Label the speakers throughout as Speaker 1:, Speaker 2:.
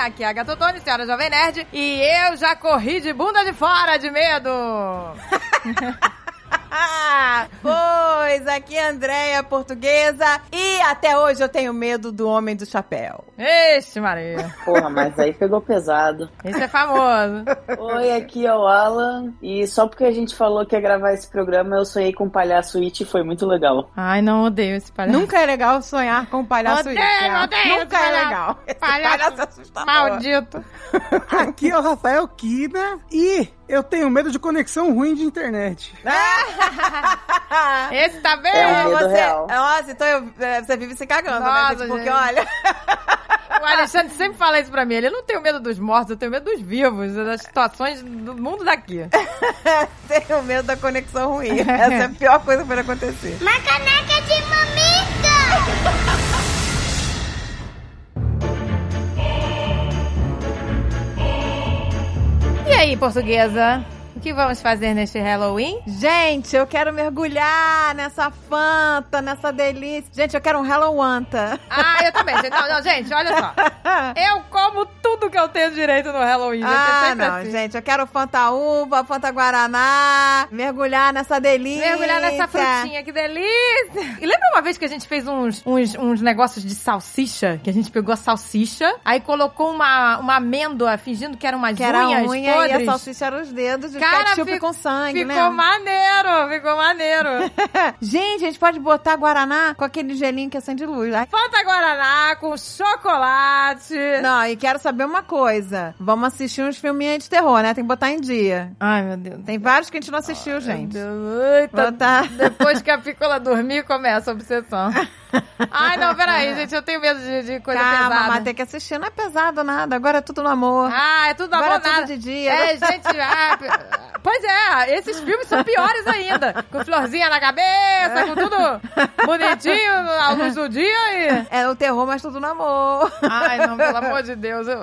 Speaker 1: aqui é a Gatotone, senhora Jovem Nerd, e eu já corri de bunda de fora de medo!
Speaker 2: Ah, pois, aqui é a Andréia, portuguesa, e até hoje eu tenho medo do Homem do Chapéu.
Speaker 1: Este, Maria!
Speaker 3: Porra, mas aí pegou pesado.
Speaker 1: Esse é famoso.
Speaker 3: Oi, aqui é o Alan, e só porque a gente falou que ia gravar esse programa, eu sonhei com um palhaço It e foi muito legal.
Speaker 1: Ai, não odeio esse palhaço.
Speaker 2: Nunca é legal sonhar com um palhaço
Speaker 1: Odeio, odeio esse
Speaker 2: Nunca é
Speaker 1: palhaço.
Speaker 2: legal. Esse é
Speaker 1: Palhaço
Speaker 2: assustador.
Speaker 1: Maldito.
Speaker 4: Aqui é o Rafael Kina e eu tenho medo de conexão ruim de internet.
Speaker 1: Esse tá bem?
Speaker 3: É um
Speaker 2: É,
Speaker 3: medo
Speaker 2: você,
Speaker 3: real.
Speaker 2: nossa, então eu- é, você vive se cagando, né?
Speaker 1: Nossa,
Speaker 2: gente? Porque
Speaker 1: gente.
Speaker 2: olha,
Speaker 1: O Alexandre sempre fala isso pra mim. Ele "Eu não tem medo dos mortos, eu tenho medo dos vivos, das situações do mundo daqui.
Speaker 2: tenho medo da conexão ruim. Essa é a pior coisa que pode acontecer.
Speaker 5: Uma caneca de mamita!
Speaker 1: E aí, portuguesa? O que vamos fazer neste Halloween?
Speaker 2: Gente, eu quero mergulhar nessa fanta, nessa delícia. Gente, eu quero um Hallowanta.
Speaker 1: Ah, eu também. gente. Não, não, gente, olha só. Eu como tudo que eu tenho direito no Halloween. gente. é
Speaker 2: Ah,
Speaker 1: sempre
Speaker 2: não,
Speaker 1: assim.
Speaker 2: gente, eu quero Fanta Uva, Fanta Guaraná, mergulhar nessa delícia.
Speaker 1: Mergulhar nessa frutinha, que delícia! E lembra uma vez que a gente fez uns, uns, uns negócios de salsicha? Que a gente pegou a salsicha, aí colocou uma, uma amêndoa fingindo que era umas
Speaker 2: Que era
Speaker 1: unhas
Speaker 2: a unha
Speaker 1: podres.
Speaker 2: e a salsicha era os dedos, e o
Speaker 1: Cara,
Speaker 2: ketchup
Speaker 1: fico-
Speaker 2: com sangue, né?
Speaker 1: Ficou
Speaker 2: lembra?
Speaker 1: maneiro, ficou maneiro.
Speaker 2: Gente, a gente pode botar Guaraná com aquele gelinho que acende luz. Ai,
Speaker 1: Fanta Guaraná com chocolate.
Speaker 2: Não, e quero saber uma coisa. Vamos assistir uns filminhos de terror, né? Tem que botar em dia.
Speaker 1: Ai, meu Deus.
Speaker 2: Tem vários que a gente não assistiu, gente.
Speaker 1: Eita,
Speaker 2: Botar...
Speaker 1: Depois que a pícola dormir, começa a obsessão. Ai, não, peraí, gente, eu tenho medo de, de coisa
Speaker 2: Calma,
Speaker 1: pesada.
Speaker 2: mas tem que assistir. Não é pesado nada. Agora é tudo no amor.
Speaker 1: Ah, é tudo na mão
Speaker 2: Agora é tudo
Speaker 1: nada.
Speaker 2: de dia.
Speaker 1: É, gente, ah, p- pois é, esses filmes são piores ainda. Com florzinha na cabeça, com tudo bonitinho, à luz do dia e...
Speaker 2: É o terror, mas tudo no amor.
Speaker 1: Ai, não, pelo amor de Deus. eu-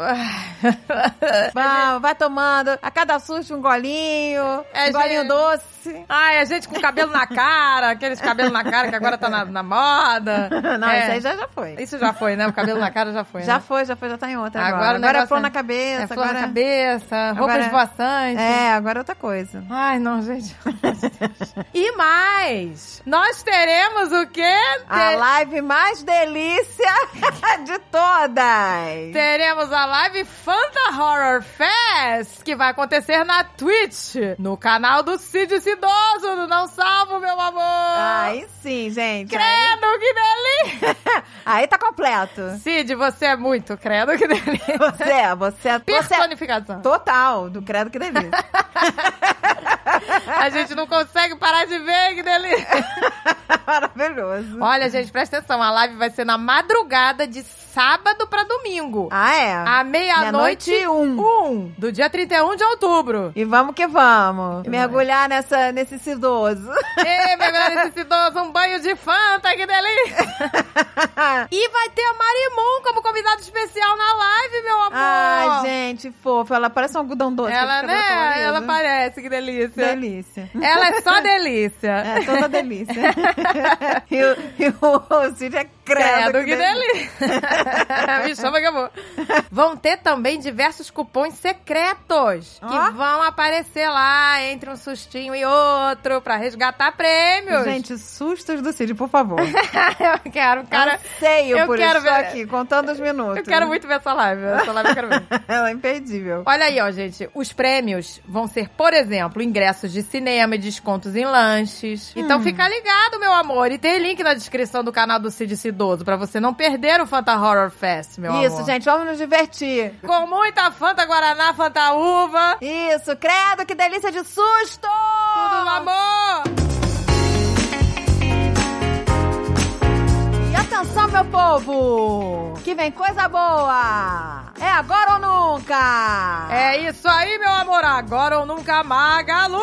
Speaker 2: Vamos, vai tomando. A cada susto, um golinho.
Speaker 1: É,
Speaker 2: um golinho
Speaker 1: gente.
Speaker 2: doce.
Speaker 1: Ai, a gente com cabelo na cara, aqueles cabelos na cara que agora tá na, na moda.
Speaker 2: Ah, Não,
Speaker 1: É,
Speaker 2: isso aí já, já foi.
Speaker 1: Isso já foi, né? O cabelo na cara já foi,
Speaker 2: Já
Speaker 1: né?
Speaker 2: foi, já foi, já tá em outra agora.
Speaker 1: Agora o
Speaker 2: Agora, é
Speaker 1: negócio
Speaker 2: flor
Speaker 1: é-
Speaker 2: na cabeça.
Speaker 1: É flor
Speaker 2: agora...
Speaker 1: na cabeça, roupas
Speaker 2: Agora-
Speaker 1: voaçantes.
Speaker 2: É, agora é outra coisa.
Speaker 1: Ai, não, gente. e mais, nós teremos o quê?
Speaker 2: A
Speaker 1: Te-
Speaker 2: live mais delícia de todas!
Speaker 1: Teremos a live Fanta Horror Fest, que vai acontecer na Twitch, no canal do Cid Cidoso, do Não Salvo, meu amor!
Speaker 2: Aí sim, gente. Aí,
Speaker 1: Credo, que delícia!
Speaker 2: aí tá completo.
Speaker 1: Cid, você é muito credo, que delícia!
Speaker 2: Você é, você é, você é
Speaker 1: Personificação.
Speaker 2: total do credo que delícia.
Speaker 1: A gente não consegue parar de ver, que delícia!
Speaker 2: Maravilhoso.
Speaker 1: Olha, gente, presta atenção, a live vai ser na madrugada de sábado pra domingo.
Speaker 2: Ah, é?
Speaker 1: À meia-noite
Speaker 2: Meia-noite e um.
Speaker 1: um, do dia 31 de outubro.
Speaker 2: E vamos que vamos. Mergulhar nessa, nesse cidoso.
Speaker 1: Ei, mergulhar nesse idoso, um banho de Fanta, que delícia!
Speaker 2: Ah,
Speaker 1: E vai ter a Marimun como convidado especial na live, meu amor!
Speaker 2: Ai, gente, fofo. Ela parece um algodão doce.
Speaker 1: Ela,
Speaker 2: com cabelo
Speaker 1: né?
Speaker 2: colorido.
Speaker 1: Ela parece, que delícia!
Speaker 2: Delícia.
Speaker 1: Ela é só delícia!
Speaker 2: É, toda delícia. e o, e o, o Cid é credo.
Speaker 1: Credo, que delícia! Me chama que eu vou. Vão ter também diversos cupons secretos que
Speaker 2: Ó.
Speaker 1: vão aparecer lá entre um sustinho e outro pra resgatar prêmios.
Speaker 2: Gente, sustos do Cid, por favor.
Speaker 1: eu quero, um
Speaker 2: é um
Speaker 1: cara.
Speaker 2: Sei, eu
Speaker 1: eu
Speaker 2: por
Speaker 1: quero
Speaker 2: isso, tô
Speaker 1: ver-
Speaker 2: aqui, contando os minutos.
Speaker 1: Eu quero muito ver essa live. Essa live eu quero ver.
Speaker 2: Ela é imperdível.
Speaker 1: Olha aí, ó, gente. Os prêmios vão ser, por exemplo, ingressos de cinema e descontos em lanches.
Speaker 2: Hum.
Speaker 1: Então fica ligado, meu amor. E tem link na descrição do canal do Cid Cidoso pra você não perder o Fanta Horror Fest, meu amor.
Speaker 2: isso, gente, vamos nos divertir.
Speaker 1: Com muita Fanta Guaraná, Fanta Uva.
Speaker 2: Isso, credo, que delícia de susto!
Speaker 1: Tudo
Speaker 2: Ah.
Speaker 1: no amor!
Speaker 2: E atenção, meu povo! Que vem coisa boa! É agora ou nunca!
Speaker 1: É isso aí, meu amor. Agora ou nunca, Magalu!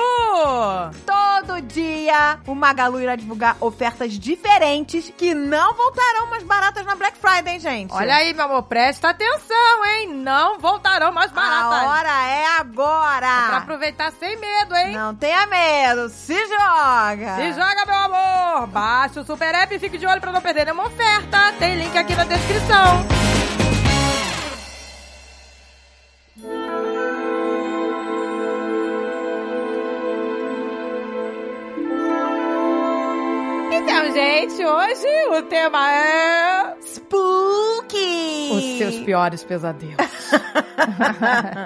Speaker 2: Todo dia o Magalu irá divulgar ofertas diferentes que não voltarão mais baratas na Black Friday, hein, gente?
Speaker 1: Olha aí, meu amor, presta atenção, hein? Não voltarão mais baratas.
Speaker 2: A hora é
Speaker 1: Pra
Speaker 2: agora!
Speaker 1: aproveitar sem medo, hein?
Speaker 2: Não tenha medo, se joga!
Speaker 1: Se joga, meu amor! Baixe o Super App e fique de olho pra não perder nenhuma oferta. Tem link aqui na descrição. Então, gente, hoje o tema é
Speaker 2: Spooky!
Speaker 1: os seus piores pesadelos.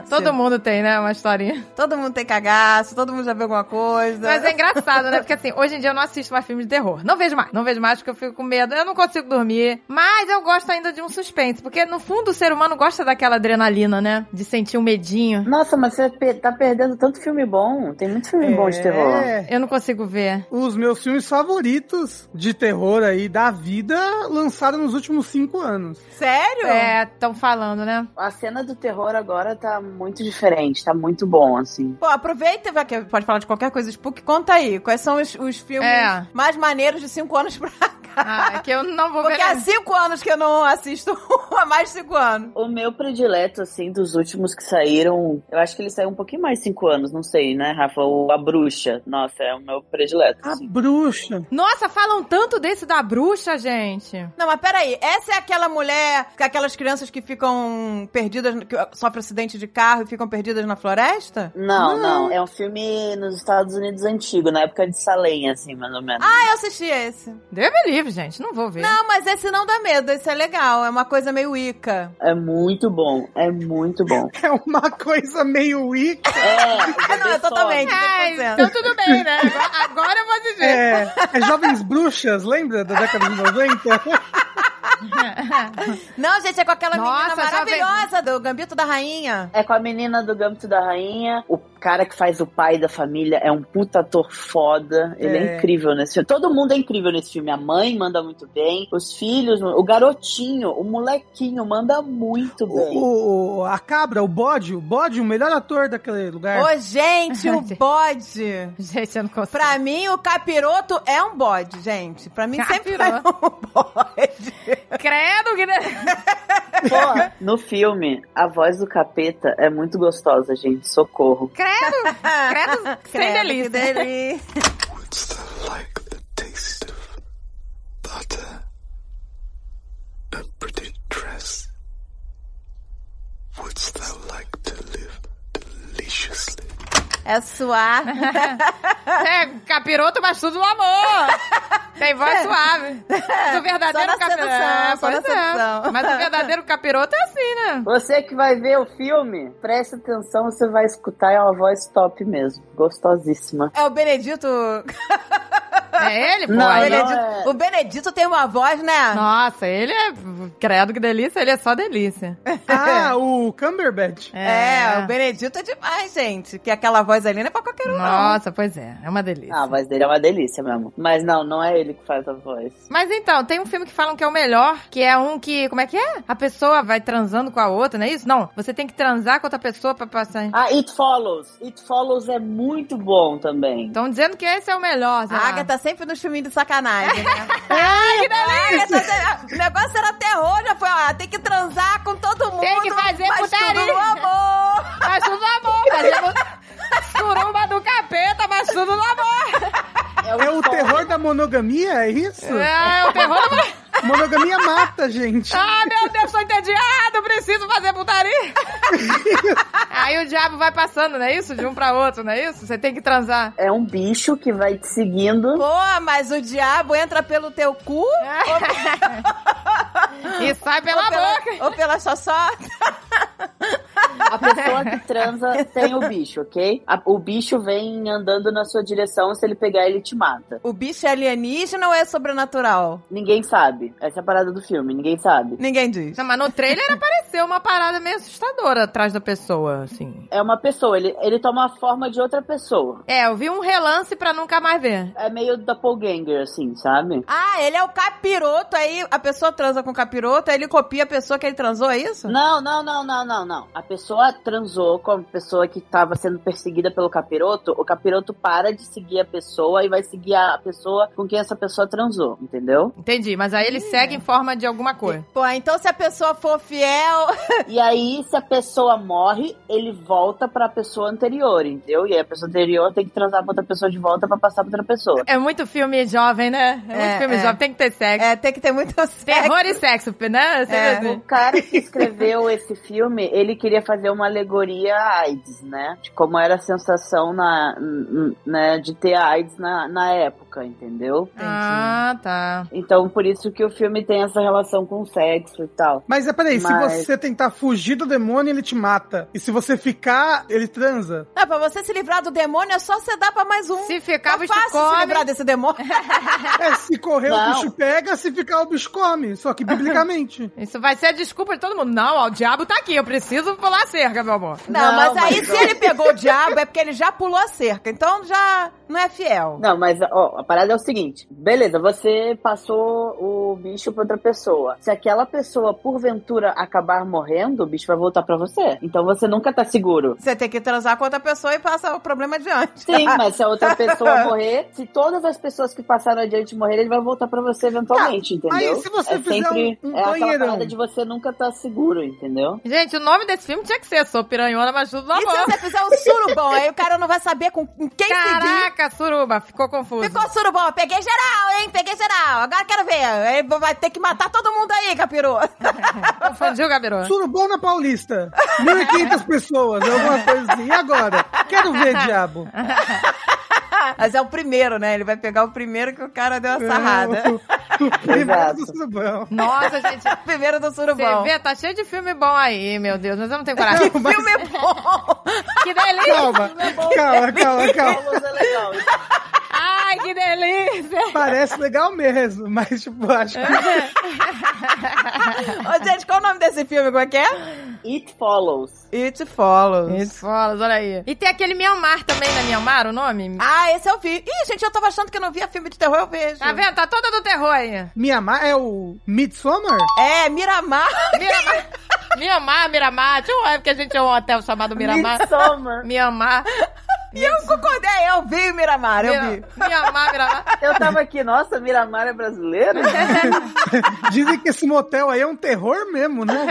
Speaker 1: Todo mundo tem, né, uma historinha.
Speaker 2: Todo mundo tem cagaço, todo mundo já viu alguma coisa.
Speaker 1: Mas é engraçado, né? Porque assim, hoje em dia eu não assisto mais filmes de terror. Não vejo mais. Não vejo mais porque eu fico com medo. Eu não consigo dormir. Mas eu gosto ainda de um suspense. Porque no fundo o ser humano gosta daquela adrenalina, né? De sentir um medinho.
Speaker 3: Nossa, mas você pe- tá perdendo tanto filme bom. Tem muito filme bom de terror.
Speaker 4: É,
Speaker 1: Eu não consigo ver.
Speaker 4: Os meus filmes favoritos de terror aí da vida lançaram nos últimos cinco anos.
Speaker 2: Sério?
Speaker 1: É, estão falando, né?
Speaker 3: A cena do terror agora tá muito diferente, tá muito bom, assim.
Speaker 2: Pô, aproveita, vai, que pode falar de qualquer coisa spook, conta aí. Quais são os, os filmes
Speaker 1: É.
Speaker 2: mais maneiros de cinco anos pra cá?
Speaker 1: Ah, é que eu não vou
Speaker 2: Porque
Speaker 1: ver.
Speaker 2: há cinco anos que eu não assisto um, há mais de cinco anos.
Speaker 3: O meu predileto, assim, dos últimos que saíram, eu acho que ele saiu um pouquinho mais de cinco anos, não sei, né, Rafa? O A Bruxa. Nossa, é o meu predileto.
Speaker 4: A
Speaker 3: assim.
Speaker 4: bruxa.
Speaker 1: Nossa, falam tanto desse da bruxa, gente.
Speaker 2: Não, mas peraí, essa é aquela mulher, com aquelas crianças que ficam perdidas, que sofrem acidente de carro e ficam perdidas na floresta?
Speaker 3: Não, não. É um filme nos Estados Unidos antigo, na época de Salem, assim, mais ou menos.
Speaker 2: Ah, eu assisti esse.
Speaker 1: Deus me livre, gente. Não vou ver.
Speaker 2: Não, mas esse não dá medo, esse é legal, é uma coisa meio Ica.
Speaker 3: É muito bom, é muito bom.
Speaker 4: É uma coisa meio wicca.
Speaker 3: É,
Speaker 2: Ah, não, é totalmente.
Speaker 1: É,
Speaker 2: 100%.
Speaker 1: então tudo bem, né? Agora- Agora eu vou dizer.
Speaker 4: É, é Jovens Bruxas, lembra da década de 90?
Speaker 2: Não, gente, é com aquela
Speaker 1: Nossa,
Speaker 2: menina
Speaker 1: já veio-
Speaker 2: maravilhosa do Gambito da Rainha.
Speaker 3: É com a menina do Gâmbito da Rainha. O cara que faz o pai da família é um puta ator foda. Ele é,
Speaker 4: É.
Speaker 3: incrível nesse filme. Todo mundo é incrível nesse filme. A mãe manda muito bem. Os filhos, o garotinho, o molequinho manda muito bem.
Speaker 4: O, o- a cabra, o bode, o bode, o melhor ator daquele lugar.
Speaker 2: Ô, gente, um bode.
Speaker 1: Gente, eu não consigo.
Speaker 2: Pra mim, o capiroto é um bode, gente. Pra mim, sempre foi um
Speaker 1: Capiroto.
Speaker 2: bode.
Speaker 1: Credo, Guilherme.
Speaker 3: Pô, no filme, a voz do capeta é muito gostosa, gente. Socorro.
Speaker 1: Credo. Credo sem
Speaker 2: Credo,
Speaker 1: delícia.
Speaker 2: que delícia.
Speaker 6: What's the like of the taste of butter? A pretty dress. Wouldst thou like to live deliciously?
Speaker 2: É suar.
Speaker 1: É, capiroto, mas tudo no amor. Tem voz suave. Mas o verdadeiro
Speaker 2: É. Só na
Speaker 1: capiroto.
Speaker 2: sedução,
Speaker 1: É,
Speaker 2: só
Speaker 1: pois
Speaker 2: na
Speaker 1: é.
Speaker 2: sedução.
Speaker 1: Mas o verdadeiro capiroto é assim, né?
Speaker 3: Você que vai ver o filme, preste atenção, você vai escutar. É uma voz top mesmo. Gostosíssima.
Speaker 2: É o Benedito.
Speaker 1: É ele, pô.
Speaker 3: Não,
Speaker 1: aí
Speaker 2: o,
Speaker 1: ele é de-
Speaker 2: Benedito
Speaker 3: é.
Speaker 2: o Benedito tem uma voz, né?
Speaker 1: Nossa, ele é. Credo que delícia, ele é só delícia.
Speaker 4: Ah, o Cumberbatch.
Speaker 2: É, o Benedito é demais, gente. Que aquela voz ali não é pra qualquer um, não.
Speaker 1: Nossa, pois é, é uma delícia.
Speaker 3: Ah, a voz dele é uma delícia mesmo. Mas não, não é ele que faz a voz.
Speaker 1: Mas então, tem um filme que falam que é o melhor, que é um que. Como é que é? A pessoa vai transando com a outra, não é isso? Não, você tem que transar com outra pessoa pra passar.
Speaker 3: Ah, It Follows. It Follows é muito bom também.
Speaker 1: Estão dizendo que esse é o melhor,
Speaker 2: A
Speaker 1: sei lá.
Speaker 2: Agatha sempre nos filminhos de sacanagem, né?
Speaker 1: Ai, que delícia!
Speaker 2: Essa- Ah, O negócio era terror, já foi, ó, tem que transar com todo mundo.
Speaker 1: Tem que fazer
Speaker 2: mas
Speaker 1: putaria.
Speaker 2: tudo no amor.
Speaker 1: Mas tudo no amor, mas eu... Suruba do capeta, mas tudo no amor.
Speaker 4: É
Speaker 3: um
Speaker 4: o terror da monogamia, é isso?
Speaker 1: É, o terror...
Speaker 4: Monogamia mata, gente.
Speaker 1: Ah, meu Deus, tô entediado, preciso fazer putaria. Aí o diabo vai passando, não é isso? De um pra outro, não é isso? Você tem que transar.
Speaker 3: É um bicho que vai te seguindo.
Speaker 2: Pô, mas o diabo entra pelo teu cu?
Speaker 1: É, E sai pela
Speaker 2: ou pela-
Speaker 1: boca.
Speaker 2: Ou pela xoxota?
Speaker 3: A pessoa que transa tem o bicho, ok? A- o bicho vem andando na sua direção. Se ele pegar, ele te mata.
Speaker 2: O bicho é alienígena ou é sobrenatural?
Speaker 3: Ninguém sabe. Essa é a parada do filme. Ninguém sabe.
Speaker 2: Ninguém diz.
Speaker 1: Não, mas no trailer apareceu uma parada meio assustadora atrás da pessoa, assim.
Speaker 3: É uma pessoa. Ele, ele toma a forma de outra pessoa.
Speaker 1: É, eu vi um relance pra nunca mais ver.
Speaker 3: É meio doppelganger, assim, sabe?
Speaker 2: Ah, ele é o capiroto, aí a pessoa transa com o capiroto, aí ele copia a pessoa que ele transou, é isso?
Speaker 3: Não, não, não, não, não, não. A pessoa transou com a pessoa que tava sendo perseguida pelo capiroto. O capiroto para de seguir a pessoa e vai seguir a pessoa com quem essa pessoa transou, entendeu?
Speaker 1: Entendi, mas aí ele segue em forma de alguma coisa.
Speaker 2: Pô, então se a pessoa for fiel,
Speaker 3: E aí, se a pessoa morre, ele volta pra pessoa anterior, entendeu? E aí a pessoa anterior tem que transar com outra pessoa de volta pra passar pra outra pessoa.
Speaker 1: É muito filme jovem, né? É, muito
Speaker 2: É,
Speaker 1: filme
Speaker 2: é.
Speaker 1: jovem, tem que ter sexo.
Speaker 2: é, tem que ter muito sexo.
Speaker 1: Terror e sexo, né? Você
Speaker 2: É.
Speaker 1: vê assim.
Speaker 3: O cara que escreveu esse filme, ele queria fazer ser uma alegoria à AIDS, né? De como era a sensação na, n- n- né, de ter a AIDS na, na época, entendeu?
Speaker 1: Ah, tá.
Speaker 3: Então, por isso que o filme tem essa relação com o sexo e tal.
Speaker 4: Mas é, peraí,
Speaker 3: Mas-
Speaker 4: se você tentar fugir do demônio, ele te mata. E se você ficar, ele transa.
Speaker 2: Não, pra você se livrar do demônio, é só você dar pra mais um.
Speaker 1: Se
Speaker 2: Tá
Speaker 1: ficar, você
Speaker 2: fácil se
Speaker 1: come.
Speaker 2: livrar desse demônio.
Speaker 4: É, se correr
Speaker 3: Não.
Speaker 4: o bicho pega, se ficar o bicho come. Só que biblicamente.
Speaker 1: Isso vai ser a desculpa de todo mundo. Não, ó, o diabo tá aqui, eu preciso pular a cerca, meu amor.
Speaker 2: Não,
Speaker 3: Não,
Speaker 2: mas aí
Speaker 3: mas
Speaker 2: se
Speaker 3: não.
Speaker 2: ele pegou o diabo é porque ele já pulou a cerca. Então já não é fiel.
Speaker 3: Não, mas ó, a parada é o seguinte: beleza, você passou o bicho pra outra pessoa. Se aquela pessoa, porventura, acabar morrendo, o bicho vai voltar pra você. Então você nunca tá seguro.
Speaker 2: Você tem que transar com outra pessoa e passar o problema adiante.
Speaker 3: Sim, mas se a outra pessoa morrer, se todas as pessoas que passaram adiante morrerem, ele vai voltar pra você eventualmente, entendeu?
Speaker 4: aí se você
Speaker 3: é
Speaker 4: fizer
Speaker 3: sempre,
Speaker 4: um- um
Speaker 3: é aquela
Speaker 4: banheirão.
Speaker 3: parada de você nunca tá seguro, entendeu?
Speaker 1: Gente, o nome desse filme tinha que ser Sou Piranhona, mas tudo no
Speaker 2: E se
Speaker 1: amor.
Speaker 2: você fizer um surubão, aí o cara não vai saber com com quem seguir.
Speaker 1: Caraca, suruba, ficou confuso.
Speaker 2: Ficou surubom, peguei geral, hein? Peguei geral. Agora quero ver. Aí Vai ter que matar todo mundo aí, capiru.
Speaker 1: Confundiu, Gabiru?
Speaker 4: Surubona Paulista. 1.500 pessoas, alguma coisa assim. E agora? Quero ver, diabo.
Speaker 2: Mas é o primeiro, né? Ele vai pegar o primeiro que o cara deu a sarrada. É
Speaker 4: O, o primeiro
Speaker 3: Exato.
Speaker 4: do surubão.
Speaker 1: Nossa, gente.
Speaker 2: O primeiro do
Speaker 1: Você
Speaker 2: surubão.
Speaker 1: vê, tá cheio de filme bom aí, meu Deus, mas eu não tenho coragem.
Speaker 4: Não, mas-
Speaker 2: Filme é bom. é
Speaker 1: Que delícia!
Speaker 4: Calma, calma, calma, calma.
Speaker 3: Mas é legal.
Speaker 1: Ai, que delícia!
Speaker 4: Parece legal mesmo, mas tipo, acho
Speaker 2: É.
Speaker 4: que
Speaker 2: Ô, gente, qual o nome desse filme? Como é que é?
Speaker 3: It follows.
Speaker 2: It Follows.
Speaker 1: Esfolas, olha aí. E tem aquele Myanmar também, né? Myanmar, o nome?
Speaker 2: Ah, esse eu vi. Ih, gente, eu tava achando que eu não via filme de terror, eu vejo.
Speaker 1: Tá vendo? Tá toda do terror aí.
Speaker 4: Miamar é o Midsommar?
Speaker 2: É, Miramar.
Speaker 1: Miramar, Miramar, Miramar. Tinha uma época que a gente tinha um hotel chamado Miramar.
Speaker 3: Midsommar.
Speaker 1: Miramar.
Speaker 2: E eu concordei, eu vi Miramar, eu vi.
Speaker 1: Mira- Miramar, Miramar.
Speaker 3: Eu tava aqui, nossa, Miramar é brasileiro?
Speaker 4: Dizem que esse motel aí é um terror mesmo, né?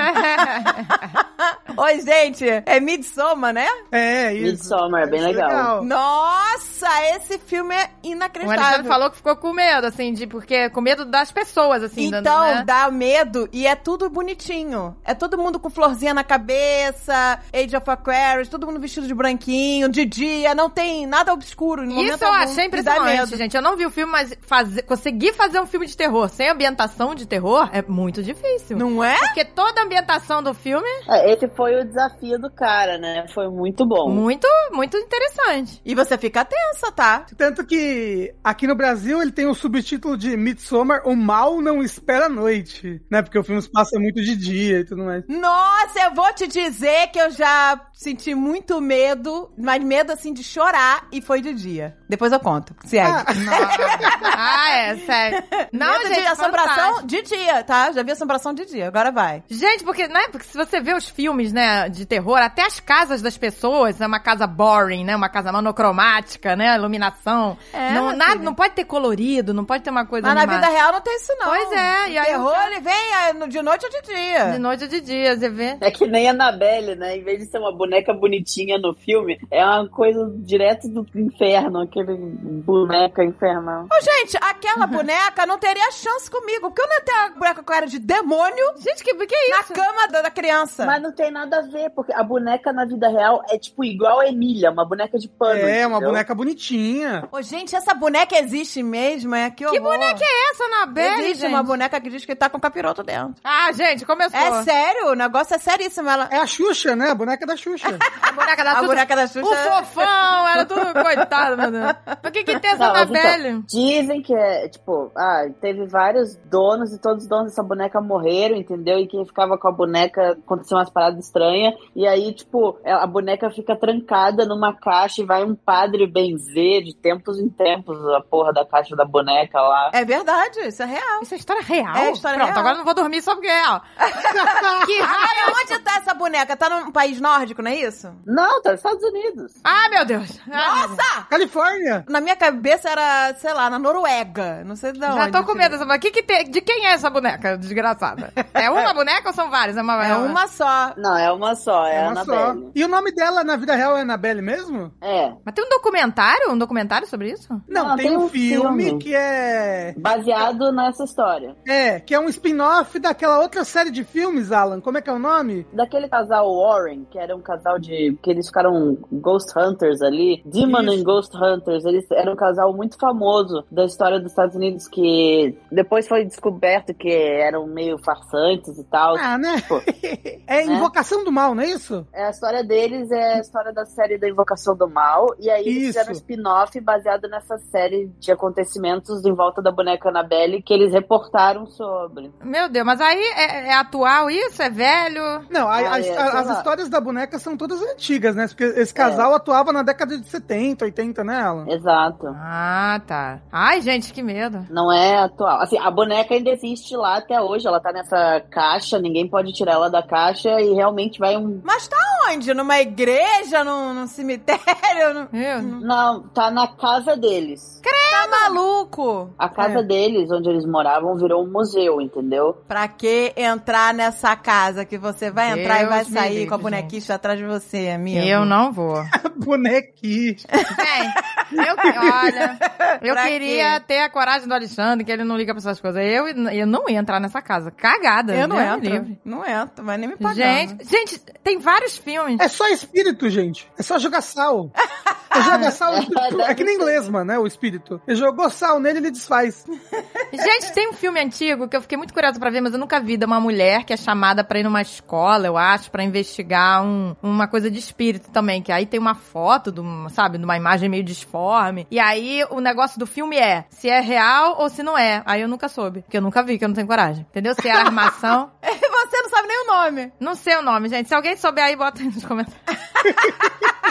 Speaker 2: Oi, gente, é Midsommar, né?
Speaker 4: É, isso.
Speaker 3: Midsommar, é bem legal.
Speaker 2: Nossa, esse filme é
Speaker 1: O Alexandre
Speaker 2: inacreditável.
Speaker 1: falou que ficou com medo, assim, de porque com medo das pessoas, assim,
Speaker 2: então,
Speaker 1: dando, né?
Speaker 2: dá medo e é tudo bonitinho. É todo mundo com florzinha na cabeça, Age of Aquarius, todo mundo vestido de branquinho, de dia, não tem nada obscuro. em um momento
Speaker 1: Isso eu
Speaker 2: algum,
Speaker 1: achei
Speaker 2: e dá
Speaker 1: impressionante,
Speaker 2: medo.
Speaker 1: gente. Eu não vi o filme, mas fazer, conseguir fazer um filme de terror sem ambientação de terror é muito difícil.
Speaker 2: Não é?
Speaker 1: Porque toda a ambientação do filme
Speaker 3: É, Esse foi o desafio do cara, né? Foi muito
Speaker 1: é
Speaker 3: bom.
Speaker 1: muito, muito interessante.
Speaker 2: E você fica tensa, tá?
Speaker 4: Tanto que aqui no Brasil ele tem o subtítulo de Midsommar, o mal não espera a noite, né? Porque o filme se passa muito de dia e tudo mais.
Speaker 2: Nossa, eu vou te dizer que eu já senti muito medo, mas medo assim de chorar e foi de dia. Depois eu conto. Segue.
Speaker 4: Ah,
Speaker 1: ah, é, sério. Não,
Speaker 2: medo
Speaker 1: gente,
Speaker 2: de assombração
Speaker 1: fantástico.
Speaker 2: de dia, tá? Já vi assombração de dia, agora vai.
Speaker 1: Gente, porque, né, porque se você vê os filmes, né, de terror, até as casas das pessoas, é uma casa boring, né, uma casa monocromática, né, iluminação.
Speaker 2: É,
Speaker 1: não,
Speaker 2: minha
Speaker 1: nada,
Speaker 2: filha.
Speaker 1: não pode ter colorido, não pode ter uma coisa
Speaker 2: Mas na
Speaker 1: animada.
Speaker 2: vida real não tem isso, não.
Speaker 1: Pois é,
Speaker 2: O
Speaker 1: e aí
Speaker 2: terror,
Speaker 1: eu-
Speaker 2: ele vem é, no- de noite ou de dia.
Speaker 1: De noite ou de dia, você vê.
Speaker 3: É que nem a Anabelle, né? Em vez de ser uma boneca bonitinha no filme, é uma coisa direto do inferno, aquele boneca infernal.
Speaker 2: Ô, gente, aquela boneca não teria chance comigo, porque eu não ia ter uma boneca com cara de demônio
Speaker 1: Gente, que, que é
Speaker 2: na
Speaker 1: isso?
Speaker 2: cama da, da
Speaker 4: Tá.
Speaker 2: criança.
Speaker 3: Mas não tem nada a ver, porque a boneca na vida real é tipo igual a Emília, uma boneca de pano.
Speaker 4: é, uma
Speaker 3: entendeu?
Speaker 4: boneca bonitinha.
Speaker 2: Ô, gente, essa boneca existe mesmo, é? Que,
Speaker 1: Que boneca é essa, Anabelle,
Speaker 2: Existe
Speaker 1: gente?
Speaker 2: uma boneca que diz que tá com capiroto dentro.
Speaker 1: Ah, gente, começou.
Speaker 2: É sério, o negócio é seríssimo. Ela...
Speaker 4: É a Xuxa, né? A boneca da Xuxa.
Speaker 1: A boneca da
Speaker 2: A
Speaker 1: Xuxa.
Speaker 2: boneca da Xuxa.
Speaker 1: O fofão, era tudo coitado, meu Deus. Mas o que que tem essa
Speaker 3: Não, mas então,
Speaker 1: Anabelle?
Speaker 3: dizem que é, tipo, ah, teve vários donos e todos os donos dessa boneca morreram, entendeu? E quem ficava com a boneca aconteceu umas paradas estranhas. E aí, tipo, a a boneca fica trancada numa caixa e vai um padre benzer de tempos em tempos a porra da caixa da boneca lá.
Speaker 2: É verdade, isso é real.
Speaker 1: Isso é história real?
Speaker 2: É história
Speaker 1: Pronto,
Speaker 2: real.
Speaker 1: agora eu não vou dormir só porque é real. que raiva.
Speaker 2: Agora, onde tá essa boneca? Tá num país nórdico, não é isso?
Speaker 3: Não, tá nos Estados Unidos.
Speaker 1: Ah, meu Deus. Ah, meu Deus.
Speaker 2: Nossa!
Speaker 4: Califórnia! Espanha?
Speaker 2: Na minha cabeça era, sei lá, na Noruega. Não sei de onde.
Speaker 1: Já tô com
Speaker 2: entendeu?
Speaker 1: medo dessa boneca. Que que tem- de quem é essa boneca, desgraçada? É uma boneca ou são várias? É uma,
Speaker 2: É uma só.
Speaker 3: Não, é uma só, é,
Speaker 4: É
Speaker 3: a
Speaker 4: uma só.
Speaker 3: Annabelle.
Speaker 4: E o nome dela na vida real é Annabelle mesmo?
Speaker 3: É.
Speaker 1: Mas tem um documentário? Um documentário sobre isso?
Speaker 4: Não, tem, um filme, que é.
Speaker 3: Baseado nessa história.
Speaker 4: É, que é um spin-off daquela outra série de filmes, Alan. Como é que é o nome?
Speaker 3: Daquele casal Warren, que era um casal de. que eles ficaram Ghost Hunters ali. Demon
Speaker 4: Isso.
Speaker 3: and Ghost Hunters. Eles eram um casal muito famoso da história dos Estados Unidos, que depois foi descoberto que eram meio farsantes e tal.
Speaker 4: Ah, né?
Speaker 3: Pô. Né?
Speaker 4: É Invocação do Mal, não é isso?
Speaker 3: É, A história deles é a história da série da Invocação do Mal. E aí
Speaker 4: Isso.
Speaker 3: eles fizeram um spin-off baseado nessa série de acontecimentos em volta da boneca Annabelle que eles reportaram sobre.
Speaker 1: Meu Deus, mas aí é, é atual isso? É velho?
Speaker 4: Não,
Speaker 3: Ah,
Speaker 4: a- a-
Speaker 3: é,
Speaker 4: a-
Speaker 3: sei
Speaker 4: as
Speaker 3: lá.
Speaker 4: histórias da boneca são todas antigas, né? Porque esse casal atuava na década de 70, 80, né, Alan?
Speaker 3: Exato.
Speaker 1: Ah, tá. Ai, gente, que medo.
Speaker 3: Não é atual. Assim, a boneca ainda existe lá até hoje. Ela tá nessa caixa, ninguém pode tirar ela da caixa e realmente vai um.
Speaker 2: Mas tá onde? Numa igreja? Num, num cemitério? Num...
Speaker 1: Meu,
Speaker 3: Não, tá na casa deles.
Speaker 2: Tá maluco?
Speaker 3: A casa
Speaker 4: É.
Speaker 3: deles, onde eles moravam, virou um museu, entendeu?
Speaker 2: Pra que entrar nessa casa que você vai entrar e
Speaker 1: Deus
Speaker 2: vai
Speaker 1: me
Speaker 2: sair
Speaker 1: livre,
Speaker 2: com a bonequista atrás de você, amigo?
Speaker 1: eu não vou.
Speaker 4: Bonequinho.
Speaker 1: Bem, eu, olha, eu
Speaker 2: Pra
Speaker 1: queria ter a coragem do Alexandre, que ele não liga pra essas coisas. Eu, eu não ia entrar nessa casa. Cagada.
Speaker 2: Eu não
Speaker 1: Deus me
Speaker 2: entro. Tá
Speaker 1: livre.
Speaker 2: Não entro, vai nem me pagar.
Speaker 1: Gente, gente, tem vários filmes.
Speaker 4: É só espírito, gente. É só jogar sal. Eu jogo sal. É que nem inglês, mano, né? O espírito. Ele jogou sal nele, ele desfaz.
Speaker 1: Gente, tem um filme antigo que eu fiquei muito curiosa pra ver, mas eu nunca vi, de uma mulher que é chamada pra ir numa escola, eu acho, pra investigar um- uma coisa de espírito também, que aí tem uma foto, de um, sabe, de uma imagem meio disforme, e aí o negócio do filme é se é real ou se não é. Aí eu nunca soube, porque eu nunca vi, que eu não tenho coragem. Entendeu? Se era armação.
Speaker 2: você não sabe nem o nome.
Speaker 1: Não sei o nome, gente. Se alguém souber aí, bota aí nos comentários.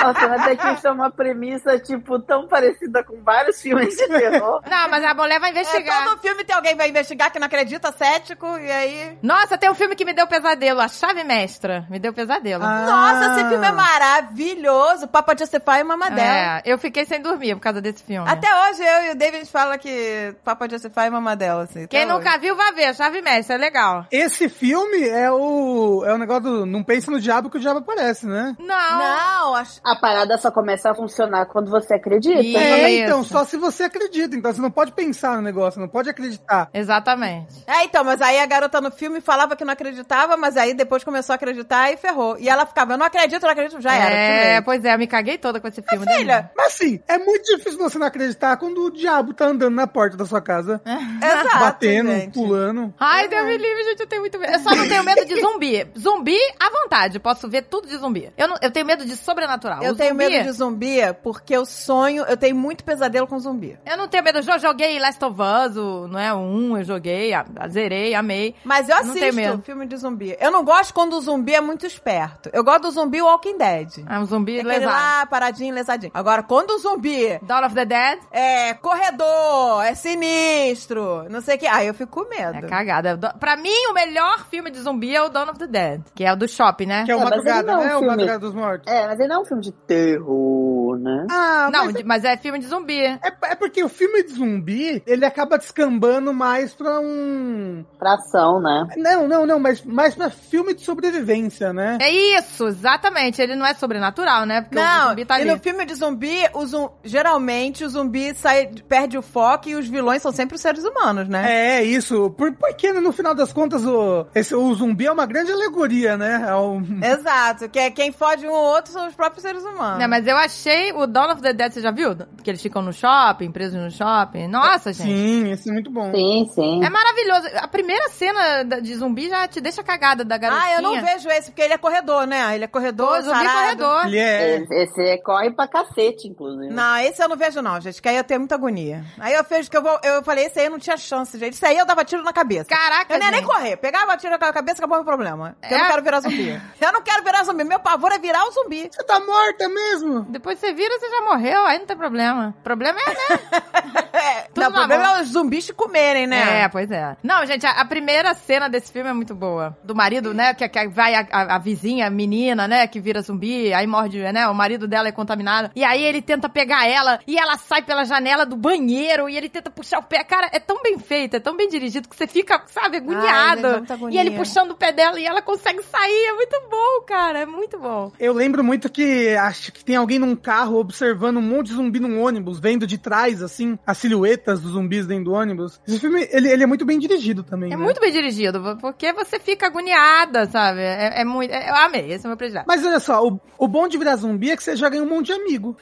Speaker 3: Nossa, mas até que isso é uma premissa, tipo, tão parecida com vários filmes de terror.
Speaker 1: Não, mas a mulher vai
Speaker 2: É,
Speaker 1: investigar.
Speaker 2: todo filme tem alguém que vai investigar que não acredita, cético, e aí...
Speaker 1: Nossa, tem um filme que me deu pesadelo, A Chave Mestra. Me deu pesadelo.
Speaker 2: Ah, Nossa,
Speaker 4: Ah.
Speaker 2: esse filme é maravilhoso. Papa Justify é uma madela.
Speaker 1: É, eu fiquei sem dormir por causa desse filme.
Speaker 2: Até hoje eu e o David fala que Papa Justify é mamadela, assim. até
Speaker 1: Quem
Speaker 2: hoje.
Speaker 1: nunca viu, vai ver. Chave Mestre, é legal.
Speaker 4: Esse filme é o. É o negócio do. Não pense no diabo que o diabo aparece, né?
Speaker 1: Não.
Speaker 2: Não, acho...
Speaker 3: A parada só começa a funcionar quando você acredita.
Speaker 1: Ih.
Speaker 4: É,
Speaker 1: Isso.
Speaker 4: então, só se você acredita. Então, você não pode pensar no negócio, não pode acreditar.
Speaker 1: Exatamente.
Speaker 2: É, então, mas aí a garota no filme falava que não acreditava, mas aí depois começou a acreditar e ferrou. E ela ficava, eu não acredito, eu não acredito, já era.
Speaker 1: é,
Speaker 2: filmei.
Speaker 1: pois é, eu me caguei toda com esse filme. né,
Speaker 2: Filha,
Speaker 4: Mas assim, é muito difícil você não acreditar quando o diabo tá andando na porta da sua casa,
Speaker 1: É.
Speaker 2: exato,
Speaker 4: batendo,
Speaker 2: gente.
Speaker 4: pulando.
Speaker 1: Ai, Deus me livre, gente, eu tenho muito medo. é. Eu só não tenho medo de zumbi. Zumbi, à vontade, posso ver tudo de zumbi. Eu, não, eu tenho medo de sobrenatural.
Speaker 2: Eu
Speaker 1: O
Speaker 2: tenho
Speaker 1: zumbi,
Speaker 2: medo de zumbi porque eu sonho, eu tenho muito pesadelo com zumbi.
Speaker 1: Eu não tenho medo, eu já joguei Last of Us, o- não é um, eu joguei, a, a- zerei, amei.
Speaker 2: Mas eu
Speaker 1: Não tenho medo.
Speaker 2: assisto filme de zumbi. Eu não gosto quando o zumbi é muito esperto. Eu gosto do zumbi Walking Dead.
Speaker 1: Ah, um zumbi
Speaker 2: É aquele
Speaker 1: lesado.
Speaker 2: lá, paradinho, lesadinho. Agora, quando o zumbi
Speaker 1: Dawn of the Dead,
Speaker 2: é corredor, é sinistro, não sei o que, aí eu fico com
Speaker 1: é
Speaker 2: medo.
Speaker 1: cagada. Do- Pra mim, o melhor filme de zumbi é o Dawn of the Dead, que é o do shopping, né?
Speaker 4: Que é o
Speaker 3: É, mas ele
Speaker 4: Madrugada,
Speaker 3: não é um
Speaker 4: né? O
Speaker 3: filme.
Speaker 4: Madrugada dos Mortos.
Speaker 3: É, mas ele não é um filme de terror, né?
Speaker 4: Ah,
Speaker 1: Não,
Speaker 4: mas
Speaker 1: de- mas é filme de zumbi.
Speaker 4: é, é porque o filme de zumbi, ele acaba descambando mais pra um...
Speaker 3: Pra ação, né?
Speaker 4: Não, não, não, mas mais pra filme de sobrevivência, né?
Speaker 1: É isso, exatamente. Ele não é sobrenatural, né? Porque o
Speaker 2: Não,
Speaker 1: zumbi tá
Speaker 2: e
Speaker 1: ali.
Speaker 2: no filme de zumbi, o zum- geralmente o zumbi sai, perde o foco e os vilões são sempre os seres humanos, né?
Speaker 4: É, isso. Por, porque no final das contas o, esse- o zumbi é uma grande alegoria, né? É um-
Speaker 2: Exato, que é quem fode um ou outro são os próprios seres humanos.
Speaker 1: Não, Né, mas eu achei o Dawn of the Dead, você já viu? Que eles ficam no shopping, presos no shopping. Nossa, gente.
Speaker 4: Sim, esse é muito bom.
Speaker 3: Sim, sim.
Speaker 1: É maravilhoso. A primeira cena da- de zumbi já te deixa cagada da garotinha.
Speaker 2: Ah, eu não vejo esse, porque ele é corredor, né? Ele é corredor,
Speaker 1: O zumbi
Speaker 2: sarado.
Speaker 1: corredor.
Speaker 4: Ele é...
Speaker 3: Esse, esse corre pra cacete, inclusive.
Speaker 2: Não, esse eu não vejo não, gente, que aí eu tenho muita agonia. Aí eu fiz que eu vou, eu falei, esse aí não tinha chance, gente. Isso aí eu dava tiro na cabeça.
Speaker 1: Caraca,
Speaker 2: Eu não ia nem
Speaker 1: gente.
Speaker 2: correr, pegava tiro na cabeça, acabou meu problema. Porque Eu não
Speaker 1: É.
Speaker 2: quero virar zumbi. Eu não quero virar zumbi, meu pavor é virar um zumbi.
Speaker 4: Você tá morta mesmo?
Speaker 1: Depois você vira, você já morreu, aí não tem problema. O problema é, né?
Speaker 2: É,
Speaker 1: Tudo
Speaker 2: não, o
Speaker 1: na
Speaker 2: problema
Speaker 1: mão.
Speaker 2: é os zumbis te comerem, né?
Speaker 1: É, pois é. Não, gente, a, a primeira cena desse filme é muito boa. Do marido, né, que, que vai a, a- a vizinha, a menina, né, que vira zumbi, aí morde, né, o marido dela é contaminado. E aí ele tenta pegar ela, e ela sai pela janela do banheiro, e ele tenta puxar o pé. Cara, é tão bem feito, é tão bem dirigido, que você fica, sabe, agoniado.
Speaker 2: ele dá muita agonia.
Speaker 1: e ele puxando o pé dela, e ela consegue sair. É muito bom, cara, é muito bom.
Speaker 4: Eu lembro muito que acho que tem alguém num carro observando um monte de zumbi num ônibus, vendo de trás, assim, as silhuetas dos zumbis dentro do ônibus. Esse filme, ele, ele é muito bem dirigido também,
Speaker 1: É
Speaker 4: né?
Speaker 1: muito bem dirigido, porque você fica agoniada, sabe? É, é muito. é- eu amei, esse é o meu predileto.
Speaker 4: Mas olha só, o, o bom de virar zumbi é que você já ganha um monte de amigo.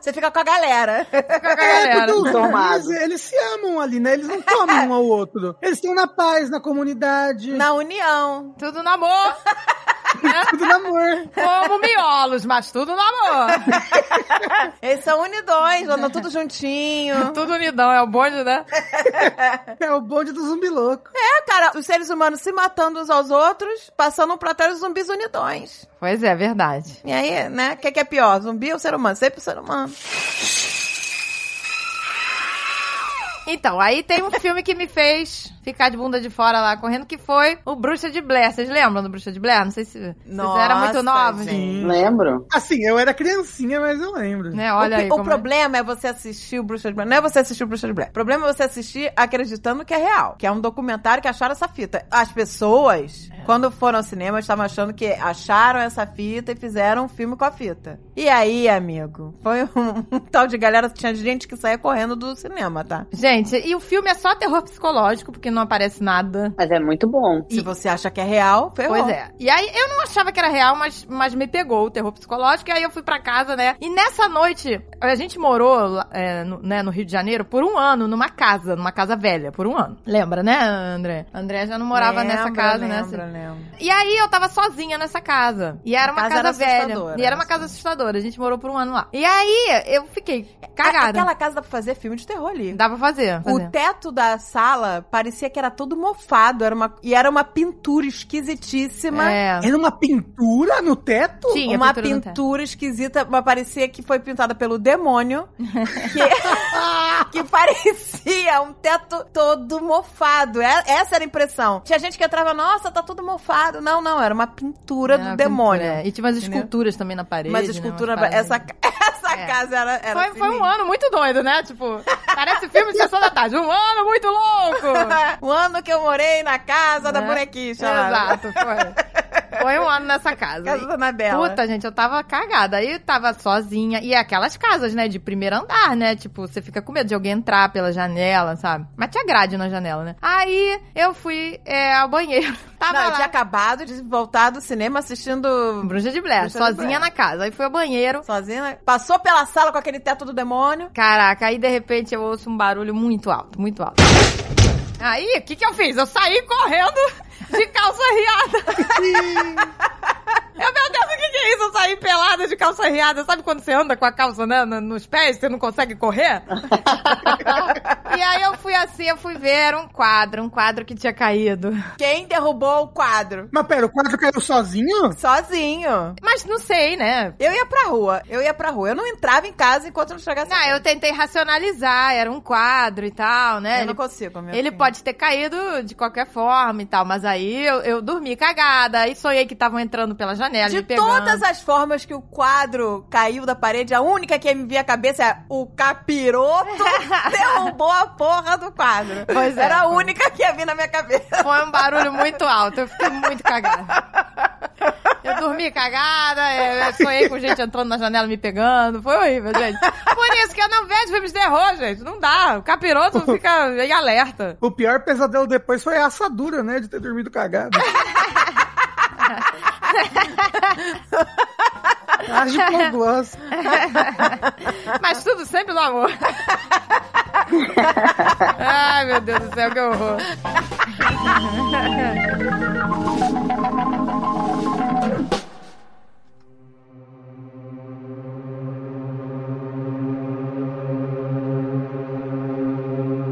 Speaker 2: Você fica com a galera.
Speaker 1: Fica com a
Speaker 4: É,
Speaker 1: galera.
Speaker 4: porque os
Speaker 3: Tomado.
Speaker 4: zumbis, eles se amam ali, né? Eles não comem um ao outro. Eles estão na paz, na comunidade,
Speaker 2: Na união.
Speaker 1: Tudo no amor.
Speaker 4: tudo no amor.
Speaker 1: Como miolos, mas tudo no amor.
Speaker 2: Eles são unidões, andam tudo juntinho.
Speaker 1: tudo unidão, é o bonde, né?
Speaker 4: É o bonde do zumbi louco.
Speaker 2: É, cara, os seres humanos se matando uns aos outros, passando um platério de zumbis unidões.
Speaker 1: Pois é, verdade.
Speaker 2: E aí, né? O que, que é pior? Zumbi ou ser humano? Sempre o ser humano.
Speaker 1: Então, aí tem um filme que me fez ficar de bunda de fora lá correndo, que foi o Bruxa de Blair. Vocês lembram do Bruxa de Blair? Não sei se vocês eram muito
Speaker 2: Nossa,
Speaker 1: novos.
Speaker 2: gente.
Speaker 3: Lembro.
Speaker 4: Assim, eu era criancinha, mas eu lembro.
Speaker 1: Né? Olha
Speaker 2: o, que-
Speaker 1: aí.
Speaker 2: o
Speaker 1: como-
Speaker 2: problema é você assistir o Bruxa de Blair. Não é você assistir o Bruxa de Blair. O problema é você assistir acreditando que é real. Que é um documentário que acharam essa fita. As pessoas,
Speaker 1: É.
Speaker 2: quando foram ao cinema, estavam achando que acharam essa fita e fizeram um filme com a fita. E aí, amigo, foi um, um tal de galera. Tinha gente que saía correndo do cinema, tá?
Speaker 1: Gente, e o filme é só terror psicológico, porque não aparece nada.
Speaker 3: Mas é muito bom.
Speaker 2: Se você acha que é real, ferrou.
Speaker 1: Pois é. E aí eu não achava que era real, mas, mas me pegou o terror psicológico. E aí eu fui pra casa, né? E nessa noite, a gente morou lá, é, no, né, no Rio de Janeiro por um ano, numa casa, numa casa velha, por um ano. Lembra, né, André? André já não morava nessa
Speaker 2: Lembra,
Speaker 1: casa,
Speaker 2: lembra,
Speaker 1: né?
Speaker 2: lembro.
Speaker 1: E aí eu tava sozinha nessa casa. E era
Speaker 2: A
Speaker 1: uma
Speaker 2: casa
Speaker 1: casa,
Speaker 2: era
Speaker 1: velha.
Speaker 2: assustadora,
Speaker 1: E era uma
Speaker 2: assim.
Speaker 1: casa assustadora. A gente morou por um ano lá. E aí eu fiquei cagada.
Speaker 2: Aquela casa dá pra fazer filme de terror ali.
Speaker 1: Dá pra fazer. fazer.
Speaker 2: O teto da sala parecia que era todo mofado, era uma, e era uma pintura esquisitíssima.
Speaker 1: É.
Speaker 4: Era uma pintura no teto?
Speaker 1: Tinha
Speaker 2: uma
Speaker 1: pintura no teto.
Speaker 2: pintura esquisita, mas parecia que foi pintada pelo demônio. Que, que parecia um teto todo mofado. É- Essa era a impressão. Tinha gente que entrava, nossa, tá tudo mofado. Não, não, era uma pintura
Speaker 1: Era
Speaker 2: do
Speaker 1: É, uma
Speaker 2: demônio.
Speaker 1: pintura. E tinha umas
Speaker 2: Entendeu?
Speaker 1: esculturas também na parede.
Speaker 2: Mas
Speaker 1: né,
Speaker 2: escultura.
Speaker 1: umas paradas.
Speaker 2: essa ca- essa
Speaker 1: É.
Speaker 2: casa era. era
Speaker 1: Foi, foi um
Speaker 2: sinistra.
Speaker 1: ano muito doido, né? Tipo, parece filme de sessão da tarde. Um ano muito louco!
Speaker 2: o Um ano que eu morei na casa da
Speaker 1: Né?
Speaker 2: bonequinha. chamava.
Speaker 1: Exato, foi. Foi um ano nessa
Speaker 2: Casa da
Speaker 1: casa.
Speaker 2: Anabela.
Speaker 1: Puta, gente, eu tava cagada. Aí eu tava sozinha. E é aquelas casas, né, de primeiro andar, né? Tipo, você fica com medo de alguém entrar pela janela, sabe? Mas tinha grade na janela, né? Aí eu fui é, ao banheiro. Tava
Speaker 2: Não, eu
Speaker 1: lá.
Speaker 2: tinha acabado de voltar do cinema assistindo
Speaker 1: Bruxa de Blair,
Speaker 2: Bruxa de
Speaker 1: sozinha
Speaker 2: Blair.
Speaker 1: na casa. Aí fui ao banheiro.
Speaker 2: sozinha. né? Passou pela sala com aquele teto do demônio.
Speaker 1: Caraca, aí de repente eu ouço um barulho muito alto, muito alto. Aí, o que que eu fiz? Eu saí correndo de calça riada. Eu, meu Deus, o que que é isso? Eu saí pelada de calça riada. Sabe quando você anda com a calça né, no- nos pés, você não consegue correr? e aí eu fui assim, eu fui ver era um quadro, um quadro que tinha caído.
Speaker 2: Quem derrubou o quadro?
Speaker 4: Mas pera, o quadro caiu sozinho?
Speaker 2: Sozinho.
Speaker 1: Mas não sei, né?
Speaker 2: Eu ia pra rua, eu ia pra rua. Eu não entrava em casa enquanto não chegasse.
Speaker 1: Não, eu tentei racionalizar, era um quadro e tal, né?
Speaker 2: Eu
Speaker 1: Ele-
Speaker 2: não consigo, meu
Speaker 1: Ele
Speaker 2: filho.
Speaker 1: pode ter caído de qualquer forma e tal, mas aí eu, eu dormi cagada, aí sonhei que estavam entrando pela janela. me
Speaker 2: De
Speaker 1: pegando.
Speaker 2: todas as formas que o quadro caiu da parede, a única que me via a cabeça é o capiroto derrubou a porra do quadro.
Speaker 1: Pois é,
Speaker 2: Era a
Speaker 1: foi.
Speaker 2: única que ia vir na minha cabeça.
Speaker 1: Foi um barulho muito alto, eu fiquei muito cagada. Eu dormi cagada, é, eu eu sonhei com gente entrando na janela me pegando, foi horrível, gente. Por isso que eu não vejo filmes de terror, gente, não dá. O capiroto fica em alerta.
Speaker 4: O pior pesadelo depois foi a assadura, né? De ter dormido cagado. Age pro gloss.
Speaker 1: Mas tudo sempre no amor. Ai, meu Deus do céu, que horror.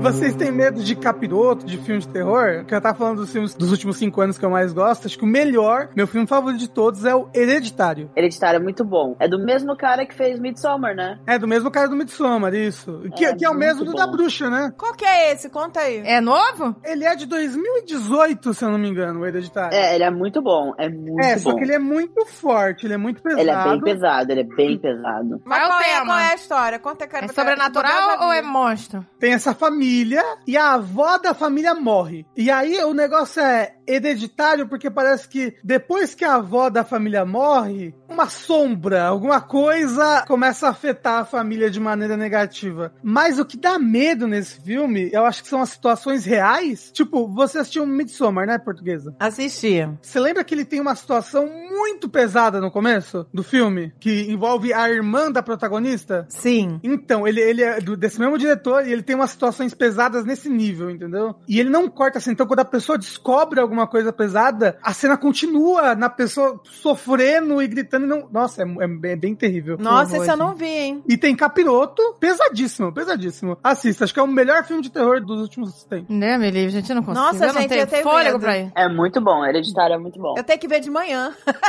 Speaker 4: Vocês têm medo de capiroto, de filme de terror? Que eu tava falando dos filmes dos últimos cinco anos que eu mais gosto. Acho que o melhor, meu filme favorito de todos é o Hereditário.
Speaker 3: Hereditário é muito bom. É do mesmo cara que fez Midsommar, né?
Speaker 4: É do mesmo cara do Midsommar, isso. Que
Speaker 3: É,
Speaker 4: que é o mesmo
Speaker 3: muito
Speaker 4: do da
Speaker 3: bom.
Speaker 4: bruxa, né?
Speaker 2: Qual que é esse? Conta aí.
Speaker 1: É novo?
Speaker 4: Ele é de 2018, se eu não me engano, o Hereditário.
Speaker 3: É, ele é muito bom. É muito
Speaker 4: É,
Speaker 3: bom.
Speaker 4: só que ele é muito forte, ele é muito pesado.
Speaker 3: Ele é bem pesado, ele é bem pesado.
Speaker 2: Mas
Speaker 1: Qual é o
Speaker 2: qual, é,
Speaker 1: tema?
Speaker 2: qual é a história? Conta, cara.
Speaker 1: É sobrenatural ou é monstro?
Speaker 4: Tem essa família e a avó da família morre. E aí o negócio é hereditário porque parece que depois que a avó da família morre, uma sombra, alguma coisa começa a afetar a família de maneira negativa. Mas o que dá medo nesse filme, eu acho que são as situações reais. Tipo, você assistiu Midsommar, né, portuguesa?
Speaker 2: Assisti.
Speaker 4: Você lembra que ele tem uma situação muito pesada no começo do filme, que envolve a irmã da protagonista?
Speaker 2: Sim.
Speaker 4: Então, ele, ele é do- desse mesmo diretor e ele tem umas situações pesadas nesse nível, entendeu? E ele não corta assim. Então, quando a pessoa descobre alguma coisa pesada, a cena continua na pessoa sofrendo e gritando. E não... Nossa, é, mu- é bem- é bem terrível.
Speaker 2: Nossa,
Speaker 4: Que
Speaker 2: esse eu
Speaker 4: horror,
Speaker 2: não vi, hein?
Speaker 4: gente. E tem Capiroto, pesadíssimo, pesadíssimo. Assista, acho que é o melhor filme de terror dos últimos tempos.
Speaker 1: Né, me livre, gente, eu não consigo.
Speaker 2: Nossa,
Speaker 1: eu não
Speaker 2: gente,
Speaker 1: tenho
Speaker 2: eu tenho
Speaker 1: fôlego
Speaker 2: medo.
Speaker 1: pra ir.
Speaker 3: É muito bom, Hereditário é muito bom.
Speaker 2: Eu tenho que ver de manhã.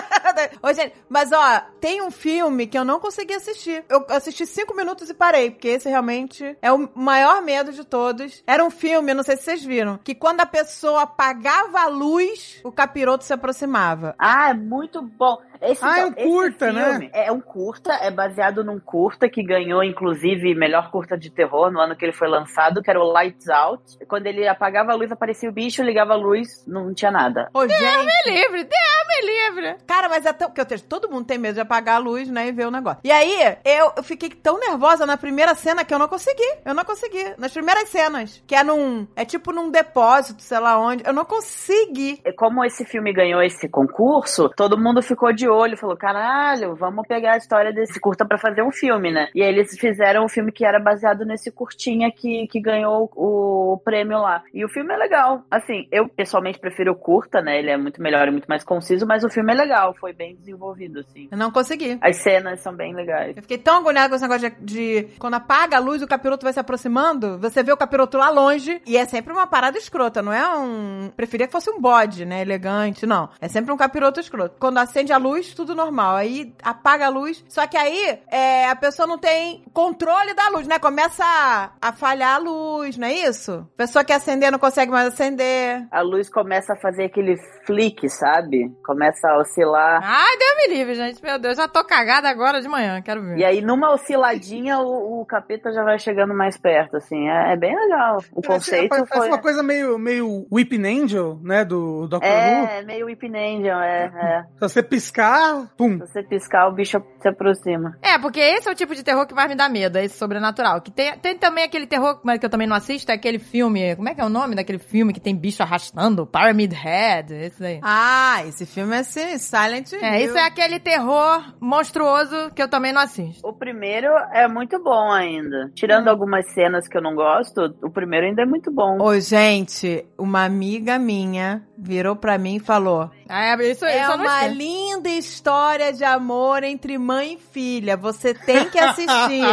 Speaker 2: Ô, gente, mas ó, tem um filme que eu não consegui assistir. Eu assisti cinco minutos e parei, porque esse realmente é o maior medo de todos. Era um filme, eu não sei se vocês viram, que quando a pessoa apagava a luz, o capiroto se aproximava.
Speaker 3: Ah, é muito bom. Esse,
Speaker 4: Ah, é um
Speaker 3: esse
Speaker 4: curta,
Speaker 3: filme
Speaker 4: né?
Speaker 3: É um curta, é baseado num curta que ganhou, inclusive, melhor curta de terror no ano que ele foi lançado, que era o Lights Out. Quando ele apagava a luz, aparecia o bicho, ligava a luz, não tinha nada.
Speaker 2: Ô, gente,
Speaker 1: Me livre, Deus me livre.
Speaker 2: cara, mas é tão. Porque eu tenho- todo mundo tem medo de apagar a luz, né? E ver o negócio. E aí, eu, eu fiquei tão nervosa na primeira cena que eu não consegui. Eu não consegui. Nas primeiras cenas. Que é num. É tipo num depósito, sei lá onde. Eu não consegui.
Speaker 3: E como esse filme ganhou esse concurso, todo mundo ficou de olho, falou: caralho, vamos pegar a história desse curta pra fazer um filme, né? E aí eles fizeram um filme que era baseado nesse curtinha que, que ganhou o, o prêmio lá. E o filme é legal. Assim, eu pessoalmente prefiro o curta, né? Ele é muito melhor e muito mais conciso, mas o filme é legal, foi bem desenvolvido, assim.
Speaker 2: Eu não consegui.
Speaker 3: As cenas são bem legais.
Speaker 2: Eu fiquei tão agoniada com esse negócio de, de- Quando apaga a luz, o capiroto vai se aproximando. Você vê o capiroto lá longe. E é sempre uma parada escrota, não é um. Preferia que fosse um bode, né? Elegante, não. É sempre um capiroto escroto. Quando acende a luz, tudo normal. Aí apaga a luz. Só que aí é, a pessoa não tem controle da luz, né? Começa a, a falhar a luz, não é isso? A pessoa quer acender, não consegue mais acender.
Speaker 3: A luz começa a fazer aquele flick, sabe? Começa a oscilar.
Speaker 1: Ai, Deus me livre, gente. Meu Deus, já tô cagada agora de manhã, quero ver.
Speaker 3: E aí, numa osciladinha, o, o capeta já vai chegando mais perto, assim. É, é bem legal. O conceito
Speaker 4: parece,
Speaker 3: foi.
Speaker 4: parece uma coisa meio, meio Weeping Angel, né, do Doctor Who.
Speaker 3: É, meio Whip Angel, é, é.
Speaker 4: Se você piscar, pum.
Speaker 3: Se você piscar, o bicho se aproxima.
Speaker 1: É, porque esse é o tipo de terror que mais me dá medo, é esse sobrenatural. Que tem, tem também aquele terror mas que eu também não assisto, é aquele filme. Como é que é o nome daquele filme que tem bicho arrastando? Pyramid Head, esse daí.
Speaker 2: Ah, esse filme é assim, Silent Hill.
Speaker 1: É, isso é aquele terror monstruoso que eu também não assisto.
Speaker 3: O primeiro é muito bom ainda. Tirando
Speaker 4: Hum.
Speaker 3: algumas cenas que eu não gosto, o primeiro ainda é muito
Speaker 4: Oh.
Speaker 3: bom.
Speaker 2: Ô, gente, uma amiga minha virou pra mim e falou:
Speaker 1: É, isso aí,
Speaker 2: É
Speaker 1: só não
Speaker 2: uma
Speaker 1: sei.
Speaker 2: linda história de amor entre mãe e filha. Você tem que assistir.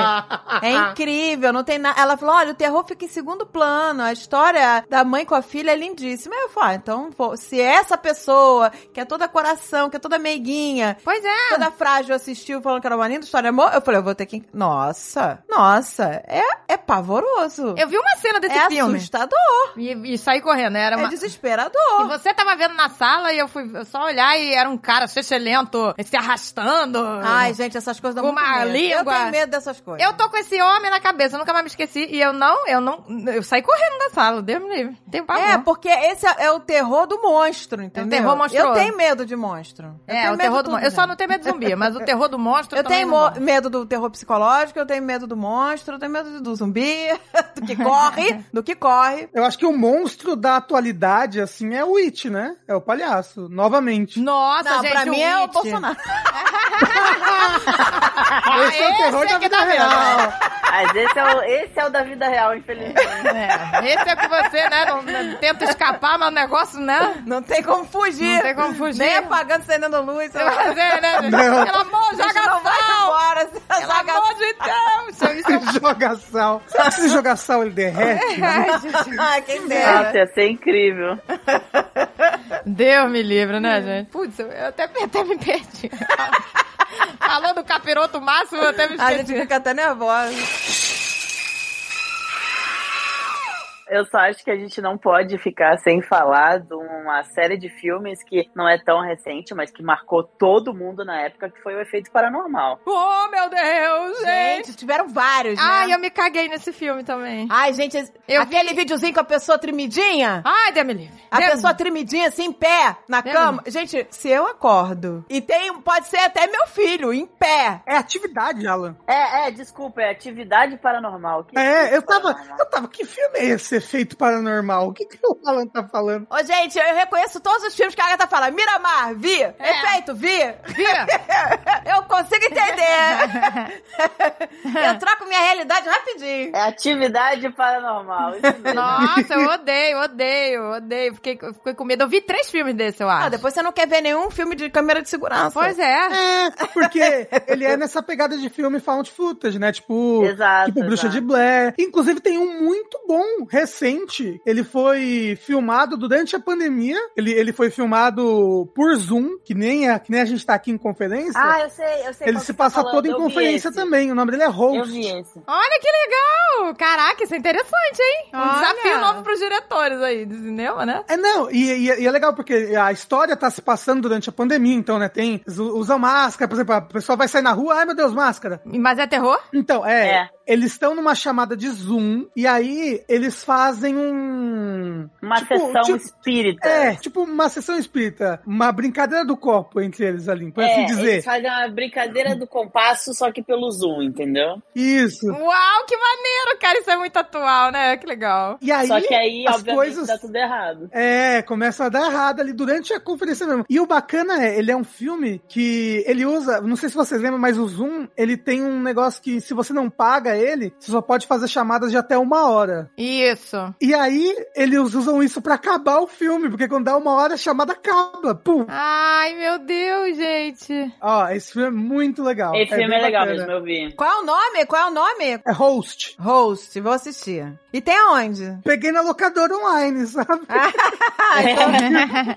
Speaker 2: É incrível, não tem nada. Ela falou: olha, o terror fica em segundo plano. A história da mãe com a filha é lindíssima. Aí Eu falei, ah, então, pô, se essa pessoa, que é toda coração, que é toda meiguinha,
Speaker 1: Pois é.
Speaker 2: toda frágil, assistiu falando que era uma linda história de amor, eu falei, eu vou ter que. Nossa, nossa, é, é pavoroso.
Speaker 1: Eu vi uma cena desse
Speaker 2: é
Speaker 1: filme.
Speaker 2: assustador,
Speaker 1: E, e saí correndo, né? era uma...
Speaker 2: é desesperador.
Speaker 1: E você tava vendo na sala e eu fui eu só olhar e era um cara chechelento, se arrastando.
Speaker 2: Ai, gente, essas coisas dão
Speaker 1: Ah. Com
Speaker 2: muito
Speaker 1: uma
Speaker 2: medo. Eu
Speaker 1: língua.
Speaker 2: tenho medo dessas coisas.
Speaker 1: Eu tô com esse homem na cabeça, eu nunca mais me esqueci. E eu não, eu não. Eu saí correndo da sala, Deus me livre. Tem pavor.
Speaker 2: É, porque esse é, é o terror do monstro, entendeu?
Speaker 1: É terror monstruoso.
Speaker 2: Eu tenho medo de monstro. Eu
Speaker 1: É,
Speaker 2: tenho
Speaker 1: o
Speaker 2: medo
Speaker 1: terror
Speaker 2: de
Speaker 1: do
Speaker 2: tudo,
Speaker 1: monstro. Eu só
Speaker 2: né?
Speaker 1: não tenho medo de zumbi, mas o terror do monstro
Speaker 2: Eu
Speaker 1: também
Speaker 2: tenho
Speaker 1: não
Speaker 2: mo-
Speaker 1: gosto.
Speaker 2: medo do terror psicológico, eu tenho medo do monstro, eu tenho medo do zumbi, do que corre, do que corre.
Speaker 4: Eu acho que o monstro da atualidade, assim, é o It, né? É o palhaço, novamente.
Speaker 1: Nossa,
Speaker 2: Não,
Speaker 1: gente,
Speaker 2: pra mim é o
Speaker 1: It.
Speaker 2: Bolsonaro.
Speaker 4: esse é o terror da vida real.
Speaker 3: Mas esse é, o, esse é o da vida real, infelizmente.
Speaker 1: É, esse é que você, né? Não, não- tenta escapar, mas o negócio, né?
Speaker 2: Não tem como fugir.
Speaker 1: Não tem como fugir.
Speaker 2: Nem apagando, acendendo luz.
Speaker 1: Você vai fazer, né? gente?
Speaker 4: Não.
Speaker 1: Pelo amor,
Speaker 2: Você
Speaker 1: joga
Speaker 2: não vai
Speaker 1: sal!
Speaker 2: embora. você
Speaker 1: Pelo
Speaker 2: joga-
Speaker 1: amor de Deus! Isso é
Speaker 4: Joga sal. Será que se jogar sal ele derrete?
Speaker 1: Ai, gente.
Speaker 2: Ai, quem
Speaker 4: É.
Speaker 2: dera.
Speaker 3: Nossa, ia ser incrível.
Speaker 1: Deus me livre, né, gente? Putz, eu até, até me perdi. Falou do capiroto máximo, eu até me
Speaker 2: A gente
Speaker 1: esqueci.
Speaker 2: fica até nervosa.
Speaker 3: Eu só acho que a gente não pode ficar sem falar de uma série de filmes que não é tão recente, mas que marcou todo mundo na época, que foi o Efeito Paranormal.
Speaker 1: Oh, meu Deus, gente!
Speaker 2: Gente, tiveram vários, né?
Speaker 1: Ai, eu me caguei nesse filme também.
Speaker 2: Ai, gente, esse-
Speaker 1: Eu
Speaker 2: aquele videozinho com a pessoa tremidinha.
Speaker 1: Ai, Deus me livre.
Speaker 2: A
Speaker 1: Deus-
Speaker 2: pessoa tremidinha, assim, em pé, na
Speaker 1: Deus.
Speaker 2: cama. Gente, se eu acordo, e tem, um, pode ser até meu filho, em pé.
Speaker 4: É atividade, Alan.
Speaker 3: É, é, desculpa, é Atividade Paranormal. Que
Speaker 4: É, eu tava.
Speaker 3: Paranormal?
Speaker 4: Eu tava. Que filme é esse efeito paranormal? O que, que o Alan tá falando?
Speaker 2: Ô, gente, eu reconheço todos os filmes que a Agatha fala. Miramar, vi.
Speaker 1: É.
Speaker 2: Efeito, vi.
Speaker 1: Vira!
Speaker 2: Eu consigo entender. eu troco minha realidade rapidinho.
Speaker 3: É Atividade Paranormal. Isso mesmo.
Speaker 1: Nossa, eu odeio, odeio, odeio. Fiquei, eu fiquei com medo. Eu vi três filmes desse, eu acho.
Speaker 2: Ah, depois você não quer ver nenhum filme de câmera de segurança.
Speaker 1: É. Pois é.
Speaker 4: É, porque ele é nessa pegada de filme found footage, né? Tipo.
Speaker 3: Exato.
Speaker 4: Tipo Bruxa de
Speaker 3: exato.
Speaker 4: Blair. Inclusive tem um muito bom, recente. Ele foi filmado durante a pandemia. Ele, ele foi filmado por Zoom, que nem a, que nem a gente tá aqui em conferência.
Speaker 3: Ah, eu sei, eu sei.
Speaker 4: ele
Speaker 3: qual
Speaker 4: se
Speaker 3: você tá
Speaker 4: passa
Speaker 3: falando,
Speaker 4: todo em
Speaker 3: eu vi
Speaker 4: conferência
Speaker 3: esse.
Speaker 4: também. O nome dele é
Speaker 3: Eu
Speaker 4: Host.
Speaker 3: vi esse.
Speaker 1: Olha que legal! Caraca, isso é interessante, hein? Um
Speaker 2: Olha.
Speaker 1: desafio novo pros diretores aí de cinema, né?
Speaker 4: É, não, e, e- e é legal porque a história tá se passando durante a pandemia, então, né? Tem. us- Usam máscara, por exemplo, a pessoa vai sair na rua, ai meu Deus, máscara.
Speaker 1: Mas é terror?
Speaker 4: Então, é.
Speaker 3: É.
Speaker 4: Eles estão numa chamada de Zoom, e aí eles fazem um.
Speaker 3: Uma
Speaker 4: Tipo,
Speaker 3: sessão
Speaker 4: tipo-
Speaker 3: espírita.
Speaker 4: É, tipo uma sessão espírita. Uma brincadeira do corpo entre eles ali, por
Speaker 3: É,
Speaker 4: assim dizer.
Speaker 3: eles fazem uma brincadeira do compasso, só que pelo Zoom, entendeu?
Speaker 4: Isso.
Speaker 1: Uau, que maneiro, cara. Isso é muito atual, né? Que legal.
Speaker 4: E aí,
Speaker 3: só que aí,
Speaker 4: as
Speaker 3: obviamente,
Speaker 4: coisas-
Speaker 3: dá tudo errado.
Speaker 4: É, começa a dar errado ali durante a conferência mesmo. E o bacana é, ele é um filme que ele usa, não sei se vocês lembram, mas o Zoom, ele tem um negócio que se você não paga ele, você só pode fazer chamadas de até uma hora.
Speaker 1: Isso.
Speaker 4: E aí, eles usam isso pra acabar o filme, porque quando dá uma hora, a chamada acaba. Pum!
Speaker 1: Ai, meu Deus, gente.
Speaker 4: Ó, esse filme é muito legal.
Speaker 3: Esse filme
Speaker 4: bem
Speaker 3: é legal
Speaker 4: bacana.
Speaker 3: mesmo, eu vi.
Speaker 2: Qual é o nome? Qual é o nome?
Speaker 4: É host.
Speaker 2: Host, vou assistir. E tem aonde?
Speaker 4: Peguei na locadora online, sabe?
Speaker 2: Ah, então...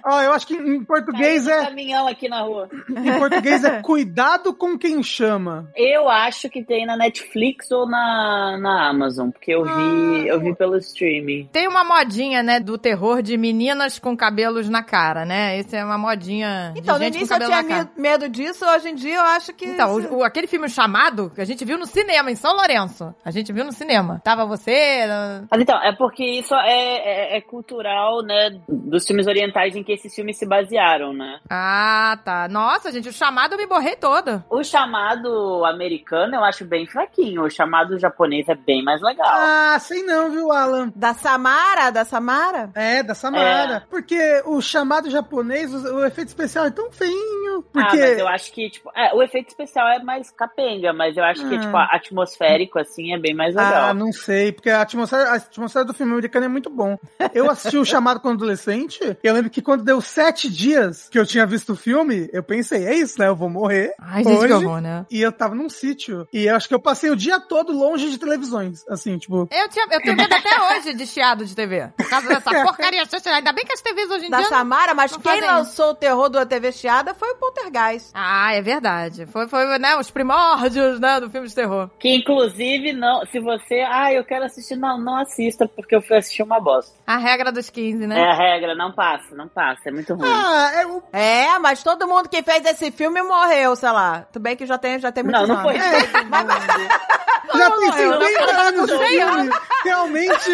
Speaker 4: Ó, eu acho que em português
Speaker 3: Caiu um
Speaker 4: é,
Speaker 3: caminhão aqui na rua.
Speaker 4: em português é cuidado com quem chama.
Speaker 3: Eu acho que tem na Netflix ou na, na Amazon, porque eu
Speaker 4: Ah,
Speaker 3: vi, eu vi pelo streaming.
Speaker 1: Tem uma modinha, né, do terror de meninas com cabelos na cara, né? Essa é uma modinha
Speaker 2: Então,
Speaker 1: de
Speaker 2: no
Speaker 1: gente com
Speaker 2: início eu
Speaker 1: cabelo
Speaker 2: tinha
Speaker 1: na cara.
Speaker 2: me- medo disso, hoje em dia eu acho que.
Speaker 1: Então,
Speaker 2: isso-
Speaker 1: o, o- aquele filme chamado, que a gente viu no cinema, em São Lourenço. A gente viu no cinema. Tava você. na-
Speaker 3: Mas então, é porque isso é, é, é cultural, né, dos filmes orientais em que esses filmes se basearam, né?
Speaker 1: Ah, tá. Nossa, gente, o chamado eu me borrei todo.
Speaker 3: O chamado americano eu acho bem fraquinho, o chamado japonês é bem mais legal.
Speaker 4: Ah, sei não, viu, Alan?
Speaker 2: Da Samara, da Samara?
Speaker 4: É, da Samara. Porque o chamado japonês, o, o efeito especial é tão feinho. Porque.
Speaker 3: Ah, mas eu acho que, tipo, é, o efeito especial é mais capenga, mas eu acho que,
Speaker 4: Ah.
Speaker 3: tipo, a- atmosférico, assim, é bem mais legal.
Speaker 4: Ah, não sei, porque a atmosfera, a atmosfera do filme americano é muito bom. Eu assisti o chamado quando adolescente, e eu lembro que quando deu sete dias que eu tinha visto o filme, eu pensei, é isso, né? Eu vou morrer.
Speaker 1: Ai, gente, que
Speaker 4: Hoje-
Speaker 1: horror, né?
Speaker 4: E eu tava num sítio. E eu acho que eu passei o dia todo longe de televisões. Assim, tipo.
Speaker 1: Eu, tinha, eu tenho medo até hoje de chiado de TV. Por causa dessa porcaria. Ainda bem que as TVs hoje em
Speaker 2: Da
Speaker 1: dia. não-
Speaker 2: Samara, mas
Speaker 1: não
Speaker 2: quem
Speaker 1: fazem isso.
Speaker 2: lançou o terror do TV Chiada foi o Poltergeist.
Speaker 1: Ah, é verdade. Foi, foi né, os primórdios né, do filme de terror.
Speaker 3: Que inclusive não, se você, ah, eu quero assistir, não, não assista, porque eu fui assistir uma bosta.
Speaker 1: A regra dos 15,
Speaker 3: É
Speaker 1: né?
Speaker 3: a regra, não passa, não passa, é muito ruim.
Speaker 4: Ah, é, o-
Speaker 2: É, mas todo mundo que fez esse filme morreu, sei lá. Tudo bem que já tem,
Speaker 4: é
Speaker 2: já tem
Speaker 3: não,
Speaker 2: muitos
Speaker 3: não foi.
Speaker 2: anos.
Speaker 4: já tem
Speaker 2: eu não
Speaker 4: 50 anos de filme. Realmente.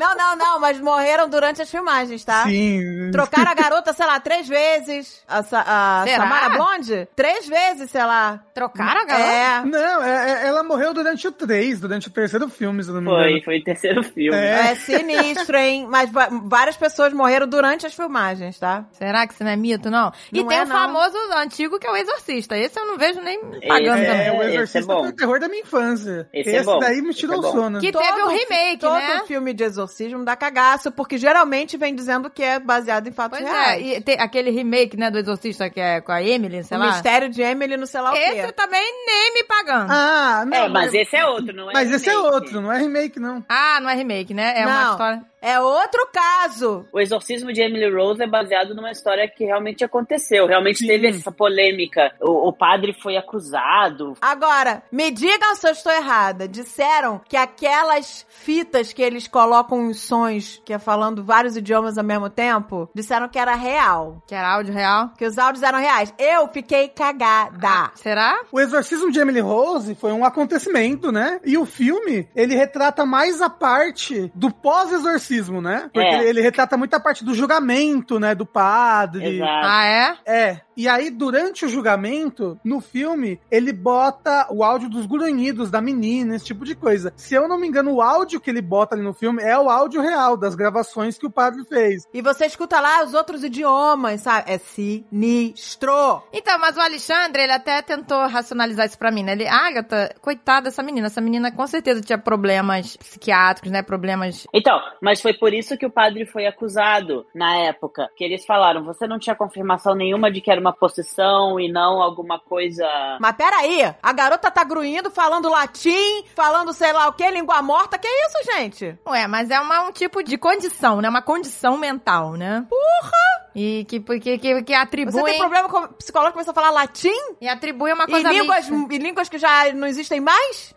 Speaker 2: Não, não, não, mas morreram durante as filmagens, tá?
Speaker 4: Sim.
Speaker 2: Trocaram a garota, sei lá, três vezes. A, Sa-
Speaker 1: Será?
Speaker 2: a
Speaker 1: Será?
Speaker 2: Samara Blonde? Três vezes, sei lá.
Speaker 1: Trocaram a garota?
Speaker 2: É.
Speaker 4: Não, é- é- ela morreu durante o 3, durante o terceiro filme, se eu não me
Speaker 3: Foi,
Speaker 4: engano.
Speaker 3: foi o terceiro filme.
Speaker 4: É.
Speaker 2: É sinistro, hein? Mas va- várias pessoas morreram durante as filmagens, tá?
Speaker 1: Será que isso não é mito, não? E
Speaker 2: Não
Speaker 1: tem
Speaker 2: é,
Speaker 1: o
Speaker 2: não.
Speaker 1: famoso antigo que é o Exorcista. Esse eu não vejo nem pagando
Speaker 3: Esse
Speaker 4: É,
Speaker 1: também.
Speaker 4: o
Speaker 3: esse é
Speaker 4: Exorcista
Speaker 3: bom.
Speaker 4: foi o terror da minha infância.
Speaker 3: Esse é bom,
Speaker 4: daí me
Speaker 3: esse
Speaker 4: tirou
Speaker 3: é
Speaker 4: o
Speaker 3: bom.
Speaker 4: sono.
Speaker 1: Que teve o
Speaker 2: fi-
Speaker 1: remake,
Speaker 2: todo um
Speaker 1: né?
Speaker 2: filme de exorcismo dá cagaço, porque geralmente vem dizendo que é baseado em fatos
Speaker 1: Pois é,
Speaker 2: reais.
Speaker 1: e tem aquele remake, né, do Exorcista que é com a Emily, sei
Speaker 2: o
Speaker 1: lá.
Speaker 2: mistério de Emily no sei lá o quê.
Speaker 1: Esse também nem me pagando. Ah,
Speaker 4: Ah, não.
Speaker 3: É, mas esse é outro, não é?
Speaker 4: mas esse é
Speaker 3: remake.
Speaker 4: outro, não é remake, não.
Speaker 1: não é remake, né? É uma
Speaker 2: Não.
Speaker 1: história.
Speaker 2: É outro caso.
Speaker 3: O Exorcismo de Emily Rose é baseado numa história que realmente aconteceu. Realmente teve essa polêmica. O, o padre foi acusado.
Speaker 2: Agora, me digam se eu estou errada. Disseram que aquelas fitas que eles colocam os sons, que é falando vários idiomas ao mesmo tempo, disseram que era real.
Speaker 1: Que era áudio real.
Speaker 2: Que os áudios eram reais. Eu fiquei
Speaker 1: Ah.
Speaker 2: cagada.
Speaker 1: Será?
Speaker 4: O Exorcismo de Emily Rose foi um acontecimento, né? E o filme, ele retrata mais a parte do pós-exorcismo, né? Porque
Speaker 3: É.
Speaker 4: ele, ele retrata muito a parte do julgamento, né? Do padre.
Speaker 3: Exato.
Speaker 1: Ah, é?
Speaker 4: É, e aí durante o julgamento, no filme, ele bota o áudio dos grunhidos da menina, esse tipo de coisa. Se eu não me engano, o áudio que ele bota ali no filme é o áudio real das gravações que o padre fez.
Speaker 2: E você escuta lá os outros idiomas, sabe? É sinistro.
Speaker 1: Então, mas o Alexandre, ele até tentou racionalizar isso pra mim, né? Ele, Agatha, coitada dessa menina. Essa menina com certeza tinha problemas psiquiátricos, né? Problemas.
Speaker 3: Então, mas foi por isso que o padre foi acusado na época. Que eles falaram: você não tinha confirmação nenhuma de que era uma possessão e não alguma coisa.
Speaker 2: Mas peraí, a garota tá gruindo, falando latim, falando sei lá o que, língua morta. Que isso, gente?
Speaker 1: Ué, mas é uma, um tipo de condição, né? Uma condição mental, né? Porra! E que, que, que, que atribui.
Speaker 2: Você tem problema com o psicólogo começa a falar latim?
Speaker 1: E atribui uma
Speaker 2: E
Speaker 1: coisa
Speaker 2: línguas,
Speaker 1: mista.
Speaker 2: e línguas que já não existem mais?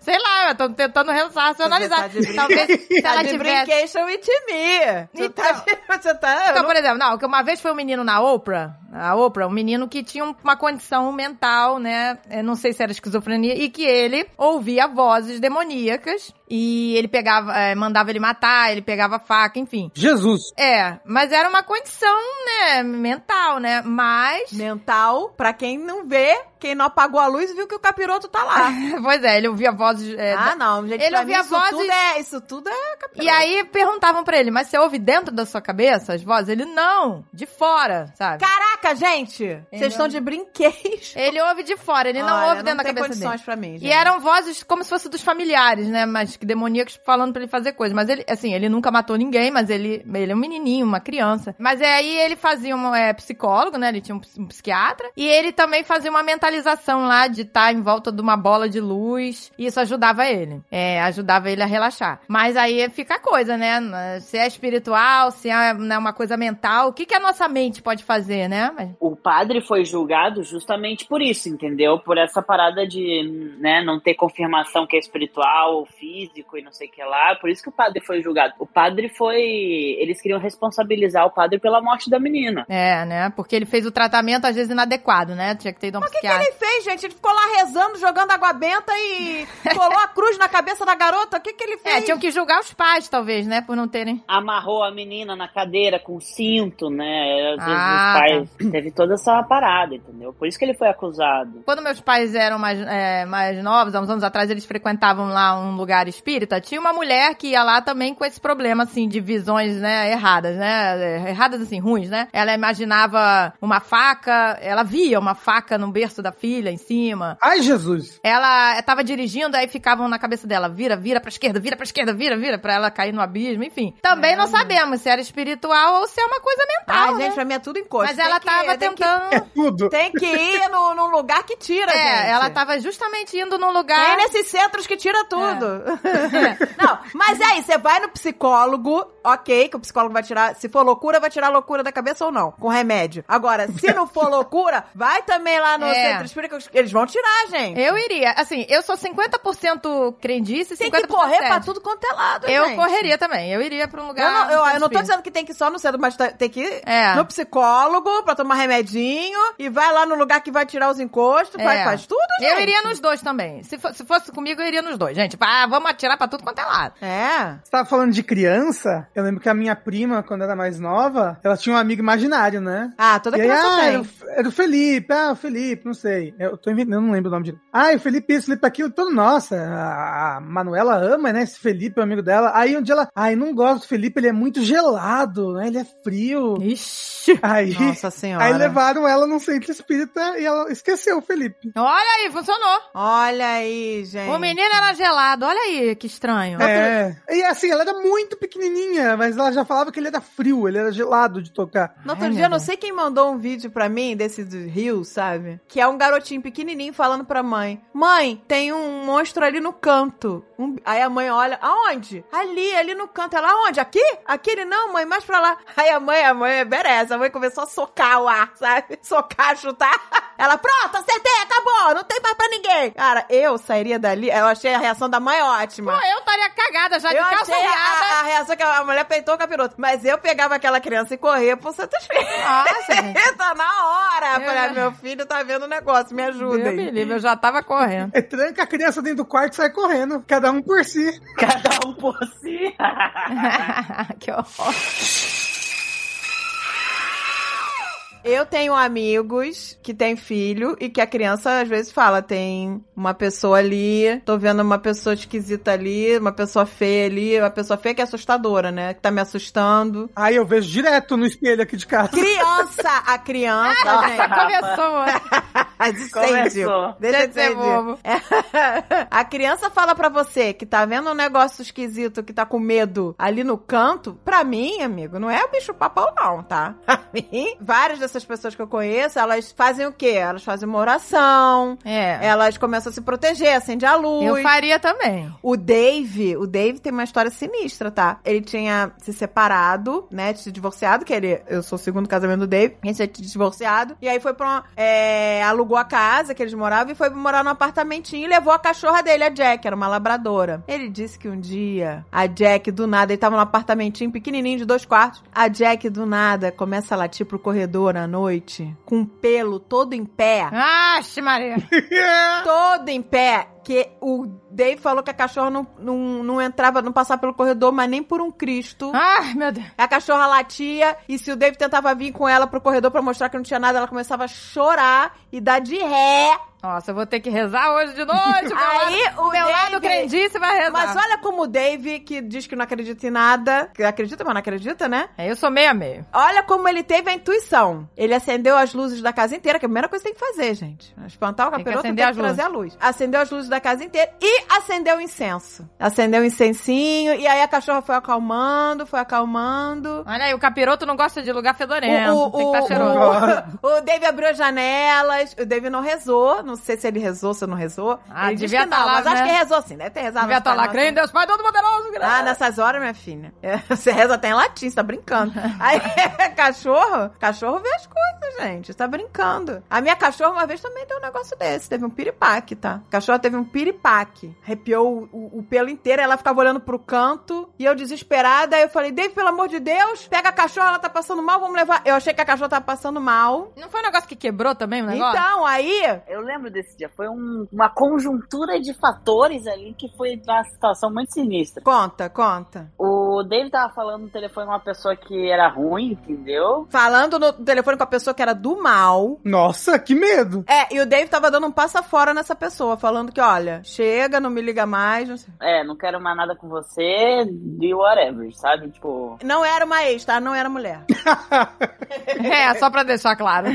Speaker 1: Sei lá, eu tô tentando racionalizar.
Speaker 2: Você tá de brin-
Speaker 1: Talvez se
Speaker 2: tá
Speaker 1: ela
Speaker 2: de
Speaker 1: tivesse.
Speaker 2: brincation with me. Você tá, de- você tá- eu
Speaker 1: Então,
Speaker 2: não-
Speaker 1: por exemplo, não, que uma vez foi um menino na Oprah, a Oprah, um menino que tinha um- uma condição mental, né? eu Não sei se era esquizofrenia, e que ele ouvia vozes demoníacas e ele pegava, eh, mandava ele matar, ele pegava faca, enfim.
Speaker 4: Jesus.
Speaker 1: É, mas era uma condição, né, mental, né? Mas.
Speaker 2: Mental, pra quem não vê, quem não apagou a luz, viu que o capiroto tá lá.
Speaker 1: Pois é, ele ouvia vozes. eh,
Speaker 2: ah, não, gente,
Speaker 1: ele
Speaker 2: pra
Speaker 1: ouvia
Speaker 2: mim, isso
Speaker 1: vozes-
Speaker 2: tudo é, isso tudo é capiroto.
Speaker 1: E aí perguntavam pra ele, mas você ouve dentro da sua cabeça as vozes? Ele, não, de fora, sabe?
Speaker 2: Caraca, gente, vocês estão de brinquedo.
Speaker 1: Ele ouve de fora, ele não
Speaker 2: Olha,
Speaker 1: ouve dentro da
Speaker 2: tem
Speaker 1: cabeça
Speaker 2: condições
Speaker 1: dele.
Speaker 2: pra mim, gente.
Speaker 1: E eram vozes como se fosse dos familiares, né? Mas que demoníacos falando pra ele fazer coisa. Mas ele, assim, ele nunca matou ninguém, mas ele, ele é um menininho, uma criança. Mas é, aí ele fazia um é, psicólogo, né? Ele tinha um, ps- um psiquiatra. E ele também fazia uma mentalização lá de estar em volta de uma bola de luz. E isso ajudava ele. É, ajudava ele a relaxar. Mas aí fica a coisa, né? Se é espiritual, se é né, uma coisa mental. O que, que a nossa mente pode fazer, né? Mas-
Speaker 3: O padre foi julgado justamente por isso, entendeu? Por essa parada de né, não ter confirmação que é espiritual ou físico e não sei o que lá. Por isso que o padre foi julgado. O padre foi. Eles queriam responsabilizar o padre pela morte da menina.
Speaker 1: É, né? Porque ele fez o tratamento às vezes inadequado, né? Tinha que ter ido a um
Speaker 2: O que, que
Speaker 1: psiquiatra.
Speaker 2: ele fez, gente? Ele ficou lá rezando, jogando água benta e colou a cruz na cabeça da garota. O que, que ele fez?
Speaker 1: É, tinham que julgar os pais, talvez, né? Por não terem.
Speaker 3: Amarrou a menina na cadeira com cinto, né? Às vezes
Speaker 1: Ah,
Speaker 3: os pais. Teve toda essa parada, entendeu? Por isso que ele foi acusado.
Speaker 1: Quando meus pais eram mais, é, mais novos, há uns anos atrás, eles frequentavam lá um lugar espírita. Tinha uma mulher que ia lá também com esse problema, assim, de visões, né? Erradas, né? É, Erradas, assim, ruins, né? Ela imaginava uma faca, ela via uma faca no berço da filha, em cima.
Speaker 4: Ai, Jesus.
Speaker 1: Ela eh, tava dirigindo, aí ficavam na cabeça dela, vira, vira pra esquerda, vira pra esquerda, vira, vira, pra ela cair no abismo, enfim. Também não sabemos se era espiritual ou se é uma coisa mental,
Speaker 2: Ai,
Speaker 1: né?
Speaker 2: gente, pra mim é tudo encosto.
Speaker 1: Mas ela
Speaker 2: Tem que-
Speaker 1: tava
Speaker 2: tem que-
Speaker 1: tentando...
Speaker 4: É tudo.
Speaker 2: Tem que ir no, num lugar que tira,
Speaker 1: É,
Speaker 2: gente. Tá?
Speaker 1: ela tava justamente indo num
Speaker 2: Tem
Speaker 1: lugar...
Speaker 2: nesses centros que tira tudo.
Speaker 1: É.
Speaker 2: Não, mas aí, você vai no psicólogo, ok, que o psicólogo vai tirar, se for loucura, vai tirar a loucura da cabeça ou não, com remédio. Agora, se não for loucura, vai também lá no
Speaker 1: É.
Speaker 2: centro espírita, que eles vão tirar, gente.
Speaker 1: Eu iria. Assim, eu sou 50% crendice e 50%
Speaker 2: Tem que correr pra
Speaker 1: sede.
Speaker 2: tudo quanto é lado,
Speaker 1: Eu
Speaker 2: gente.
Speaker 1: correria também. Eu iria pra um lugar...
Speaker 2: Eu não,
Speaker 1: no
Speaker 2: eu, eu não tô
Speaker 1: espírito.
Speaker 2: dizendo que tem que ir só no centro, mas tá- tem que ir
Speaker 1: É.
Speaker 2: no psicólogo pra tomar remedinho e vai lá no lugar que vai tirar os encostos, faz,
Speaker 1: É.
Speaker 2: faz tudo, gente.
Speaker 1: Eu iria nos dois também. Se, fo- se fosse comigo, eu iria nos dois. Gente, pá, vamos atirar pra tudo quanto é lado.
Speaker 2: É.
Speaker 4: Você tava falando de criança? Eu lembro que a minha prima, quando era mais nova, ela tinha um amigo imaginário, né?
Speaker 2: Ah, toda
Speaker 4: E aí,
Speaker 2: criança
Speaker 4: ah,
Speaker 2: tem.
Speaker 4: eu- É do Felipe, ah, Felipe, não sei. Eu tô inventando, não lembro o nome dele. Ah, e Felipe isso, Felipe aquilo, todo, nossa, a a Manuela ama, né, esse Felipe, é amigo dela. Aí um dia ela, ai, não gosto do Felipe, ele é muito gelado, né, ele é frio.
Speaker 1: Ixi.
Speaker 4: Aí,
Speaker 2: Nossa senhora.
Speaker 4: aí levaram ela num centro espírita e ela esqueceu o Felipe.
Speaker 1: Olha aí, funcionou.
Speaker 2: Olha aí, gente.
Speaker 1: O menino era gelado, olha aí, que estranho.
Speaker 4: É. E assim, ela era muito pequenininha, mas ela já falava que ele era frio, ele era gelado de tocar.
Speaker 2: No outro
Speaker 1: Ai,
Speaker 2: dia,
Speaker 1: meu
Speaker 2: eu não
Speaker 1: Deus.
Speaker 2: sei quem mandou um vídeo pra mim, desse do Rio, sabe? Que é um garotinho pequenininho falando pra mãe: Mãe, tem um monstro ali no canto. Um- Aí a mãe olha: Aonde? Ali, ali no canto. Ela: Aonde? Aqui? Aqui ele não, mãe, mais pra lá. Aí a mãe, a mãe é bereza. A mãe começou a socar o ar, sabe? Socar, chutar. Ela: Pronto, acertei, acabou, não tem mais pra ninguém. Cara, eu sairia dali. Eu achei a reação da mãe ótima.
Speaker 1: Pô, eu estaria cagada já de
Speaker 2: Eu
Speaker 1: calça
Speaker 2: achei a,
Speaker 1: riada.
Speaker 2: a reação que a mulher peitou o capiroto. Mas eu pegava aquela criança e corria pro Santos Filho.
Speaker 1: Nossa, gente.
Speaker 2: tá na hora.
Speaker 1: É.
Speaker 2: Falei, ah, meu filho tá vendo o negócio, me
Speaker 1: Deus me
Speaker 2: ajudem.
Speaker 1: livre, eu já tava correndo.
Speaker 4: É tranca a criança dentro do quarto e sai correndo, cada um por si.
Speaker 3: Cada um por si.
Speaker 1: que horror.
Speaker 2: Eu tenho amigos que têm filho e que a criança às vezes fala: tem uma pessoa ali, tô vendo uma pessoa esquisita ali, uma pessoa feia ali, uma pessoa feia que é assustadora, né? Que tá me assustando.
Speaker 4: Aí eu vejo direto no espelho aqui de casa.
Speaker 2: Criança! A criança, gente.
Speaker 1: Começou, né?
Speaker 2: Incêndio. Deixa de ser bobo. A criança fala pra você que tá vendo um negócio esquisito, que tá com medo ali no canto, pra mim, amigo, não é o bicho papão não, tá? Pra mim, várias dessas pessoas que eu conheço, elas fazem o quê? Elas fazem uma oração,
Speaker 1: É.
Speaker 2: elas começam a se proteger, acende a luz.
Speaker 1: Eu faria também.
Speaker 2: O Dave, o Dave tem uma história sinistra, tá? Ele tinha se separado, né? Se divorciado, que ele. Eu sou o segundo casamento do Dave. Ele tinha se divorciado. E aí foi pra. uma- é, alugou a casa que eles moravam e foi morar num apartamentinho e levou a cachorra dele, a Jack, era uma labradora. Ele disse que um dia a Jack, do nada, ele tava num apartamentinho pequenininho de dois quartos. A Jack, do nada, começa a latir pro corredor à noite, com o pelo todo em pé
Speaker 1: Ah, Maria.
Speaker 2: todo em pé. Que o Dave falou que a cachorra não, não, não entrava, não passava pelo corredor, mas nem por um Cristo.
Speaker 1: Ai, meu Deus.
Speaker 2: A cachorra latia, e se o Dave tentava vir com ela pro corredor pra mostrar que não tinha nada, ela começava a chorar e dar de ré.
Speaker 1: Nossa, eu vou ter que rezar hoje de noite. Meu
Speaker 2: Aí
Speaker 1: lado,
Speaker 2: o
Speaker 1: meu
Speaker 2: David-
Speaker 1: lado crendice vai rezar.
Speaker 2: Mas olha como o Dave, que diz que não acredita em nada, que acredita, mas não acredita, né?
Speaker 1: É, eu sou meio a meio.
Speaker 2: Olha como ele teve a intuição. Ele acendeu as luzes da casa inteira, que é a primeira coisa que tem que fazer, gente. Espantar o
Speaker 1: Tem que
Speaker 2: capiroto tem que
Speaker 1: acender as
Speaker 2: trazer a luz. Acendeu as luzes da casa inteira e acendeu o incenso. Acendeu o incensinho e aí a cachorra foi acalmando, foi acalmando.
Speaker 1: Olha aí, o capiroto não gosta de lugar fedorento. tem que estar cheiroso.
Speaker 2: o, o, o Dave abriu as janelas, o Dave não rezou, não sei se ele rezou, se não rezou.
Speaker 1: Ah,
Speaker 2: ele disse
Speaker 1: devia
Speaker 2: que não,
Speaker 1: tá lá,
Speaker 2: mas acho
Speaker 1: né?
Speaker 2: que rezou sim, deve ter rezado.
Speaker 1: Devia
Speaker 2: mas
Speaker 1: estar
Speaker 2: tá
Speaker 1: lá,
Speaker 2: no
Speaker 1: crê em Deus, Pai Todo-Poderoso.
Speaker 2: ah, nessas horas, minha filha. é, Você reza até em latim, você tá brincando. Aí, cachorro, cachorro vê as coisas, gente. Tá brincando. A minha cachorra uma vez também deu um negócio desse. Teve um piripaque, tá? A cachorra teve um piripaque. Arrepiou o, o- o pelo inteiro, ela ficava olhando pro canto. E eu desesperada, aí eu falei, Dave, pelo amor de Deus, pega a cachorra, ela tá passando mal, vamos levar. Eu achei que a cachorra tava passando mal.
Speaker 1: Não foi um negócio que quebrou também o negócio?
Speaker 2: Então, aí,
Speaker 3: Eu lembro desse dia. Foi um- uma conjuntura de fatores ali que foi uma situação muito sinistra.
Speaker 2: conta, conta.
Speaker 3: O David tava falando no telefone com uma pessoa que era ruim, entendeu?
Speaker 2: Falando no telefone com a pessoa que era do mal,
Speaker 4: Nossa, que medo.
Speaker 2: É, e o Dave tava dando um passa fora nessa pessoa, falando que, olha, chega, não me liga mais. Não, sei.
Speaker 3: É, não quero mais nada com você, de whatever, sabe? Tipo.
Speaker 2: Não era uma ex, tá? Não era mulher.
Speaker 1: É, só pra deixar claro.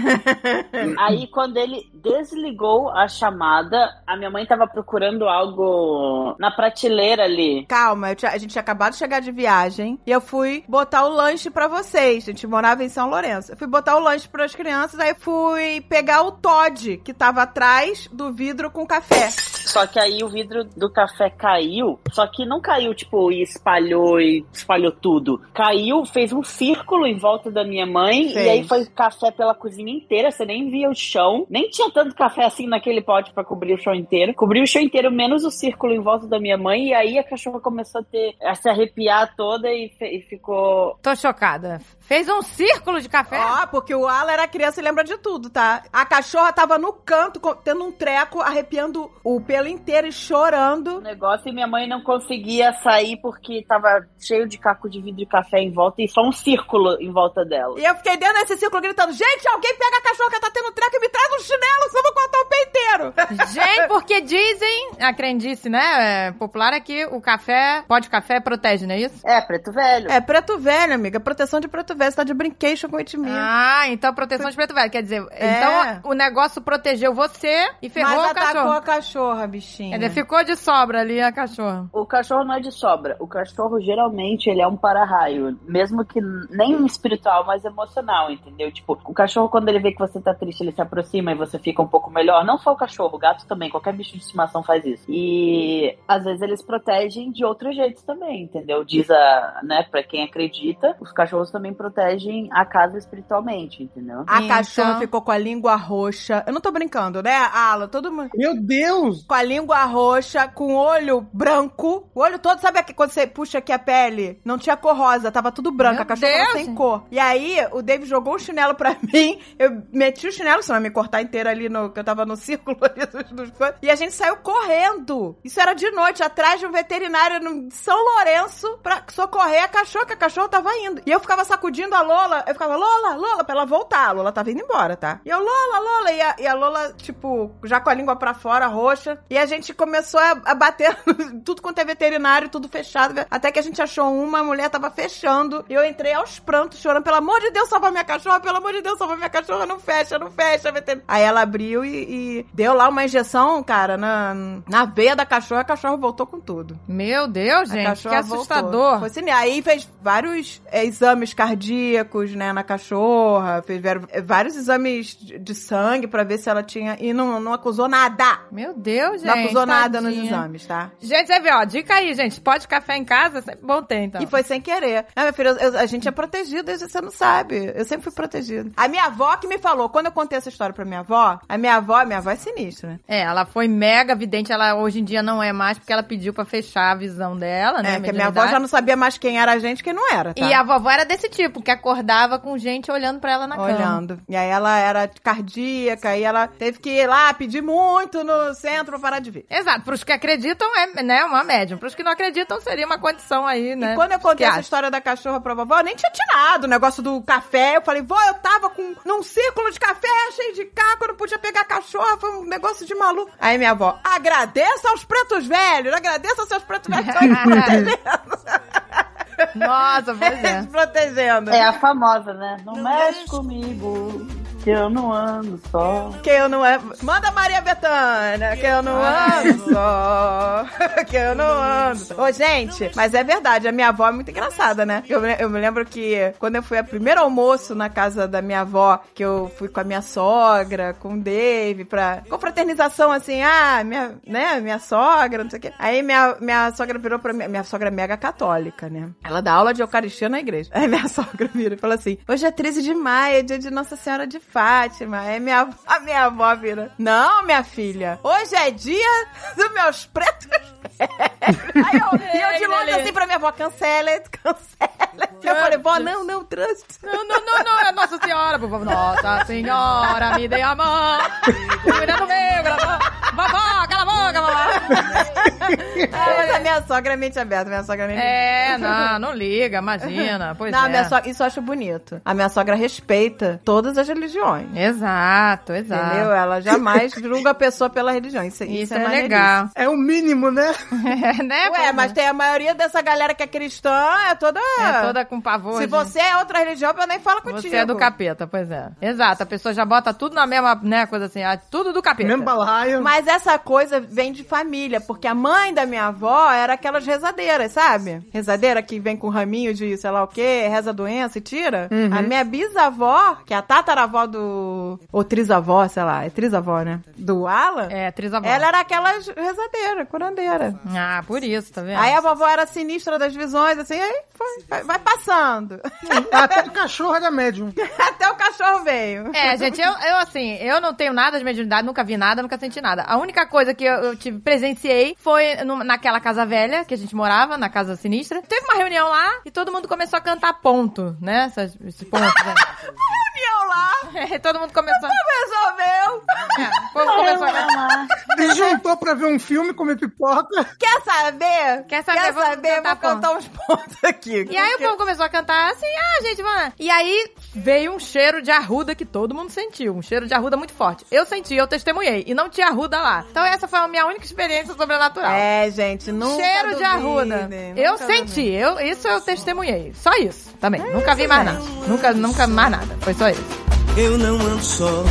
Speaker 3: Aí quando ele desligou a chamada, a minha mãe tava procurando algo na prateleira ali.
Speaker 2: Calma, eu tinha- a gente tinha acabado de chegar de viagem e eu fui botar o lanche pra vocês. A gente morava em São Lourenço. Eu fui botar o lanche pras crianças, aí fui pegar o Todd, que tava atrás do vidro com café.
Speaker 3: Só que aí o vidro do café caiu. Só que não caiu, tipo, e espalhou e espalhou tudo. Caiu, fez um círculo em volta da minha mãe.
Speaker 2: Fez.
Speaker 3: E aí foi café pela cozinha inteira. Você nem via o chão. Nem tinha tanto café assim naquele pote pra cobrir o chão inteiro. Cobri o chão inteiro, menos o círculo em volta da minha mãe. E aí a cachorra começou a, ter, a se arrepiar toda e, fe- e ficou.
Speaker 1: Tô chocada. Fez um círculo de café?
Speaker 2: Ó, porque o Ala era criança e lembra de tudo, tá? A cachorra tava no canto, co- tendo um treco, arrepiando o pelo inteiro e
Speaker 3: o
Speaker 2: chorando.
Speaker 3: um negócio e minha mãe não conseguia sair porque tava cheio de caco de vidro e café em volta e só um círculo em volta dela.
Speaker 2: E eu fiquei dentro desse círculo gritando: Gente, alguém pega a cachorra que tá tendo treco e me traz um chinelo, senão eu vou cortar o pé inteiro.
Speaker 1: Gente, porque dizem, a crendice, né, é, popular é que o café, pó de café protege, não é isso?
Speaker 3: É, preto velho.
Speaker 2: É preto velho, amiga. Proteção de preto velho. Você tá de brincation com o Itmir.
Speaker 1: Ah, então proteção de preto velho, quer dizer, então o negócio protegeu você e ferrou
Speaker 2: É.
Speaker 1: É,
Speaker 2: Mas tá
Speaker 1: o
Speaker 2: atacou
Speaker 1: cachorro.
Speaker 2: a cachorra, bichinho.
Speaker 1: Quer dizer, ficou de sobra ali a cachorra.
Speaker 3: O cachorro não é de sobra. O cachorro geralmente ele é um para-raio, mesmo que n- nem espiritual, mas emocional, entendeu? Tipo, o cachorro quando ele vê que você tá triste, ele se aproxima e você fica um pouco melhor. Não só o cachorro, o gato também, qualquer bicho de estimação faz isso. E às vezes eles protegem de outros jeitos também, entendeu? Diz a, né, para quem acredita, os cachorros também protegem a casa espiritualmente, entendeu?
Speaker 2: A
Speaker 1: Então.
Speaker 2: cachorra ficou com a língua roxa. Eu não tô brincando, né, Ala? Todo mundo.
Speaker 4: Meu Deus!
Speaker 2: Com a língua roxa, com o olho branco. O olho todo, sabe aqui, quando você puxa aqui a pele? Não tinha cor rosa, tava tudo branco,
Speaker 1: Meu
Speaker 2: a cachorra tava
Speaker 1: Deus.
Speaker 2: sem cor. E aí, o David jogou o chinelo pra mim, eu meti o chinelo, senão ia me cortar inteira ali, no, que eu tava no círculo ali dos, dos coisas. E a gente saiu correndo. Isso era de noite, atrás de um veterinário no São Lourenço, pra socorrer a cachorra, que a cachorra tava indo. E eu ficava sacudindo a Lola, eu ficava, Lola, Lola, pra ela voltar. A Lola tava indo embora, tá? E eu, Lola, Lola, e a, e a Lola, tipo, já com a língua pra fora, roxa. E a gente começou a, a bater tudo quanto é veterinário, tudo fechado. Até que a gente achou uma, a mulher tava fechando. E eu entrei aos prantos, chorando, pelo amor de Deus, salva minha cachorra, pelo amor de Deus, salva minha cachorra, não fecha, não fecha, veterinário. Aí ela abriu e, e deu lá uma injeção, cara, na, na veia da cachorra, a cachorra voltou com tudo.
Speaker 1: Meu Deus,
Speaker 2: A
Speaker 1: gente, que
Speaker 2: cachorra voltou.
Speaker 1: assustador.
Speaker 2: Foi sinistro. Aí fez vários é, exames cardíacos, né, na cachorra, fez ver- é, vários exames de de sangue pra ver se ela tinha e não, não acusou nada.
Speaker 1: Meu Deus, gente.
Speaker 2: não acusou nada nos
Speaker 1: tadinha.
Speaker 2: exames, tá?
Speaker 1: Gente, você vê, ó, dica aí, gente. Pode café em casa, sempre bom ter, então.
Speaker 2: E foi sem querer. Não, meu filho, eu- eu- a gente é protegido, isso você não sabe. Eu sempre fui protegida. A minha avó que me falou, quando eu contei essa história pra minha avó, a minha avó, minha avó é sinistra, né?
Speaker 1: É, ela foi mega vidente, ela hoje em dia não é mais, porque ela pediu pra fechar a visão dela, né?
Speaker 2: É, que a minha avó já não sabia mais quem era a gente e quem não era, tá?
Speaker 1: E a vovó era desse tipo, que acordava com gente olhando pra ela na cama.
Speaker 2: Olhando. E aí ela era cardíaca e ela teve que ir lá pedir muito no centro pra parar de vir.
Speaker 1: Exato, pros que acreditam é né, uma médium, pros que não acreditam seria uma condição aí, né?
Speaker 2: E quando eu contei essa
Speaker 1: acha?
Speaker 2: história da cachorra pra vovó, eu nem tinha tirado o negócio do café. Eu falei, vó, eu tava com, num círculo de café cheio de caco, eu não podia pegar a cachorra, foi um negócio de maluco. Aí minha avó, agradeça aos pretos velhos, agradeça aos seus pretos velhos que estão te
Speaker 1: Nossa, pois é.
Speaker 2: protegendo. protegendo.
Speaker 3: É a famosa, né? Não mexe comigo, que eu não ando só.
Speaker 2: Que eu não é. Manda Maria Bethânia, que eu não ando só. Que eu não ando. Ô, gente, mas é verdade, a minha avó é muito engraçada, né? Eu, me- eu me lembro que quando eu fui ao primeiro almoço na casa da minha avó, que eu fui com a minha sogra, com o Dave, pra. Confraternização, assim, ah, minha, né, minha sogra, não sei o quê. Aí minha, minha sogra virou pra mim. Minha sogra é mega católica, né? Ela dá aula de Eucaristia na igreja. Aí minha sogra vira e fala assim: hoje é 13 de maio, é dia de Nossa Senhora de Fátima. Aí minha, avó- a minha avó vira: Não, minha filha, hoje é dia dos meus pretos. velhos." Aí eu, e eu de longe assim pra minha avó, cancela, cancela. Eu falei, vó, não, não, trânsito.
Speaker 1: Não, não, não, não, é Nossa Senhora, por favor. Nossa Senhora, me dê a mão. Cuida do meu, cala a boca. Vovó, cala a boca, vovó.
Speaker 2: Ah, mas a minha sogra é mente aberta, minha sogra é mente
Speaker 1: É, não, não liga, imagina. Pois
Speaker 2: Não,
Speaker 1: é.
Speaker 2: a minha sogra, isso eu acho bonito. A minha sogra respeita todas as religiões.
Speaker 1: Exato, exato.
Speaker 2: Entendeu? Ela jamais julga a pessoa pela religião. Isso, isso,
Speaker 1: Tá. Isso
Speaker 2: é,
Speaker 1: é
Speaker 2: maneiríssimo.
Speaker 1: legal.
Speaker 4: É o mínimo, né?
Speaker 1: É, né?
Speaker 2: Ué,
Speaker 1: pois
Speaker 2: mas
Speaker 1: é.
Speaker 2: tem a maioria dessa galera que é cristã, é toda.
Speaker 1: É toda com pavor.
Speaker 2: Se
Speaker 1: de-
Speaker 2: você é outra religião, eu nem falo contigo.
Speaker 1: Você é do capeta, pois é. Exato, a pessoa já bota tudo na mesma, né, coisa assim, ah, tudo do capeta.
Speaker 4: Mesmo balaio.
Speaker 2: Mas Mas essa coisa vem de família, porque a mãe da minha avó era aquelas rezadeiras, sabe? Rezadeira que vem com raminho de sei lá o quê, reza a doença e tira.
Speaker 1: Uhum.
Speaker 2: A minha bisavó, que é a tataravó do. Ou trisavó, sei lá, é trisavó, né? Do Alan.
Speaker 1: É, atriz avó.
Speaker 2: Ela era aquelas rezadeira, curandeira.
Speaker 1: Ah, por isso, tá vendo?
Speaker 2: Aí a vovó era sinistra das visões, assim, aí foi- vai, vai passando.
Speaker 4: É Até o cachorro era médium.
Speaker 2: Até o cachorro veio.
Speaker 1: É, gente, eu, eu, assim, eu não tenho nada de mediunidade, nunca vi nada, nunca senti nada. A única coisa que eu, eu tive, presenciei foi num- naquela casa velha que a gente morava, na casa sinistra. Teve uma reunião lá e todo mundo começou a cantar ponto, né? Essas, esse ponto. né?
Speaker 2: E eu lá,
Speaker 1: É, todo mundo começou.
Speaker 2: resolveu.
Speaker 1: É, o povo começou a cantar.
Speaker 4: Se juntou pra ver um filme, comer pipoca.
Speaker 2: Quer saber?
Speaker 1: Quer saber?
Speaker 2: Quer
Speaker 1: Vamos
Speaker 2: saber?
Speaker 1: cantar
Speaker 2: Vou cantar um uns pontos aqui.
Speaker 1: E aí o povo começou a cantar assim, ah, gente, vamos lá. E aí veio um cheiro de arruda que todo mundo sentiu. Um cheiro de arruda muito forte. Eu senti, eu testemunhei. E não tinha arruda lá. Então essa foi a minha única experiência sobrenatural.
Speaker 2: É, gente, nunca
Speaker 1: cheiro de
Speaker 2: duvidem,
Speaker 1: arruda.
Speaker 2: nunca
Speaker 1: Eu
Speaker 2: duvidem.
Speaker 1: senti, eu, isso eu testemunhei. Só isso também. nunca vi mais nada. Nunca, nunca mais nada. Foi só isso.
Speaker 7: Eu não ando só.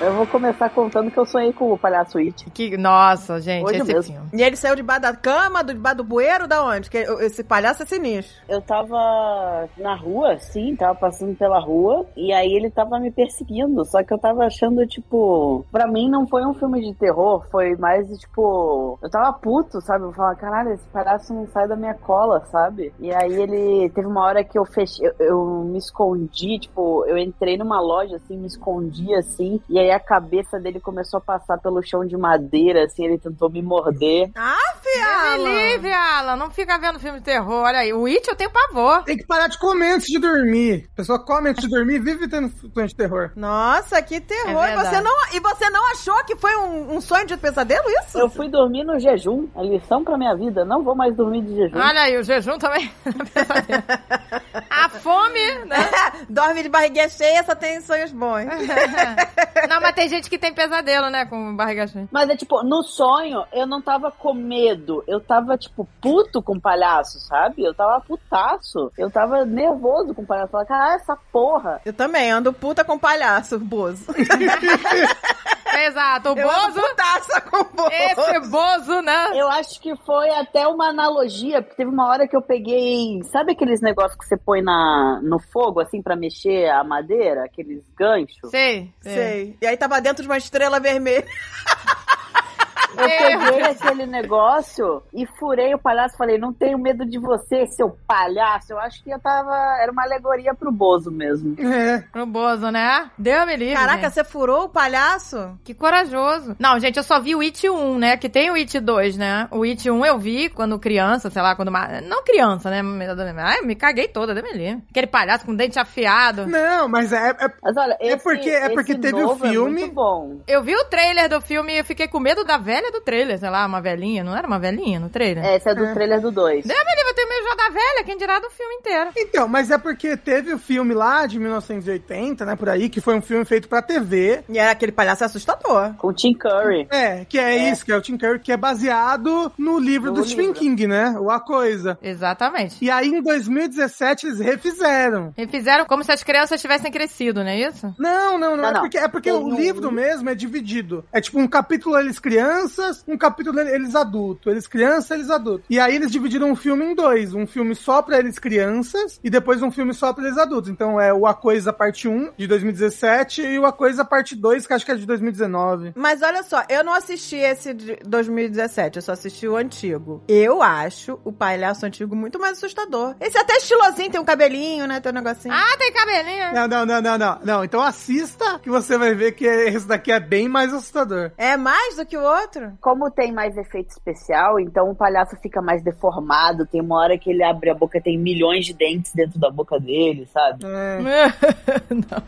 Speaker 3: Eu vou começar contando que eu sonhei com o palhaço It.
Speaker 1: Que, nossa, gente,
Speaker 3: Hoje
Speaker 1: esse
Speaker 3: mesmo.
Speaker 1: filme.
Speaker 2: E ele saiu debaixo da cama, do- debaixo do bueiro, da onde? Que esse palhaço é sinistro.
Speaker 3: Eu tava na rua, sim, tava passando pela rua, e aí ele tava me perseguindo, só que eu tava achando, tipo, pra mim não foi um filme de terror, foi mais, tipo, eu tava puto, sabe? Eu falava, caralho, esse palhaço não sai da minha cola, sabe? E aí ele, teve uma hora que eu fechei, eu, eu me escondi, tipo, eu entrei numa loja, assim, me escondi, assim, e aí a cabeça dele começou a passar pelo chão de madeira, assim, ele tentou me morder.
Speaker 1: Me
Speaker 2: Alan.
Speaker 1: livre, Ah, Alan. Não fica vendo filme de terror. Olha aí. O It eu tenho pavor.
Speaker 4: Tem que parar de comer antes de dormir. A pessoa come antes de dormir, vive tendo sonho de terror.
Speaker 2: Nossa, que terror.
Speaker 1: É
Speaker 2: e, você
Speaker 1: verdade.
Speaker 2: não, e você não achou que foi um, um sonho de pesadelo isso?
Speaker 3: Eu fui dormir no jejum, a lição pra minha vida, não vou mais dormir de jejum.
Speaker 1: Olha aí, o jejum também. a fome, né?
Speaker 2: Dorme de barriguinha cheia, só tem sonhos bons.
Speaker 1: Não, mas tem gente que tem pesadelo, né? Com barriga cheia.
Speaker 3: Mas é tipo, no sonho eu não tava com medo, eu tava tipo puto com o palhaço, sabe? Eu tava putaço, eu tava nervoso com o palhaço. Falava, caralho, essa porra.
Speaker 2: Eu também ando puta com palhaço, Bozo.
Speaker 1: Exato. O
Speaker 2: Eu ando
Speaker 1: Bozo.
Speaker 2: putaça com Bozo.
Speaker 1: Esse Bozo, né?
Speaker 3: Eu acho que foi até uma analogia, porque teve uma hora que eu peguei. Sabe aqueles negócios que você põe na, no fogo, assim, pra mexer a madeira? Aqueles ganchos?
Speaker 1: Sei.
Speaker 2: É. Sei. E aí tava dentro de uma estrela vermelha.
Speaker 3: Eu peguei aquele negócio e furei o palhaço. Falei, não tenho medo de você, seu palhaço. Eu acho que eu tava. Era uma alegoria pro Bozo mesmo.
Speaker 4: É.
Speaker 1: Pro Bozo, né? Deu me livre.
Speaker 2: Caraca,
Speaker 1: gente.
Speaker 2: você furou o palhaço?
Speaker 1: que corajoso. Não, gente, eu só vi o It 1, né? Que tem o It 2, né? O It 1 eu vi quando criança, sei lá, quando. ma- Não criança, né? Ai, me caguei toda, deu me livre. Aquele palhaço com dente afiado.
Speaker 4: Não, mas é, é-
Speaker 3: Mas olha,
Speaker 4: É
Speaker 3: esse,
Speaker 4: porque- é
Speaker 3: esse
Speaker 4: porque teve o
Speaker 3: novo é
Speaker 4: filme.
Speaker 3: muito bom.
Speaker 1: Eu vi o trailer do filme e eu fiquei com medo da velha do trailer, sei lá, uma velhinha. Não era uma velhinha no trailer?
Speaker 3: É, Esse é do trailer do 2.
Speaker 1: Deu me livre, eu tenho medo já da velha, quem dirá do filme inteiro.
Speaker 4: Então, mas é porque teve o filme lá de 1980, né, por aí, que foi um filme feito pra TV.
Speaker 2: E era aquele palhaço assustador.
Speaker 3: Com o Tim Curry.
Speaker 4: É, que é, isso, que é o Tim Curry, que é baseado no livro
Speaker 3: No
Speaker 4: do Stephen
Speaker 3: livro.
Speaker 4: King, né? O A Coisa.
Speaker 1: Exatamente.
Speaker 4: E aí, em 2017, eles refizeram.
Speaker 1: E fizeram como se as crianças tivessem crescido, não é isso?
Speaker 4: Não, não, não.
Speaker 3: Não,
Speaker 4: é
Speaker 3: não.
Speaker 4: porque, é porque
Speaker 3: Tem
Speaker 4: o
Speaker 3: um-
Speaker 4: livro mesmo é dividido. É tipo um capítulo eles crianças, um capítulo eles adultos. Eles criança, eles adultos. E aí eles dividiram o filme em dois. Um filme só pra eles crianças e depois um filme só pra eles adultos. Então é o A Coisa Parte 1 de 2017 e o A Coisa Parte 2, que acho que é de 2019.
Speaker 2: Mas olha só, eu não assisti esse de 2017, eu só assisti o antigo. Eu acho o palhaço antigo muito mais assustador. Esse é até estilosinho, tem um cabelinho, né? Tem um negocinho.
Speaker 1: Ah, tem cabelinho.
Speaker 4: Não, não, não, não, não. Não, então assista que você vai ver que esse daqui é bem mais assustador.
Speaker 2: É mais do que o outro?
Speaker 3: Como tem mais efeito especial, então o palhaço fica mais deformado. Tem uma hora que ele abre a boca, tem milhões de dentes dentro da boca dele, sabe?
Speaker 4: É.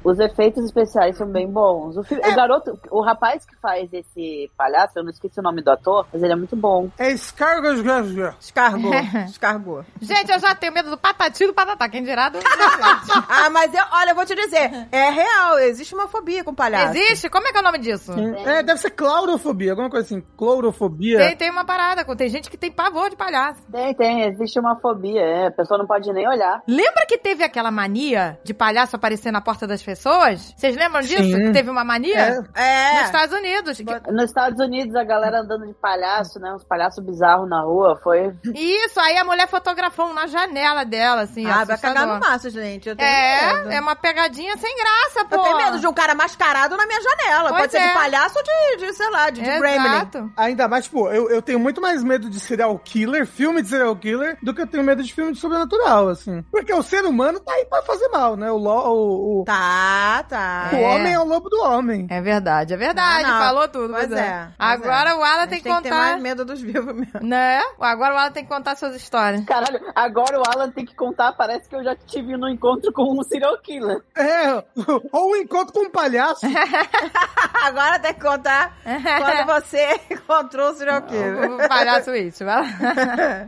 Speaker 3: Os efeitos especiais são bem bons. O, fi-
Speaker 4: É.
Speaker 3: o garoto, o rapaz que faz esse palhaço, eu não esqueci o nome do ator, mas ele é muito bom.
Speaker 4: É Scargos Girls.
Speaker 2: Descargou, descargou.
Speaker 1: Gente, eu já tenho medo do patati e do patatá. Quem dirá do elefante?
Speaker 2: Ah, mas eu, olha, eu vou te dizer, é real, existe uma fobia com palhaço.
Speaker 1: Existe? Como é que é o nome disso?
Speaker 4: É, deve ser claurofobia, alguma coisa assim. clorofobia.
Speaker 1: Tem, tem uma parada, tem gente que tem pavor de palhaço.
Speaker 3: Tem, tem, existe uma fobia, é. A pessoa não pode nem olhar.
Speaker 1: Lembra que teve aquela mania de palhaço aparecer na porta das pessoas? Vocês lembram disso?
Speaker 4: Sim.
Speaker 1: Que teve uma mania?
Speaker 2: É.
Speaker 1: Nos Estados Unidos. que-
Speaker 3: Nos Estados Unidos, a galera andando de palhaço, né? Uns palhaços bizarros na rua, foi.
Speaker 1: Isso, aí a mulher fotografou um na janela dela, assim.
Speaker 2: Ah, vai cagar
Speaker 1: assustador.
Speaker 2: no maço, gente. Eu tenho medo.
Speaker 1: É, é uma pegadinha sem graça, pô.
Speaker 2: Eu tenho medo de um cara mascarado na minha janela.
Speaker 1: Pois
Speaker 2: Pode ser
Speaker 1: é.
Speaker 2: de palhaço ou de, de, sei lá, um de, de gremlin.
Speaker 1: Exato.
Speaker 4: Ainda mais, tipo, eu, eu tenho muito mais medo de serial killer, filme de serial killer, do que eu tenho medo de filme de sobrenatural, assim. Porque o ser humano tá aí pra fazer mal, né? O, lo- o, o-
Speaker 2: Tá, tá.
Speaker 4: o
Speaker 1: É.
Speaker 4: homem é o lobo do homem.
Speaker 1: É verdade, é verdade.
Speaker 2: Ah, Não, não.
Speaker 1: Falou tudo.
Speaker 2: Pois
Speaker 1: Guizão.
Speaker 2: é, pois
Speaker 1: Agora o
Speaker 2: A
Speaker 1: Alan
Speaker 2: gente
Speaker 1: tem que
Speaker 2: ter mais
Speaker 1: contar.
Speaker 2: medo dos vivos mesmo.
Speaker 1: Né? Agora o Alan tem que contar suas histórias.
Speaker 3: Caralho, agora o Alan tem que contar. Parece que eu já tive no encontro com um serial killer.
Speaker 4: É, ou um encontro com um palhaço.
Speaker 3: É.
Speaker 2: Agora tem que contar quando você encontrou o serial killer.
Speaker 1: O palhaço isso, vai lá.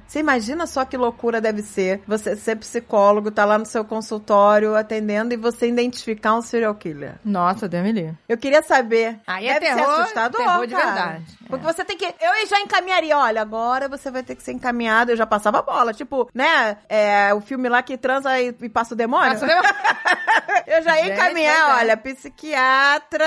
Speaker 2: Você imagina só que loucura deve ser você ser psicólogo, tá lá no seu consultório atendendo e você identificar um serial killer.
Speaker 1: Nossa, Deus me livre.
Speaker 2: Eu queria saber.
Speaker 1: Aí é
Speaker 2: deve
Speaker 1: terror,
Speaker 2: ser assustador,
Speaker 1: terror de
Speaker 2: cara.
Speaker 1: verdade. é.
Speaker 2: Porque você tem que. Eu já encaminharia, olha, agora você vai ter que ser encaminhado. Eu já passava a bola. Tipo, né? É, o filme lá que transa e, e passa o demônio.
Speaker 1: Nossa, Deus-
Speaker 2: Eu já ia
Speaker 1: Gente,
Speaker 2: encaminhar,
Speaker 1: pois é.
Speaker 2: olha, psiquiatra.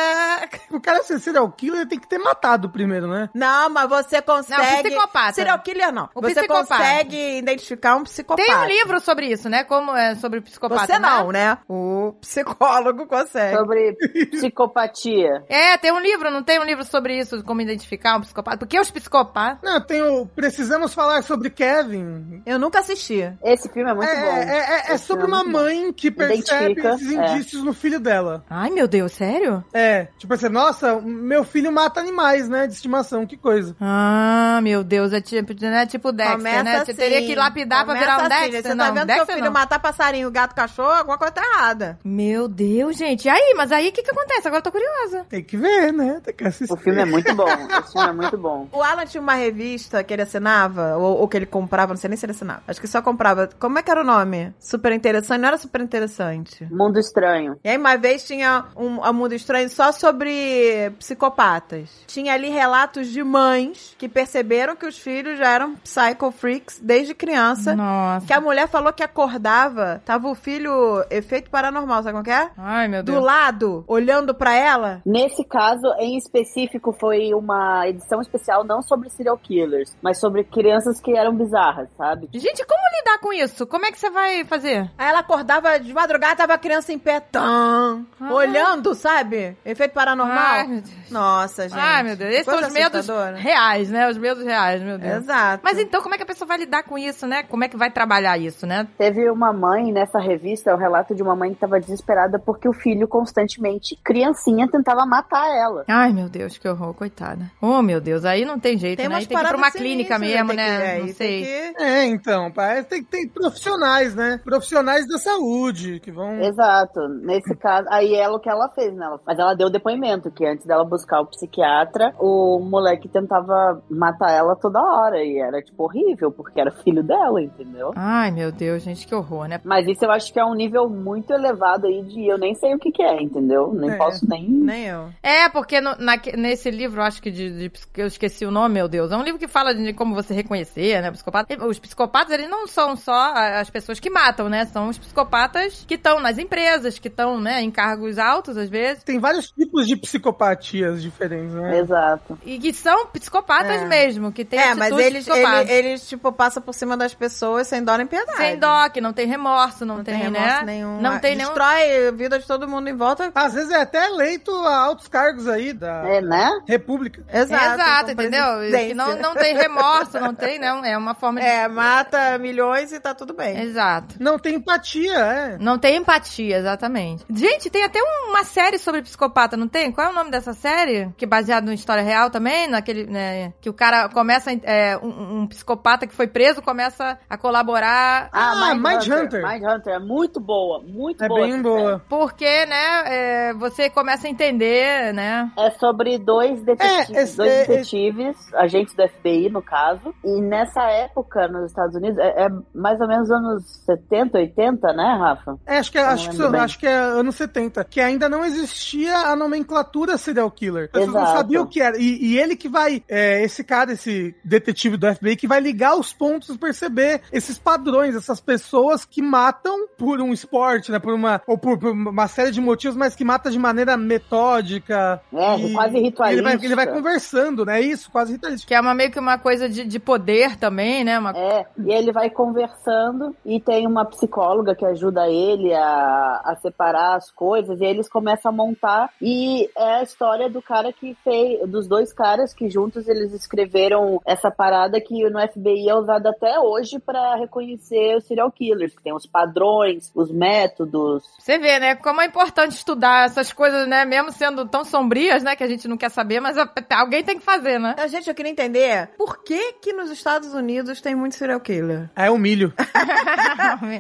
Speaker 4: O cara ser serial killer tem que ter matado primeiro, né?
Speaker 2: Não, mas você consegue.
Speaker 1: psicopata.
Speaker 2: Serial killer, não.
Speaker 1: O
Speaker 2: você
Speaker 1: psicopata.
Speaker 2: consegue identificar um psicopata.
Speaker 1: Tem um livro sobre isso, né? Como é sobre o psicopata.
Speaker 2: Você não,
Speaker 1: né?
Speaker 2: né? O psicólogo
Speaker 4: É.
Speaker 2: consegue.
Speaker 3: Sobre psicopatia.
Speaker 1: É, tem um livro, não tem um livro sobre isso, como identificar um psicopata? Porque os psicopatas.
Speaker 4: Não, tem o Precisamos Falar sobre Kevin.
Speaker 2: Eu nunca assisti.
Speaker 3: Esse filme é muito
Speaker 4: É,
Speaker 3: bom.
Speaker 4: é, é, é
Speaker 3: Esse
Speaker 4: sobre
Speaker 3: filme é
Speaker 4: uma
Speaker 3: muito bom.
Speaker 4: mãe que percebe
Speaker 3: Identifica,
Speaker 4: esses
Speaker 3: é.
Speaker 4: indícios no filho dela.
Speaker 1: Ai, meu Deus, sério?
Speaker 4: É, tipo assim, nossa, meu filho mata animais, né? De estimação, que coisa.
Speaker 1: Ah, meu Deus, é tipo, né, tipo Dexter,
Speaker 2: Começa
Speaker 1: né?
Speaker 2: assim.
Speaker 1: Você teria que lapidar
Speaker 2: Começa
Speaker 1: pra virar um
Speaker 2: assim,
Speaker 1: Dexter,
Speaker 2: gente. Você
Speaker 1: não.
Speaker 2: tá vendo
Speaker 1: Dexter,
Speaker 2: seu filho
Speaker 1: não.
Speaker 2: matar passarinho, gato, cachorro, alguma coisa tá errada.
Speaker 1: Meu Deus, gente. E aí, mas aí o que, que acontece? Agora eu tô curiosa.
Speaker 4: Tem que ver, né? Tem que assistir.
Speaker 3: O filme é muito bom. Esse filme é muito bom.
Speaker 2: O Alan tinha uma revista que ele assinava, ou, ou que ele comprava, não sei nem se ele assinava. Acho que só comprava. Como é que era o nome? Super interessante? Não era super interessante.
Speaker 3: Mundo Estranho.
Speaker 2: E aí, uma vez tinha um, um Mundo Estranho só sobre psicopatas. Tinha ali relatos de mães que perceberam que os filhos já eram psycho freaks desde criança.
Speaker 1: Nossa.
Speaker 2: Que a mulher falou que acordava, tava o filho efeito paranormal, sabe como que é?
Speaker 1: Ai, meu
Speaker 2: Do
Speaker 1: Deus.
Speaker 2: lado, olhando pra ela.
Speaker 3: Nesse caso, em específico, foi uma edição especial não sobre serial killers, mas sobre crianças que eram bizarras, sabe?
Speaker 1: Gente, como lidar com isso? Como é que você vai fazer?
Speaker 2: Aí ela acordava de madrugada, tava a criança em pé, tão,
Speaker 1: Ah.
Speaker 2: olhando, sabe? Efeito paranormal.
Speaker 1: Ai, meu Deus.
Speaker 2: Nossa, gente.
Speaker 1: Ai, meu Deus. Esses
Speaker 2: Coisa
Speaker 1: são os medos
Speaker 2: assustadora.
Speaker 1: reais, né? Os medos reais, meu Deus.
Speaker 2: Exato.
Speaker 1: Mas então, como é que a pessoa vai lidar com isso, né? Como é que vai trabalhar isso, né?
Speaker 3: Teve uma mãe nessa revista, é o relato de uma mãe que estava desesperada porque o filho constantemente, criancinha, tentava matar ela.
Speaker 1: Ai, meu Deus, que horror, coitada. Oh, meu Deus, aí não tem jeito, né? Aí Tem que ir pra uma
Speaker 2: sinistras,
Speaker 1: clínica
Speaker 2: né?
Speaker 1: mesmo,
Speaker 2: Tem que-
Speaker 1: né?
Speaker 2: é,
Speaker 1: não
Speaker 2: e tem
Speaker 1: sei.
Speaker 2: que-
Speaker 4: É, então, parece que tem, tem profissionais, né? Profissionais da saúde que vão.
Speaker 3: É. Exato. Nesse caso, aí ela o que ela fez, né? Mas ela deu depoimento que antes dela buscar o psiquiatra, o moleque tentava matar ela toda hora. E era, tipo, horrível, porque era filho dela, entendeu?
Speaker 1: Ai, meu Deus, gente, que horror, né?
Speaker 3: Mas isso eu acho que é um nível muito elevado aí de eu nem sei o que, que é, entendeu? Nem
Speaker 4: É.
Speaker 3: posso nem.
Speaker 2: Nem eu.
Speaker 1: É, porque no- naque- nesse livro, acho que de, de ps- eu esqueci o nome, meu Deus. É um livro que fala de como você reconhecer, né? Psicopata. Os psicopatas, eles não são só a- as pessoas que matam, né? São os psicopatas que estão nas empresas, que estão, né, em cargos altos, às vezes,
Speaker 4: Tem vários tipos de psicopatias diferentes, né?
Speaker 3: Exato.
Speaker 1: e que são psicopatas
Speaker 2: É.
Speaker 1: mesmo, que têm
Speaker 2: é, mas
Speaker 1: atitudes
Speaker 2: eles,
Speaker 1: psicopatas.
Speaker 2: ele- eles, tipo, passam por cima das pessoas sem dó nem piedade.
Speaker 1: Sem dó, que não tem remorso, não,
Speaker 2: Não
Speaker 1: tem,
Speaker 2: tem remorso
Speaker 1: né?
Speaker 2: nenhum.
Speaker 1: Não tem nenhum.
Speaker 2: Destrói a vida de todo mundo em volta.
Speaker 4: Às vezes é até eleito a altos cargos aí da
Speaker 3: É, né?
Speaker 4: República.
Speaker 2: Exato. com
Speaker 1: entendeu?
Speaker 2: presidência.
Speaker 1: Que não, não tem remorso, não tem, não. É uma forma de.
Speaker 2: É, mata milhões e tá tudo bem.
Speaker 1: Exato.
Speaker 4: Não tem empatia, é.
Speaker 1: Não tem empatia, exatamente. Gente, tem até um, uma série sobre psicopata, não tem? Qual é o nome dessa série? Que é baseado em história real também, naquele, né, que o cara começa, é, um, um psicopata que foi preso começa a colaborar
Speaker 4: Ah, Mindhunter.
Speaker 3: Mind Hunter é muito boa, muito
Speaker 4: É
Speaker 3: boa.
Speaker 4: bem
Speaker 3: essa
Speaker 4: boa.
Speaker 1: porque, né, é, você começa a entender, né?
Speaker 3: É sobre dois detetives,
Speaker 4: É, esse-
Speaker 3: dois
Speaker 4: é,
Speaker 3: detetives agentes do FBI, no caso. E nessa época, nos Estados Unidos, é, é é mais ou menos anos 70, 80, né, Rafa?
Speaker 4: É, acho que, é-
Speaker 3: não
Speaker 4: acho, que,
Speaker 3: lembro bem.
Speaker 4: acho que é anos 70, que ainda não existia a nomenclatura serial killer. As pessoas não
Speaker 3: Exato.
Speaker 4: sabiam o que era. E, e ele que vai, é, esse cara, esse detetive do FBI, que vai ligar os pontos e perceber esses padrões, essas pessoas que matam por um esporte, né, por uma, ou por, por uma série de motivos, mas que mata de maneira metódica.
Speaker 3: É,
Speaker 4: E-
Speaker 3: quase
Speaker 4: e Ele vai,
Speaker 3: ritualística.
Speaker 4: ele vai conversando, né, isso, quase ritualística.
Speaker 1: Que é uma, meio que uma coisa de, de poder também, né? Uma...
Speaker 3: É, e ele vai conversando e tem uma psicóloga que ajuda ele a, a separar as coisas e eles começam a montar e é a história do cara que fez, dos dois caras que juntos eles escreveram essa parada que no FBI é usada até hoje pra reconhecer os serial killers, que tem os padrões, os métodos.
Speaker 1: Você vê, né? Como é importante estudar essas coisas, né? Mesmo sendo tão sombrias, né? Que a gente não quer saber, mas a- alguém tem que fazer, né?
Speaker 2: A Ah, gente, eu queria entender por que que nos Estados Unidos tem muito serial killer.
Speaker 4: É um milho.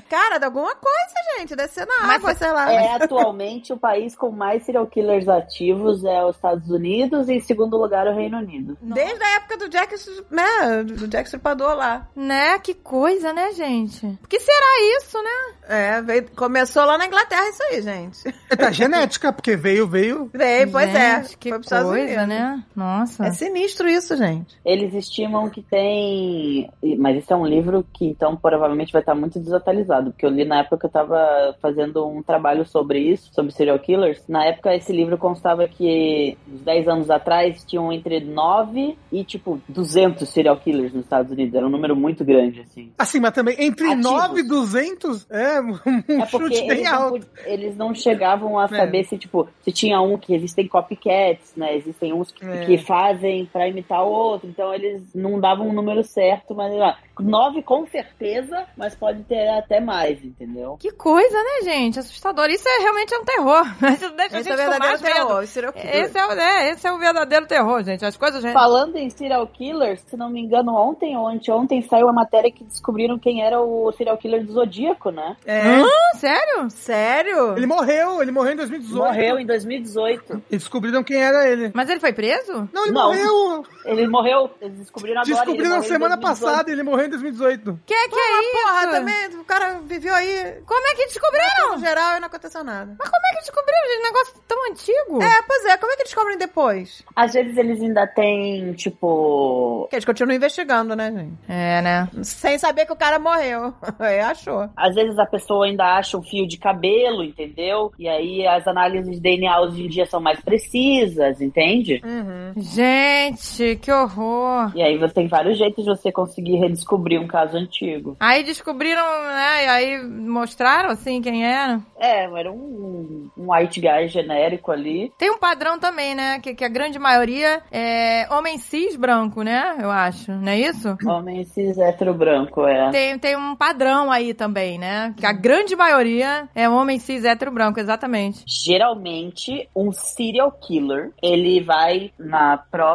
Speaker 2: Cara, de alguma coisa, gente. Deve ser na
Speaker 1: Mas-
Speaker 2: água, sei lá.
Speaker 3: É atualmente o país com mais serial killers ativos é os Estados Unidos e em segundo lugar o Reino Unido.
Speaker 2: Desde a época do Jack, né, do Jack Stripador lá.
Speaker 1: né? Que coisa, né, gente? Por que será isso, né?
Speaker 2: É, veio- começou lá na Inglaterra isso aí, gente.
Speaker 4: É da genética, porque veio, veio.
Speaker 2: Veio, pois é.
Speaker 1: Gente, Que
Speaker 2: Foi pros
Speaker 1: coisa,
Speaker 2: Estados Unidos.
Speaker 1: né? Nossa.
Speaker 2: É sinistro isso, gente.
Speaker 3: Eles estimam que tem. Mas esse é um livro que então provavelmente vai estar muito desatualizado, porque eu li na época que eu estava fazendo um trabalho sobre isso, sobre serial killers. Na época esse livro constava que uns 10 anos atrás tinham entre 9 e tipo 200 serial killers nos Estados Unidos. Era um número muito grande, assim.
Speaker 4: Assim, mas também entre
Speaker 3: Ativos.
Speaker 4: 9 e 200 é um
Speaker 3: É porque
Speaker 4: chute bem
Speaker 3: eles não,
Speaker 4: alto. É.
Speaker 3: pod- eles não chegavam a saber se, tipo, se tinha um que existem copycats, né? Existem uns que,
Speaker 2: É.
Speaker 3: que fazem pra imitar o outro. Então eles não davam um número certo, mas ó, nove com certeza, mas pode ter até mais, entendeu?
Speaker 1: Que coisa, né, gente? Assustador. Isso é realmente é um terror. Isso deixa
Speaker 2: Esse
Speaker 1: a
Speaker 2: é
Speaker 1: gente
Speaker 2: o
Speaker 1: com mais
Speaker 2: verdadeiro
Speaker 1: medo.
Speaker 2: terror. Esse serial killer.
Speaker 1: Esse é, o, é, esse é o verdadeiro terror, gente. As coisas.
Speaker 4: É.
Speaker 3: Falando em serial killers, se não me engano, ontem ou anteontem saiu a matéria que descobriram quem era o serial killer do Zodíaco, né?
Speaker 2: É.
Speaker 1: Hã? Sério?
Speaker 2: Sério?
Speaker 4: Ele morreu, ele morreu em 2018.
Speaker 3: Morreu em 2018.
Speaker 4: E descobriram quem era ele.
Speaker 1: Mas ele foi preso?
Speaker 4: Não, ele
Speaker 3: Não.
Speaker 4: morreu.
Speaker 3: Ele morreu, eles descobriram agora. ele
Speaker 4: Descobriram na
Speaker 3: morreu em
Speaker 4: semana
Speaker 3: 2018.
Speaker 4: passada, ele morreu em 2018.
Speaker 1: Que que é isso?
Speaker 2: Porra, também, o cara viveu aí.
Speaker 1: Como é que descobriram?
Speaker 2: No geral, e não aconteceu nada.
Speaker 1: Mas como é que descobriram, gente? Um negócio tão antigo.
Speaker 2: É, pois é. Como é que descobrem depois?
Speaker 3: Às vezes eles ainda têm, tipo,
Speaker 2: Porque eles continuam investigando, né, gente?
Speaker 1: É, né?
Speaker 2: Sem saber que o cara morreu. É, achou.
Speaker 3: Às vezes a pessoa ainda acha um fio de cabelo, entendeu? E aí as análises de DNA hoje em dia são mais precisas, entende?
Speaker 2: Uhum.
Speaker 1: Gente, que horror.
Speaker 3: E aí você tem vários jeitos de você conseguir redescobrir um caso antigo.
Speaker 1: Aí descobriram, né? E aí mostraram, assim, quem era.
Speaker 3: É, era um, um white guy genérico ali.
Speaker 1: Tem um padrão também, né? Que, que a grande maioria é homem cis branco, né? Eu acho. Não é isso?
Speaker 3: Homem cis hétero branco, é.
Speaker 1: Tem, tem um padrão aí também, né? Que a grande maioria é homem cis hétero branco, exatamente.
Speaker 3: Geralmente, um serial killer, ele vai na própria.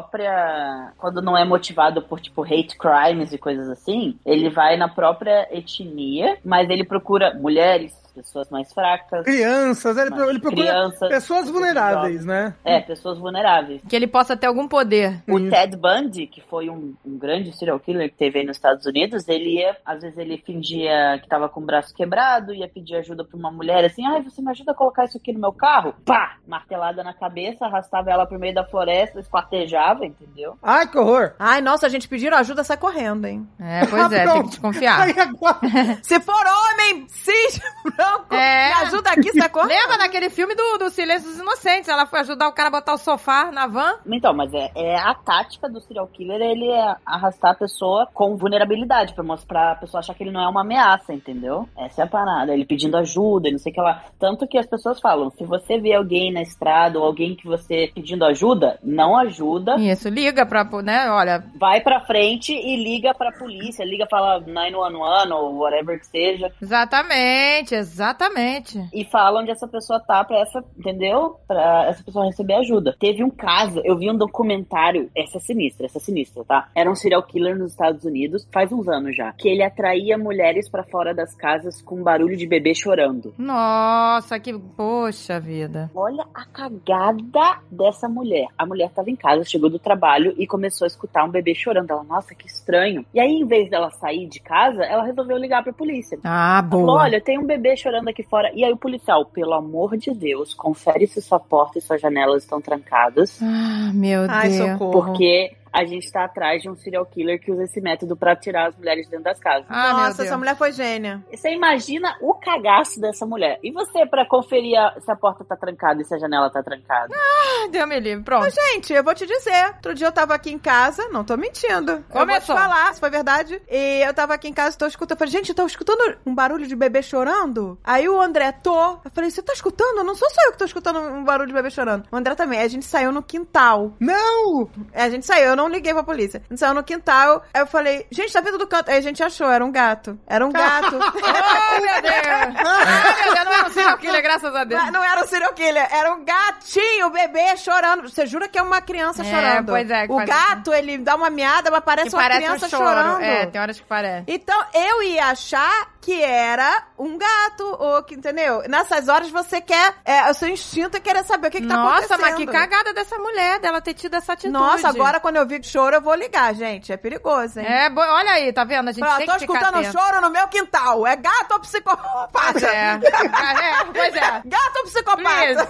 Speaker 3: Quando não é motivado por, tipo, hate crimes e coisas assim, ele vai na própria etnia, mas ele procura mulheres, pessoas mais fracas.
Speaker 4: Crianças, ele,
Speaker 3: Mas
Speaker 4: ele procura
Speaker 3: crianças,
Speaker 4: pessoas vulneráveis, né?
Speaker 3: É, pessoas vulneráveis.
Speaker 1: Que ele possa ter algum poder.
Speaker 3: O
Speaker 4: Isso.
Speaker 3: Ted Bundy, que foi um, um grande serial killer que teve aí nos Estados Unidos, ele ia, às vezes ele fingia que tava com o braço quebrado, ia pedir ajuda pra uma mulher assim, ai, você me ajuda a colocar isso aqui no meu carro? Pá! Martelada na cabeça, arrastava ela pro meio da floresta, esquartejava, entendeu?
Speaker 4: Ai, que horror.
Speaker 2: Ai, nossa, a gente pediram ajuda, sai correndo, hein?
Speaker 1: É, pois é, tem que desconfiar.
Speaker 4: Ai, agora.
Speaker 2: Se for homem, cis, branco,
Speaker 1: É.
Speaker 2: me ajuda aqui, sai correndo.
Speaker 1: Lembra daquele filme do, do Silêncio dos Inocentes? Ela foi ajudar o cara a botar o sofá na van.
Speaker 3: Então, mas é, é a tática do serial killer, ele é arrastar a pessoa com vulnerabilidade, pra mostrar a pessoa achar que ele não é uma ameaça, entendeu? Essa é a parada, ele pedindo ajuda, e não sei o que lá. Tanto que as pessoas falam, se você vê alguém na estrada ou alguém que você pedindo ajuda, não ajuda,
Speaker 1: Isso, liga pra, né? Olha,
Speaker 3: vai pra frente e liga pra polícia, liga, fala 911 ou whatever que seja.
Speaker 1: exatamente, Exatamente.
Speaker 3: e fala onde essa pessoa tá pra essa, entendeu? Pra essa pessoa receber ajuda. Teve um caso, eu vi um documentário, essa é sinistra, essa é sinistra, tá? Era um serial killer nos Estados Unidos, faz uns anos já, que ele atraía mulheres pra fora das casas com barulho de bebê chorando.
Speaker 1: Nossa, que. Poxa vida.
Speaker 3: Olha a cagada dessa mulher. A mulher tava em casa, chegou do trabalho e começou a escutar um bebê chorando. Ela, nossa, que estranho. E aí, em vez dela sair de casa, ela resolveu ligar pra polícia.
Speaker 1: Ah,
Speaker 3: Falou,
Speaker 1: boa.
Speaker 3: Olha, tem um bebê chorando aqui fora. E aí o policial, pelo amor de Deus, confere se sua porta e suas janelas estão trancadas.
Speaker 1: Ah, meu
Speaker 2: Ai,
Speaker 1: Deus.
Speaker 2: socorro.
Speaker 3: Porque a gente tá atrás de um serial killer que usa esse método pra tirar as mulheres dentro das casas.
Speaker 1: Ah, meu
Speaker 2: Nossa,
Speaker 1: Deus.
Speaker 2: essa mulher foi gênia.
Speaker 3: Você imagina o cagaço dessa mulher. E você, pra conferir a- se a porta tá trancada e se a janela tá trancada?
Speaker 1: Ah, Deus me livre. Pronto.
Speaker 2: Gente, eu vou te dizer. Outro dia eu tava aqui em casa, não tô mentindo. Eu vou te
Speaker 1: Começou.
Speaker 2: falar, se foi verdade. E eu tava aqui em casa, tô escutando. Eu falei, gente, eu tô escutando um barulho de bebê chorando? Aí o André tô. Eu falei, você tá escutando? Não sou só eu que tô escutando um barulho de bebê chorando. O André também. Aí a gente saiu no quintal.
Speaker 4: Não!
Speaker 2: É, a gente saiu, eu não liguei pra polícia. A gente saiu no quintal, aí eu falei, gente, tá vindo do canto. Aí a gente achou, era um gato. Era um gato.
Speaker 1: Oh, meu Deus. Ah, meu Deus, não era um serial killer, graças a Deus.
Speaker 2: Mas não era um serial killer, era um gatinho, bebê, chorando. Você jura que é uma criança
Speaker 1: É,
Speaker 2: chorando?
Speaker 1: pois é, que
Speaker 2: O
Speaker 1: faz-
Speaker 2: gato, ele dá uma miada, mas parece
Speaker 1: que
Speaker 2: uma
Speaker 1: parece
Speaker 2: é criança
Speaker 1: um choro.
Speaker 2: chorando.
Speaker 1: É, tem horas que parece.
Speaker 2: Então eu ia achar que era um gato, ou que, entendeu? Nessas horas você quer. É, o seu instinto é querer saber o que, que tá
Speaker 1: Nossa,
Speaker 2: acontecendo.
Speaker 1: mas que cagada dessa mulher, dela ter tido essa atitude.
Speaker 2: Nossa, agora quando eu vi choro, eu vou ligar, gente. É perigoso, hein?
Speaker 1: É, bo- olha aí, tá vendo? A gente
Speaker 2: Fala,
Speaker 1: tem
Speaker 2: tô
Speaker 1: que ficar
Speaker 2: escutando
Speaker 1: atento.
Speaker 2: choro no meu quintal. É gato ou psicopata?
Speaker 1: É. é, pois é.
Speaker 2: Gato ou psicopata?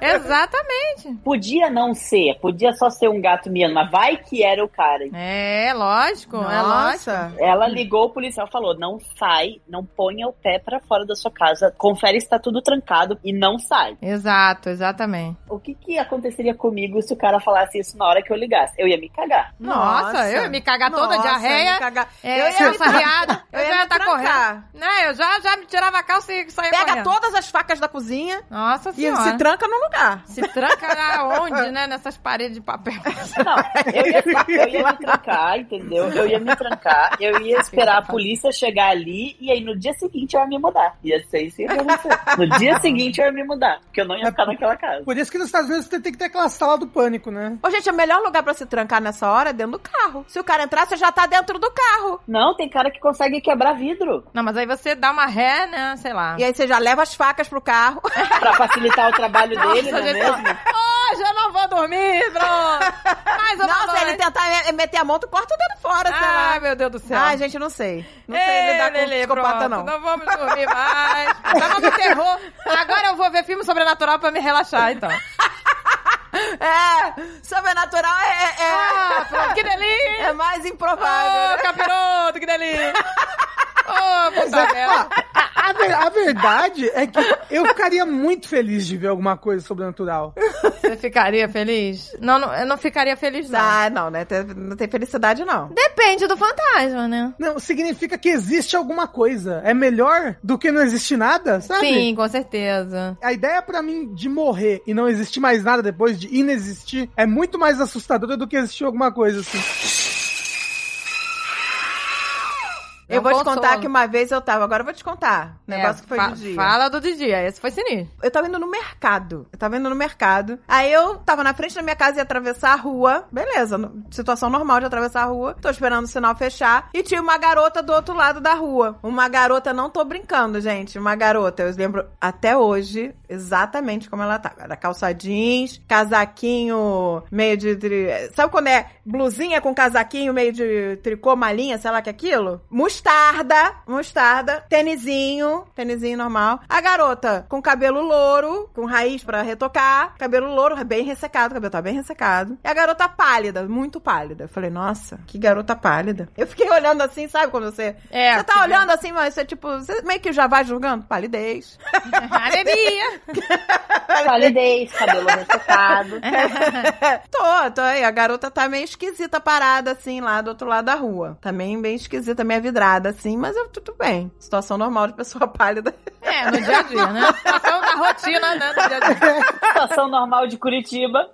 Speaker 1: Exatamente.
Speaker 3: Podia não ser, podia só ser um gato miando, mas vai que era o cara.
Speaker 1: É, lógico, é lógico. Hum.
Speaker 3: Ela ligou, o policial falou: não sai, não ponha o pé pra fora da sua casa, confere se tá tudo trancado e não sai.
Speaker 1: Exato, exatamente.
Speaker 3: O que que aconteceria comigo se o cara falasse isso na hora que eu ligasse? Eu ia me cagar.
Speaker 1: Nossa, eu ia me cagar toda,
Speaker 2: Nossa,
Speaker 1: diarreia.
Speaker 2: me cagar.
Speaker 1: É, eu ia estar riada, eu,
Speaker 2: eu ia
Speaker 1: já ia tá
Speaker 2: me
Speaker 1: estar correndo.
Speaker 2: trancar.
Speaker 1: Né, eu já, já me tirava a calça e saía
Speaker 2: Pega
Speaker 1: correndo.
Speaker 2: todas as facas da cozinha
Speaker 1: Nossa
Speaker 2: e
Speaker 1: senhora.
Speaker 2: se tranca no lugar.
Speaker 1: Se tranca aonde, né? Nessas paredes de papel.
Speaker 3: Não, eu ia, eu ia me trancar, entendeu? Eu ia me trancar, eu ia esperar a polícia chegar ali e aí no dia seguinte eu ia me mudar. Ia ser isso que ia acontecer. No dia seguinte eu ia me mudar, porque eu não ia ficar naquela casa.
Speaker 4: Por isso que nos Estados Unidos você tem que ter aquela sala do pânico, né?
Speaker 2: Ô, gente, o melhor lugar pra se trancar nessa hora é dentro do carro. Se o cara entrar, você já tá dentro do carro.
Speaker 3: Não, tem cara que consegue quebrar vidro
Speaker 1: Não, mas aí você dá uma ré, né? Sei lá.
Speaker 2: E aí você já leva as facas pro carro.
Speaker 3: pra facilitar o trabalho dele, não é mesmo?
Speaker 1: Hoje eu não vou dormir, pronto. Mas eu
Speaker 2: Não,
Speaker 1: vou
Speaker 2: se
Speaker 1: dormir.
Speaker 2: ele tentar me- eh, meter a mão, tu corta o dedo fora, sei lá.
Speaker 1: Ah, meu Deus do céu.
Speaker 2: Ai, gente, não sei. Não
Speaker 1: Ei,
Speaker 2: sei lidar com
Speaker 1: Lelê,
Speaker 2: psicopata,
Speaker 1: pronto,
Speaker 2: não.
Speaker 1: Não vamos dormir mais. Tá bom, me enterrou. Agora eu vou ver filme sobrenatural pra me relaxar, então.
Speaker 2: É, sobrenatural é, é-
Speaker 1: Ah,
Speaker 2: é,
Speaker 1: pronto, que
Speaker 2: é
Speaker 1: delícia.
Speaker 2: mais
Speaker 1: Ô,
Speaker 2: improvável. né?
Speaker 1: capiroto, que delícia. Ô,
Speaker 4: Mas é,
Speaker 1: puta merda.
Speaker 4: a, a ver- a verdade é que eu ficaria muito feliz de ver alguma coisa sobrenatural.
Speaker 1: Você ficaria feliz? Não, não, eu não ficaria feliz, não.
Speaker 2: Ah, não, né? Te- Não tem felicidade, não.
Speaker 1: Depende do fantasma, né?
Speaker 4: Não, significa que existe alguma coisa. É melhor do que não existir nada, sabe?
Speaker 1: Sim, com certeza.
Speaker 4: A ideia pra mim de morrer e não existir mais nada depois, de inexistir, é muito mais assustadora do que existir alguma coisa assim.
Speaker 1: É um
Speaker 2: eu vou te
Speaker 1: consolo.
Speaker 2: contar que uma vez eu tava. Agora eu vou te contar. Negócio
Speaker 1: um É,
Speaker 2: que foi
Speaker 1: fa-
Speaker 2: de dia.
Speaker 1: Fala do Didi, esse foi sinistro.
Speaker 2: Eu tava indo no mercado. Eu tava indo no mercado. Aí eu tava na frente da minha casa e ia atravessar a rua. Beleza, no- situação normal de atravessar a rua. Tô esperando o sinal fechar. E tinha uma garota do outro lado da rua. Uma garota, não tô brincando, gente. Uma garota. Eu lembro até hoje exatamente como ela tava. Era calça jeans, casaquinho meio de. tri- Sabe quando é blusinha com casaquinho meio de tricô, malinha, sei lá que é aquilo? Mostarda, mostarda, tênisinho, tênisinho normal. A garota com cabelo louro, com raiz pra retocar, cabelo louro bem ressecado, o cabelo tá bem ressecado. E a garota pálida, muito pálida. Eu falei, nossa, que garota pálida. Eu fiquei olhando assim, sabe quando você.
Speaker 1: É,
Speaker 2: você tá
Speaker 1: que-
Speaker 2: olhando assim, mas você tipo, você meio que já vai julgando palidez.
Speaker 1: Anemia.
Speaker 3: Solidez, cabelo ressecado.
Speaker 2: Tô, tô aí. A garota tá meio esquisita parada, assim, lá do outro lado da rua. Também bem esquisita, meio vidrada, assim, mas eu, tudo bem. Situação normal de pessoa pálida.
Speaker 1: É, no dia a dia, né? Situação da rotina, né? No dia a dia.
Speaker 3: Situação normal de Curitiba.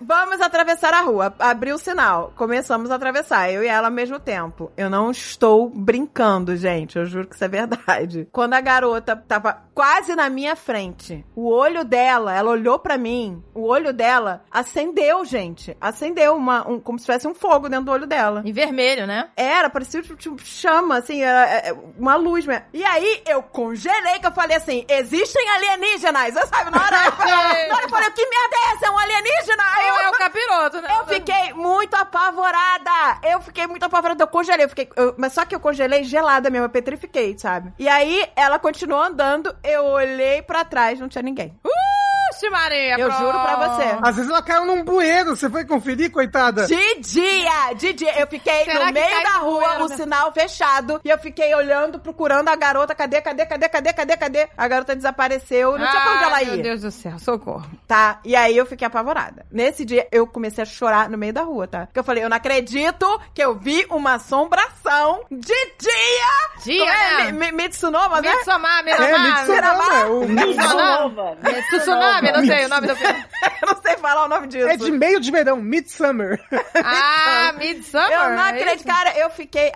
Speaker 2: Vamos atravessar a rua. Abriu o sinal. Começamos a atravessar, eu e ela ao mesmo tempo. Eu não estou brincando, gente. Eu juro que isso é verdade. Quando a garota tava quase na minha frente, o olho dela, ela olhou pra mim, o olho dela acendeu, gente. Acendeu uma, um- como se tivesse um fogo dentro do olho dela.
Speaker 1: Em vermelho, né?
Speaker 2: Era, parecia tipo, tipo, chama, assim, era, é, uma luz mesmo. E aí eu congelei, que eu falei assim: existem alienígenas! Eu sabe, na hora eu falei, na hora eu falei, que merda é essa? É um alienígena! Aí eu,
Speaker 1: é o capiroto, né?
Speaker 2: eu fiquei muito apavorada. Eu fiquei muito apavorada. Eu congelei. Eu fiquei, eu- mas só que eu congelei gelada mesmo. Eu petrifiquei, sabe? E aí, ela continuou andando. Eu olhei pra trás, não tinha ninguém.
Speaker 1: Vixe, Maria,
Speaker 2: Eu
Speaker 1: pronto.
Speaker 2: juro pra você.
Speaker 4: Às vezes ela caiu num bueiro, você foi conferir, coitada?
Speaker 2: De dia, de dia. Eu fiquei
Speaker 1: Será
Speaker 2: no
Speaker 1: que
Speaker 2: meio
Speaker 1: cai
Speaker 2: da
Speaker 1: no
Speaker 2: rua,
Speaker 1: bueiro,
Speaker 2: o
Speaker 1: né?
Speaker 2: sinal fechado. E eu fiquei olhando, procurando a garota. Cadê, cadê, cadê, cadê, cadê, cadê? A garota desapareceu. Não tinha como ela
Speaker 1: Ai,
Speaker 2: ir.
Speaker 1: Meu Deus do céu, socorro.
Speaker 2: Tá? E aí eu fiquei apavorada. Nesse dia eu comecei a chorar no meio da rua, tá? Porque eu falei, eu não acredito que eu vi uma assombração de dia!
Speaker 1: Dia,
Speaker 2: Como
Speaker 1: né?
Speaker 2: é? Mi- mi- Mitsunoma, né?
Speaker 1: Mitsumar,
Speaker 4: É, né?
Speaker 1: Miramar.
Speaker 4: Mitsunama. o-
Speaker 3: Mitsunova.
Speaker 1: É, Tsunami, não sei o nome do filme.
Speaker 2: Eu não sei falar o nome disso.
Speaker 4: É de meio de verão, Midsummer.
Speaker 1: Ah, Midsummer.
Speaker 2: Eu não
Speaker 1: é
Speaker 2: acredito,
Speaker 1: isso?
Speaker 2: cara, eu fiquei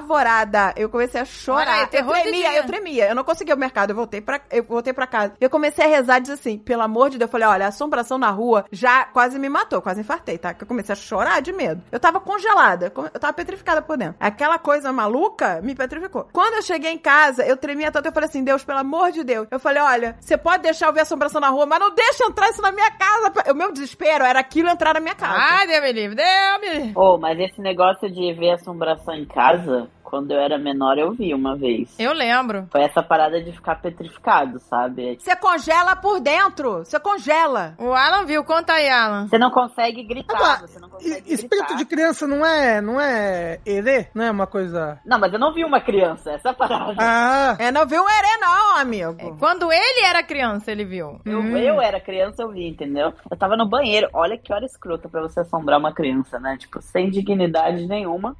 Speaker 2: apavorada. Eu comecei a chorar.
Speaker 1: Olha aí,
Speaker 2: eu
Speaker 1: terror de
Speaker 2: tremia,
Speaker 1: dia.
Speaker 2: eu tremia. Eu não conseguia o mercado, eu voltei pra, eu voltei pra casa. Eu comecei a rezar e disse assim, pelo amor de Deus. Eu falei, olha, a assombração na rua já quase me matou, quase infartei, tá? Que eu comecei a chorar de medo. Eu tava congelada, eu tava petrificada por dentro. Aquela coisa maluca me petrificou. Quando eu cheguei em casa, eu tremia tanto, eu falei assim, Deus, pelo amor de Deus. Eu falei, olha, você pode deixar eu ver assombração na rua, mas não deixa entrar isso na minha casa. O meu desespero era aquilo entrar na minha casa.
Speaker 1: Ai, Deus me livre, Deus me livre.
Speaker 3: Oh, mas esse negócio de ver assombração em casa, quando eu era menor, eu vi uma vez.
Speaker 1: Eu lembro.
Speaker 3: Foi essa parada de ficar petrificado, sabe?
Speaker 2: Você congela por dentro. Você congela.
Speaker 1: O Alan viu, conta aí, Alan.
Speaker 3: Você não consegue gritar,
Speaker 4: Agora,
Speaker 3: você não
Speaker 4: E-
Speaker 3: consegue
Speaker 4: espírito
Speaker 3: gritar.
Speaker 4: de criança não é, não é erê? Não é uma coisa...
Speaker 3: Não, mas eu não vi uma criança, essa é a parada.
Speaker 4: Ah,
Speaker 2: É, não viu um herê, não, amigo.
Speaker 1: Quando ele era criança, ele viu.
Speaker 3: Eu, eu era criança, eu vi, entendeu? Eu tava no banheiro. Olha que hora escrota pra você assombrar uma criança, né? Tipo, sem dignidade nenhuma.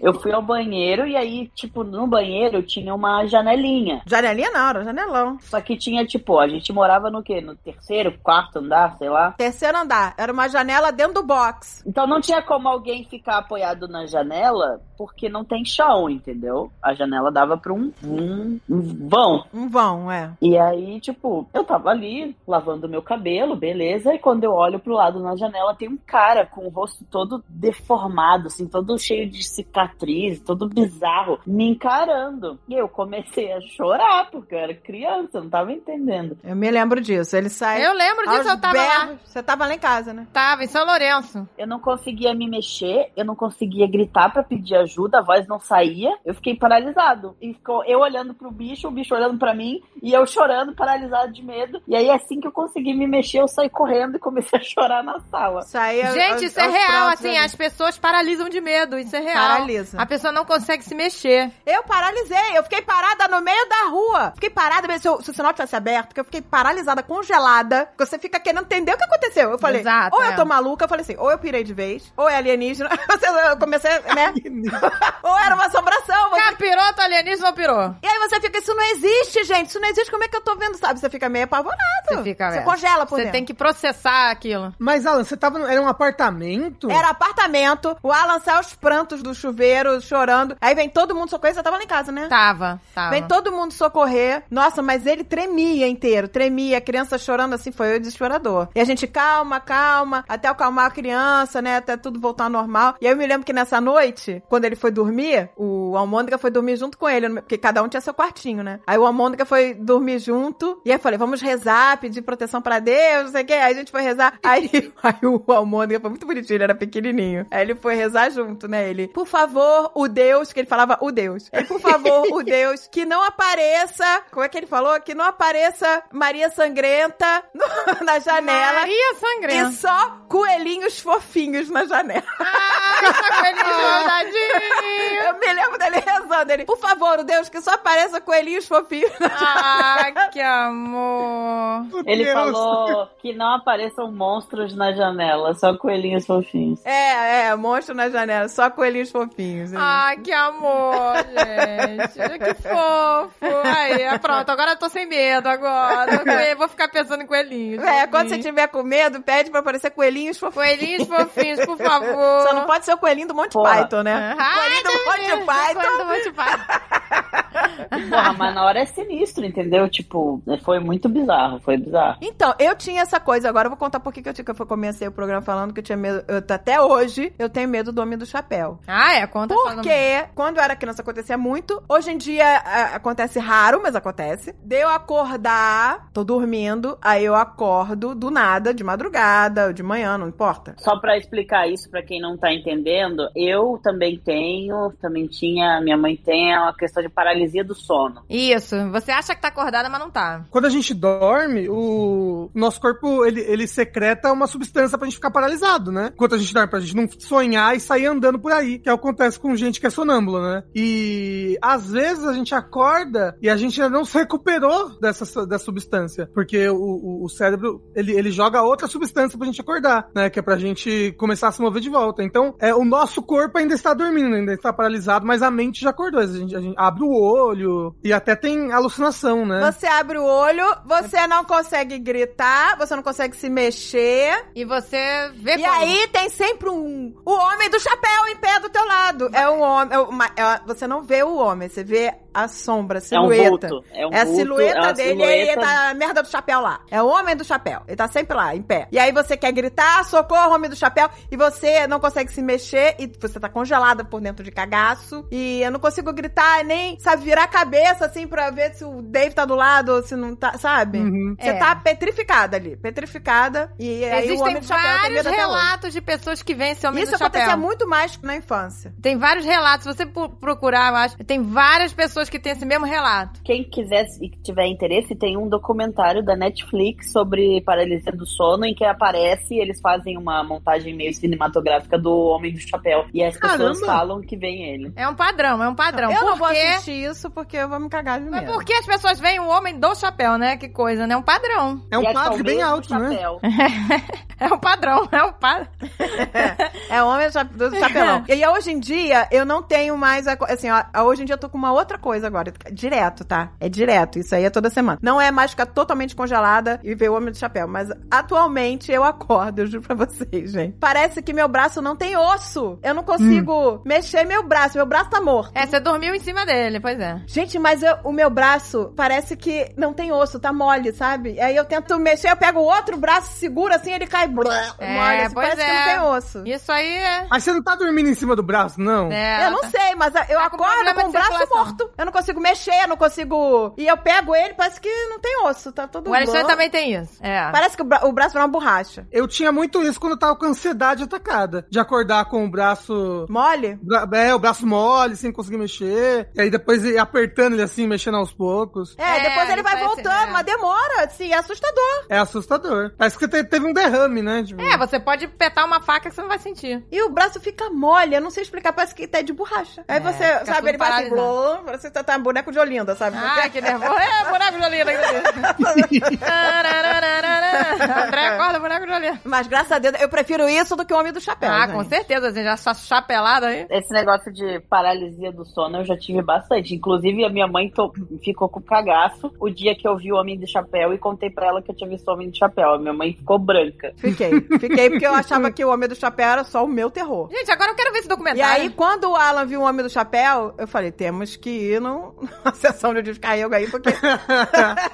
Speaker 3: eu fui ao banheiro e aí, tipo, no banheiro tinha uma janelinha.
Speaker 2: Janelinha não, era janelão.
Speaker 3: Só que tinha, tipo, a gente morava no quê? No terceiro, quarto andar, sei lá.
Speaker 2: Terceiro andar. Era uma janela dentro do box.
Speaker 3: Então não tinha como alguém ficar apoiado na janela, porque não tem chão, entendeu? A janela dava pra um, um, um vão.
Speaker 2: Um vão, é.
Speaker 3: E aí, tipo, eu tava ali lavando meu cabelo, beleza. E quando eu olho pro lado na janela, tem um cara com o rosto todo deformado, assim, todo cheio de cicatriz, todo bizarro, me encarando. E eu comecei a chorar, porque eu era criança, eu não tava entendendo.
Speaker 2: Eu me lembro disso. Ele sai.
Speaker 1: Eu lembro disso, eu tava lá.
Speaker 2: Você tava lá em casa, né?
Speaker 1: Tava em São Lourenço.
Speaker 3: Eu não conseguia me mexer, eu não conseguia gritar pra pedir ajuda, a voz não saía. Eu fiquei paralisado. E ficou eu olhando pro bicho, o bicho olhando pra mim e eu chorando, paralisado de medo. E aí assim que eu consegui me mexer, eu saí correndo e comecei a chorar na sala.
Speaker 2: Saía. aos-
Speaker 1: Gente, isso é
Speaker 2: aos
Speaker 1: real,
Speaker 2: prantos
Speaker 1: assim,
Speaker 2: ali.
Speaker 1: as pessoas paralisam de medo, isso é real.
Speaker 2: Paralisa.
Speaker 1: A pessoa não consegue se mexer.
Speaker 2: Eu paralisei, eu fiquei parada no meio da rua. Fiquei parada, mas se, o- se o sinal tivesse aberto, porque eu fiquei paralisada, congelada. porque Você fica querendo entender o que aconteceu. Eu falei,
Speaker 1: Exato,
Speaker 2: ou eu
Speaker 1: é.
Speaker 2: tô maluca, eu falei assim, ou eu pirei de vez, ou é alienígena. Eu comecei, né? ou era uma assombração. você
Speaker 1: Capiroto alienígena ou pirou?
Speaker 2: E aí você fica, isso não existe, gente. Isso não existe, como é que eu tô vendo, sabe? Você fica meio apavorado.
Speaker 1: Você fica,
Speaker 2: Você
Speaker 1: velho.
Speaker 2: congela por
Speaker 1: Você
Speaker 2: dentro.
Speaker 1: tem que processar aquilo.
Speaker 4: mas Alan, você tava... no- Era um apartamento?
Speaker 2: Era apartamento, o Alan sai aos prantos do chuveiro, chorando. Aí vem todo mundo socorrer, você tava lá em casa, né?
Speaker 1: Tava, tava.
Speaker 2: Vem todo mundo socorrer. Nossa, mas ele tremia inteiro, tremia. A criança chorando assim, foi o desesperador. E a gente, calma, calma, até acalmar a criança, né? Até tudo voltar ao normal. E aí eu me lembro que nessa noite, quando ele foi dormir, o Almôndega foi dormir junto com ele, porque cada um tinha seu quartinho, né? Aí o Almôndega foi dormir junto. E aí eu falei, vamos rezar, pedir proteção pra Deus, não sei o quê. Aí a gente foi rezar. Aí, aí o Almôndega foi muito bonitinho, ele era pequenininho. Aí ele foi rezar junto, né? Ele, por favor, o Deus, que ele falava o Deus. Ele, por favor, o Deus, que não apareça. Como é que ele falou? Que não apareça Maria Sangrenta no- na janela.
Speaker 1: Maria
Speaker 2: E
Speaker 1: sangrenta.
Speaker 2: só coelhinhos fofinhos na janela.
Speaker 1: ele tá com ele grudadinho.
Speaker 2: Eu me lembro dele rezando. Ele, por favor, o Deus, que só apareça coelhinhos fofinhos.
Speaker 1: Ah, que amor.
Speaker 4: Meu
Speaker 3: Ele
Speaker 4: Deus.
Speaker 3: falou que não apareçam monstros na janela, só coelhinhos fofinhos.
Speaker 2: É, é, monstro na janela, só coelhinhos fofinhos. né?
Speaker 1: Ah, que amor, gente. Olha que fofo. Aí, é, pronto. Agora eu tô sem medo agora. Eu vou ficar pensando em coelhinhos.
Speaker 2: é, quando você
Speaker 1: fofinhos.
Speaker 2: tiver com medo, pede pra aparecer coelhinhos fofinhos.
Speaker 1: Coelhinhos fofinhos, por favor. Ah, é,
Speaker 2: Só não pode ser o coelhinho do Monty
Speaker 3: Porra.
Speaker 2: Python, né?
Speaker 1: Ai,
Speaker 2: Coelhinho do Monty
Speaker 1: Deus,
Speaker 2: Python.
Speaker 1: coelho do Monty Python.
Speaker 3: Porra, mas na hora é sinistro, entendeu? Tipo, foi muito bizarro, foi bizarro.
Speaker 2: Então, eu tinha essa coisa, agora eu vou contar por que que eu, tinha- que eu comecei o programa falando que eu tinha medo. eu- até hoje, eu tenho medo do Homem do Chapéu.
Speaker 1: Ah, é? Conta falando.
Speaker 2: Porque quando eu era criança acontecia muito. Hoje em dia a- acontece raro, mas acontece. De eu acordar, tô dormindo, aí eu acordo do nada, de madrugada, ou de manhã, não importa.
Speaker 3: Só pra explicar isso pra quem não tá entendendo, eu também tenho, também tinha, minha mãe tem é uma questão de paralisia do sono.
Speaker 1: Isso. Você acha que tá acordada, mas não tá.
Speaker 4: Quando a gente dorme, o nosso corpo ele, ele secreta uma substância pra gente ficar paralisado, né? Enquanto a gente dorme, pra gente não sonhar e sair andando por aí, que acontece com gente que é sonâmbula, né? E às vezes a gente acorda e a gente ainda não se recuperou dessa, su- dessa substância, porque o, o, o cérebro ele, ele joga outra substância pra gente acordar, né? Que é pra gente começar a se mover de volta. Então, é, o nosso corpo ainda está dormindo, ainda está paralisado, mas a mente já acordou. A gente, a gente abre o olho e até tem alucinação, né?
Speaker 3: É.
Speaker 2: Você abre o olho, você não consegue gritar, você não consegue se mexer.
Speaker 1: E você vê
Speaker 2: E
Speaker 1: como.
Speaker 2: aí tem sempre um o homem do chapéu em pé do teu lado. É um homem, é uma- é- você não vê o homem, você vê a sombra, a
Speaker 3: É um
Speaker 2: silhueta.
Speaker 3: vulto. É, um
Speaker 2: É a
Speaker 3: vulto,
Speaker 2: silhueta
Speaker 3: é uma
Speaker 2: dele e ele
Speaker 3: silhueta.
Speaker 2: tá na merda do chapéu lá. É o homem do chapéu. Ele tá sempre lá, em pé. E aí você quer gritar, socorro, homem do chapéu, e você não consegue se mexer, e você tá congelada por dentro de cagaço. E eu não consigo gritar, nem, sabe, virar a cabeça assim pra ver se o Dave tá do lado ou se não tá, sabe?
Speaker 4: Uhum.
Speaker 2: Você
Speaker 1: É.
Speaker 2: tá petrificada ali, petrificada. E aí o
Speaker 1: Existem
Speaker 2: homem do chapéu tem
Speaker 1: vários
Speaker 2: medo até hoje.
Speaker 1: relatos de pessoas que vencem homens
Speaker 2: Isso
Speaker 1: do chapéu.
Speaker 2: acontecia muito mais na infância.
Speaker 1: Tem vários relatos. Se você pu- procurar, eu acho, tem várias pessoas que têm esse mesmo relato.
Speaker 3: Quem quiser e que tiver interesse, tem um documentário da Netflix sobre paralisia do sono em que aparece e eles fazem uma montagem meio cinematográfica do Homem do Chapéu. E as pessoas
Speaker 4: Caramba!
Speaker 3: falam que vem ele.
Speaker 1: É um padrão, é um padrão.
Speaker 2: eu
Speaker 1: Por
Speaker 2: não vou
Speaker 1: quê?
Speaker 2: assistir isso porque eu vou me cagar de
Speaker 1: Mas
Speaker 2: medo.
Speaker 1: por que as pessoas veem o homem do chapéu, né? Que coisa, né? É um padrão.
Speaker 4: É um
Speaker 3: E acho que
Speaker 4: padre
Speaker 3: o
Speaker 4: bem
Speaker 3: mesmo
Speaker 4: alto, né?
Speaker 3: chapéu.
Speaker 1: É um padrão, é um padrão.
Speaker 2: É homem cha- do chapelão. e aí, hoje em dia, eu não tenho mais. a co- assim, ó, hoje em dia eu tô com uma outra coisa agora. Direto, tá? É direto. Isso aí é toda semana. Não é mais ficar totalmente congelada e ver o homem do chapéu. Mas atualmente eu acordo, eu juro pra vocês, gente. Parece que meu braço não tem osso. Eu não consigo
Speaker 1: Hum.
Speaker 2: mexer meu braço. Meu braço tá morto.
Speaker 1: É, você dormiu em cima dele, pois é.
Speaker 2: Gente, mas eu- o meu braço parece que não tem osso, tá mole, sabe? Aí eu tento mexer, eu pego o outro braço, seguro assim, ele cai. Blá,
Speaker 1: É,
Speaker 2: mole, assim,
Speaker 1: pois
Speaker 2: parece
Speaker 1: é.
Speaker 2: que não tem osso.
Speaker 1: Isso aí é.
Speaker 4: Mas você não tá dormindo em cima do braço, não?
Speaker 1: é
Speaker 2: Eu não sei, mas eu
Speaker 1: Tá com
Speaker 2: acordo
Speaker 1: problema
Speaker 2: com o
Speaker 1: de
Speaker 2: braço
Speaker 1: circulação.
Speaker 2: morto. Eu não consigo mexer, eu não consigo. E eu pego ele, parece que não tem osso, tá todo
Speaker 1: O Alexandre
Speaker 2: bom.
Speaker 1: também tem isso. É.
Speaker 2: Parece que o, bra- o braço virou uma borracha.
Speaker 4: Eu tinha muito isso quando eu tava com ansiedade atacada. De acordar com o braço.
Speaker 2: Mole?
Speaker 4: bra- É, o braço mole, sem conseguir mexer. E aí depois ir apertando ele assim, mexendo aos poucos.
Speaker 2: É,
Speaker 1: É,
Speaker 2: depois ele
Speaker 1: ele
Speaker 2: vai
Speaker 1: parece-
Speaker 2: voltando,
Speaker 1: é.
Speaker 2: mas demora, assim, é assustador.
Speaker 4: É assustador. Parece que te- teve um derrame, né? Tipo,
Speaker 1: É, você pode petar uma faca que você não vai sentir.
Speaker 2: E o braço fica mole, eu não sei explicar, parece que tá de borracha. Aí
Speaker 1: É,
Speaker 2: você,
Speaker 1: fica
Speaker 2: sabe,
Speaker 1: tudo
Speaker 2: ele vai assim,
Speaker 1: paralisado.
Speaker 2: blum, parece que tá, tá boneco de Olinda, sabe?
Speaker 1: Ai, que nervoso. É, boneco de Olinda. Tararararara. André acorda, boneco de Olinda.
Speaker 2: Mas graças a Deus, eu prefiro isso do que o homem do chapéu.
Speaker 1: Ah,
Speaker 2: Então, gente.
Speaker 1: com certeza, gente. Essa chapelada aí.
Speaker 3: Esse negócio de paralisia do sono eu já tive bastante. Inclusive, a minha mãe to- ficou com cagaço o dia que eu vi o Homem de Chapéu e contei pra ela que eu tinha visto o Homem de Chapéu. A minha mãe ficou branca.
Speaker 2: Fiquei. Fiquei porque eu achava que o homem do chapéu era só o meu terror.
Speaker 1: Gente, agora eu quero ver esse
Speaker 2: E aí,
Speaker 1: documentário.
Speaker 2: quando o Alan viu o Homem do Chapéu, eu falei, temos que ir no- na sessão de descarrego aí, porque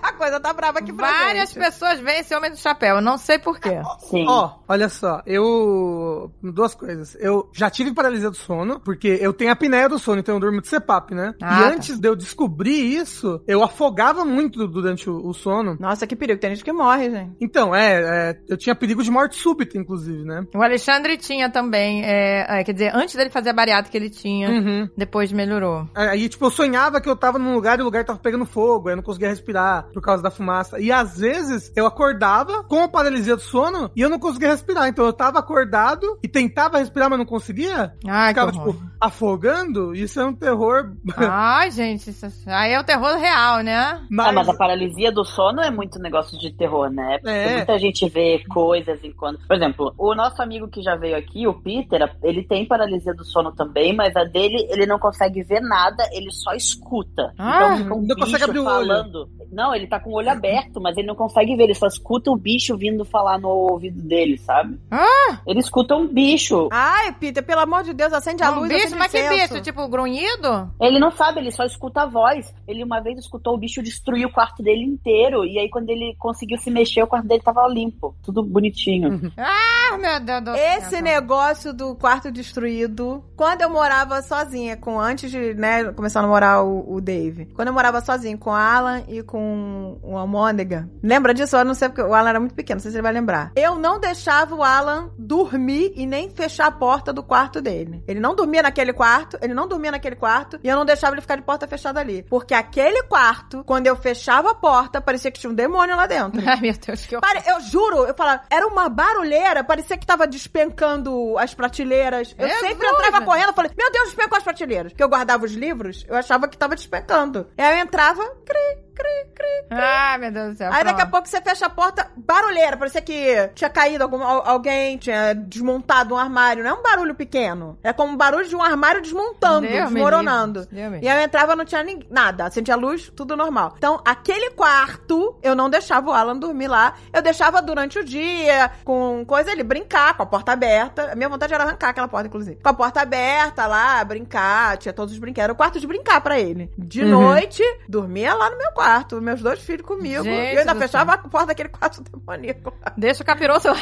Speaker 2: a coisa tá brava aqui pra
Speaker 1: Várias
Speaker 2: gente.
Speaker 1: pessoas veem esse homem do chapéu. Eu não sei porquê.
Speaker 3: Sim.
Speaker 4: Ó, olha só, eu. Duas coisas. Eu já tive paralisia do sono, porque eu tenho apneia do sono, então eu durmo de CPAP, né?
Speaker 1: Ah,
Speaker 4: e
Speaker 1: tá.
Speaker 4: antes de eu descobrir isso, eu afogava muito durante o- o sono.
Speaker 2: Nossa, que perigo. Tem gente que morre, gente.
Speaker 4: Então, é, é, eu tinha perigo perigo de morte súbita, inclusive, né?
Speaker 1: O Alexandre tinha também, é, é, quer dizer, antes dele fazer a bariátrica ele tinha,
Speaker 4: Uhum.
Speaker 1: depois melhorou.
Speaker 4: Aí, tipo, eu sonhava que eu tava num lugar e o lugar tava pegando fogo, aí eu não conseguia respirar por causa da fumaça. E às vezes eu acordava com a paralisia do sono e eu não conseguia respirar. Então eu tava acordado e tentava respirar, mas não conseguia.
Speaker 1: Ai, que
Speaker 4: Ficava,
Speaker 1: horror.
Speaker 4: tipo, afogando. Isso é um terror.
Speaker 1: Ai, gente, isso... aí é o terror real, né?
Speaker 3: Ah, mas a paralisia do sono é muito negócio de terror, né? Porque
Speaker 4: É.
Speaker 3: muita gente vê coisas enquanto. Por exemplo, o nosso amigo que já veio aqui, o Peter, ele tem paralisia do sono também, mas a dele, ele não consegue ver nada, ele só escuta.
Speaker 1: Ah,
Speaker 3: então fica um
Speaker 4: não
Speaker 3: bicho
Speaker 4: consegue abrir o olho.
Speaker 3: falando. Não, ele tá com o olho aberto, mas ele não consegue ver, ele só escuta o bicho vindo falar no ouvido dele, sabe?
Speaker 4: Ah!
Speaker 3: Ele escuta um bicho.
Speaker 2: Ai, Peter, pelo amor de Deus, acende a
Speaker 1: um
Speaker 2: luz,
Speaker 1: bicho,
Speaker 2: acende
Speaker 1: mas
Speaker 2: o
Speaker 1: que
Speaker 2: incenso.
Speaker 1: bicho? Tipo, grunhido?
Speaker 3: Ele não sabe, ele só escuta a voz. Ele uma vez escutou o bicho destruir o quarto dele inteiro. E aí, quando ele conseguiu se mexer, o quarto dele tava limpo. Tudo bonitinho.
Speaker 1: Ah, meu Deus do
Speaker 2: Esse
Speaker 1: céu.
Speaker 2: negócio do quarto destruído, quando eu morava sozinha, com antes de né, começar a namorar o, o Dave. Quando eu morava sozinha com o Alan e com o Almôndega. Lembra disso? Eu não sei porque o Alan era muito pequeno, não sei se ele vai lembrar. Eu não deixava o Alan dormir e nem fechar a porta do quarto dele. Ele não dormia naquele quarto, ele não dormia naquele quarto e eu não deixava ele ficar de porta fechada ali. Porque aquele quarto, quando eu fechava a porta, parecia que tinha um demônio lá dentro.
Speaker 1: Ai, meu Deus, que horror.
Speaker 2: Pare- eu juro, eu falava, era uma barulheira, parecia que tava despencando as prateleiras. Eu
Speaker 1: Jesus,
Speaker 2: sempre entrava
Speaker 1: né?
Speaker 2: correndo, eu falei, meu Deus, despencou as prateleiras. Porque eu guardava os livros, eu achava que tava despencando. Aí eu entrava, cri, cri, cri.
Speaker 1: Ah, meu Deus do céu.
Speaker 2: Aí daqui a
Speaker 1: pronto.
Speaker 2: pouco você fecha a porta, barulheira, parecia que tinha caído algum, al- alguém, tinha desmontado um armário. Não é um barulho pequeno, é como um barulho de um armário desmontando,
Speaker 1: Deus me
Speaker 2: desmoronando.
Speaker 1: livre, Deus me livre.
Speaker 2: E aí eu entrava, não tinha nin- nada. Acendia a luz, tudo normal. Então, aquele quarto, eu não deixava o Alan dormir lá. Eu deixava durante o dia, com coisa ele brincar, com a porta aberta. A minha vontade era arrancar aquela porta, inclusive. Com a porta aberta lá, brincar, tinha todos os brinquedos. Era o quarto de brincar pra ele. De
Speaker 4: Uhum.
Speaker 2: noite, dormia lá no meu quarto, meus dois filhos comigo.
Speaker 1: Gente
Speaker 2: e eu ainda
Speaker 1: do
Speaker 2: fechava a porta daquele quarto demoníaco.
Speaker 1: Deixa o capiroto lá.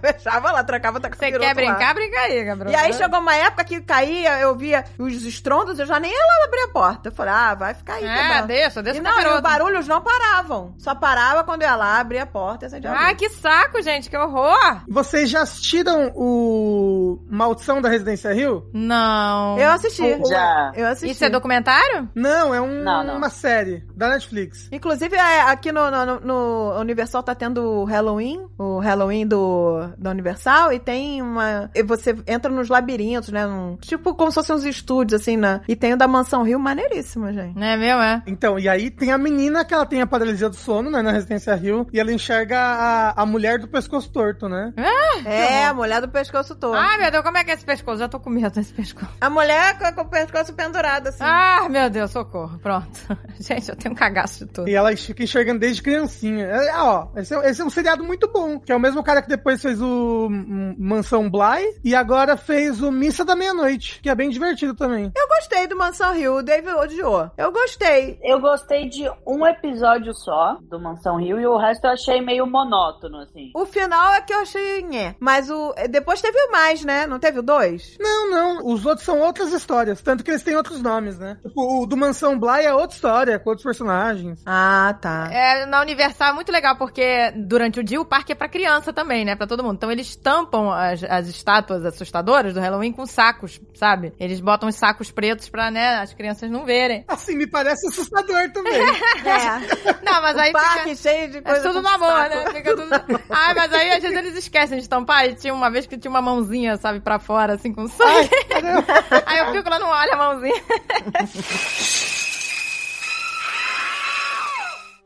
Speaker 2: fechava lá, trancava tá com
Speaker 1: Você quer brincar? Uhum. Brinca aí, Gabriel.
Speaker 2: E aí chegou uma época que caía, eu via os estrondos, eu já nem ia lá abrir a porta. Eu falei, ah, vai ficar aí. tá
Speaker 1: É,
Speaker 2: bom.
Speaker 1: deixa, deixa
Speaker 2: E
Speaker 1: o
Speaker 2: não, e
Speaker 1: capiroto.
Speaker 2: os barulhos não paravam. Só parava quando eu ia lá, abria a porta e acendia a
Speaker 1: Ai,
Speaker 2: luz.
Speaker 1: que saco, gente, que horror.
Speaker 4: Vocês já assistiram o Maldição da Residência Rio?
Speaker 1: Não.
Speaker 2: Eu assisti.
Speaker 3: Já.
Speaker 2: Eu assisti.
Speaker 1: Isso é documentário?
Speaker 4: Não, é um-
Speaker 3: Não, não.
Speaker 4: uma série da Netflix.
Speaker 2: Inclusive, é, aqui no, no- no Universal tá tendo o Halloween, o Halloween do, da Universal, e tem uma. e você entra nos labirintos, né? num- tipo como se fossem uns estúdios, assim, né? E tem o da Mansão Rio, maneiríssimo, gente.
Speaker 1: Não é meu, é?
Speaker 4: Então, e aí tem a menina que ela tem a paralisia do sono, né, na Residência Rio, e ela enxerga a, a mulher do pescoço torto, né?
Speaker 1: Ah,
Speaker 2: É, a mulher do pescoço todo.
Speaker 1: Ai, meu Deus, como é que é esse pescoço? Já tô com medo desse pescoço.
Speaker 2: A mulher com, com o pescoço pendurado, assim.
Speaker 1: Ah, meu Deus, socorro. Pronto. Gente, eu tenho um cagaço de tudo.
Speaker 4: E ela fica enxergando desde criancinha. É, ó, esse é, esse é um seriado muito bom. Que é o mesmo cara que depois fez o hum, Mansão Bly e agora fez o Missa da Meia-Noite, que é bem divertido também.
Speaker 2: Eu gostei do Mansão Rio, o David odiou. Eu gostei.
Speaker 3: Eu gostei de um episódio só do Mansão Rio e o resto eu achei meio monótono, assim.
Speaker 2: O final é que eu achei nhé. Mas o. Depois teve o mais, né? Não teve o dois?
Speaker 4: Não, não. Os outros são outras histórias. Tanto que eles têm outros nomes, né? Tipo, o do Mansão Bly é outra história, com outros personagens.
Speaker 2: Ah, tá.
Speaker 1: É, na Universal é muito legal, porque durante o dia o parque é pra criança também, né? Pra todo mundo. Então eles tampam as, as estátuas assustadoras do Halloween com sacos, sabe? Eles botam os sacos pretos pra, né, as crianças não verem.
Speaker 4: Assim, me parece assustador também.
Speaker 2: É.
Speaker 1: Não, mas aí
Speaker 2: o
Speaker 1: fica...
Speaker 2: parque cheio de
Speaker 1: É
Speaker 2: coisa.
Speaker 1: tudo
Speaker 2: com
Speaker 1: no amor,
Speaker 2: saco.
Speaker 1: né? Fica tudo... Ai, mas aí às vezes eles esquecem de tampar. E tinha uma vez que tinha uma mãozinha, sabe, pra fora, assim, com sangue. aí eu fico lá, não olha a mãozinha.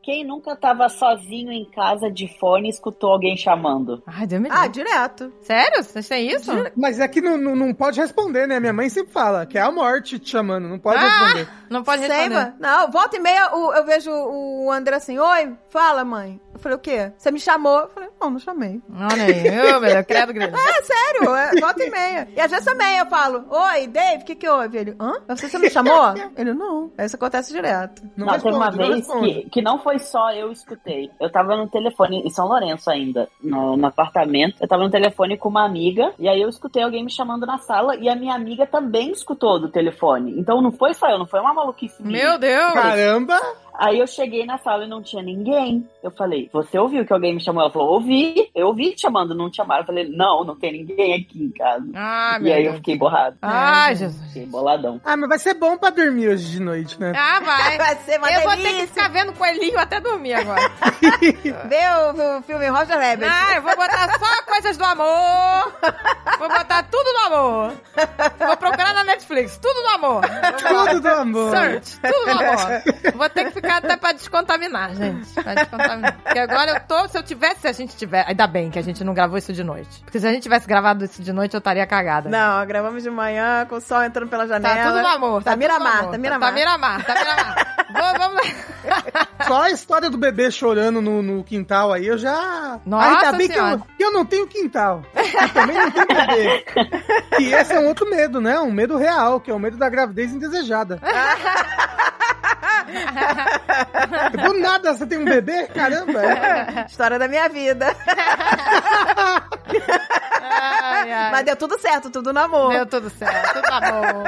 Speaker 3: Quem nunca tava sozinho em casa de fone e escutou alguém chamando?
Speaker 1: Ai, Deus me
Speaker 2: Ah,
Speaker 1: livre.
Speaker 2: direto.
Speaker 1: Sério? Vocês têm isso?
Speaker 4: Mas é que não, não, não pode responder, né? Minha mãe sempre fala que é a morte te chamando, não
Speaker 1: Ah!
Speaker 4: pode responder.
Speaker 1: Não pode
Speaker 2: Sei,
Speaker 1: responder.
Speaker 2: mano. Não, volta e meia o- eu vejo o André assim: Oi, fala, mãe. Eu falei: O quê? Você me chamou? Eu falei: Não, não chamei.
Speaker 1: Olha aí. Eu, meu, eu credo, credo.
Speaker 2: É, sério, é, volta e meia. E às vezes também eu falo, oi, Dave, o que que houve? Ele, hã? Você, você me chamou? Ele, não. Isso acontece direto.
Speaker 4: Não,
Speaker 3: Não, teve
Speaker 4: responde,
Speaker 3: uma
Speaker 4: não
Speaker 3: vez
Speaker 4: responde.
Speaker 3: que, que não foi só eu escutei. Eu tava no telefone, em São Lourenço ainda, no, no apartamento. Eu tava no telefone com uma amiga, e aí eu escutei alguém me chamando na sala, e a minha amiga também escutou do telefone. Então não foi só eu, não foi uma maluquice minha.
Speaker 1: Meu Deus.
Speaker 4: Caramba!
Speaker 3: Aí eu cheguei na sala e não tinha ninguém. Eu falei, você ouviu que alguém me chamou? Ela falou, ouvi, eu ouvi te chamando, não te chamaram. Eu falei, não, não tem ninguém aqui em casa.
Speaker 1: Ah,
Speaker 3: e
Speaker 1: meu
Speaker 3: aí eu
Speaker 1: Deus.
Speaker 3: fiquei borrado.
Speaker 1: Ai, Jesus.
Speaker 3: Fiquei boladão.
Speaker 4: Ah, mas vai ser bom pra dormir hoje de noite, né?
Speaker 1: Ah, vai.
Speaker 2: Vai ser uma
Speaker 1: eu vou ter que
Speaker 2: delícia.
Speaker 1: ficar vendo coelhinho até dormir agora.
Speaker 2: Vê o, o filme Roger Rabbit.
Speaker 1: Ah, eu vou botar só coisas do amor. Vou botar tudo do amor. Vou procurar na Netflix, tudo do amor.
Speaker 4: Tudo do amor.
Speaker 1: Search, tudo do amor. Vou ter que ficar até pra descontaminar, gente. Pra descontaminar. Porque agora eu tô, se eu tivesse, se a gente tiver. Ainda bem que a gente não gravou isso de noite. Porque se a gente tivesse gravado isso de noite, eu estaria cagada.
Speaker 2: Não, gravamos de manhã com o sol entrando pela
Speaker 1: Tá
Speaker 2: janela.
Speaker 1: tudo no amor. Tá,
Speaker 2: Tá
Speaker 1: tudo no
Speaker 2: Miramar,
Speaker 1: amor.
Speaker 2: tá
Speaker 1: Tá
Speaker 2: Miramar.
Speaker 1: Miramar, tá Miramar. Vou- vamos.
Speaker 4: Só a história do bebê chorando no, no quintal aí, eu já.
Speaker 1: Nossa
Speaker 4: Ainda bem que
Speaker 1: Senhora.
Speaker 4: eu, que eu não tenho quintal. Eu também não tenho bebê. E esse é um outro medo, né? Um medo real, que é o medo da gravidez indesejada. Do nada você tem um bebê? Caramba!
Speaker 2: História da minha vida.
Speaker 1: Ai, ai.
Speaker 2: Mas deu tudo certo, tudo no amor.
Speaker 1: Deu tudo certo, tudo tá amor.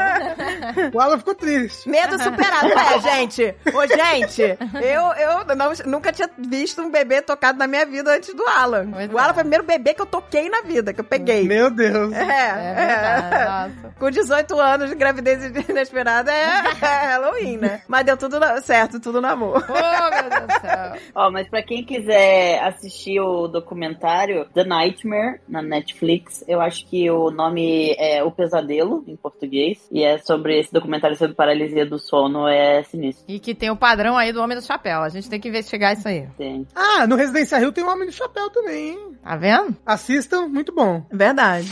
Speaker 4: O Alan ficou triste.
Speaker 2: Medo superado, é, gente. Ô, gente, eu, eu não- nunca tinha visto um bebê tocado na minha vida antes do Alan.
Speaker 1: Pois
Speaker 2: o
Speaker 1: é.
Speaker 2: Alan foi o primeiro bebê que eu toquei na vida, que eu peguei.
Speaker 4: Meu Deus.
Speaker 1: É
Speaker 2: É, é.
Speaker 1: verdade, nossa.
Speaker 2: Com 18 anos de gravidez inesperada é, é Halloween, né? Mas deu tudo no- certo, tudo no amor.
Speaker 1: Ô, meu Deus do céu.
Speaker 3: Ó, mas pra quem quiser assistir o documentário The Nightmare na Netflix, eu acho que o nome é O Pesadelo em português e é sobre esse documentário sobre paralisia do sono é sinistro.
Speaker 1: E que tem o padrão aí do Homem do Chapéu. A gente tem que investigar isso aí.
Speaker 3: Tem.
Speaker 4: Ah, no Residência Rio tem um Homem de Chapéu também, hein?
Speaker 1: Tá vendo?
Speaker 4: Assistam, muito bom.
Speaker 2: Verdade.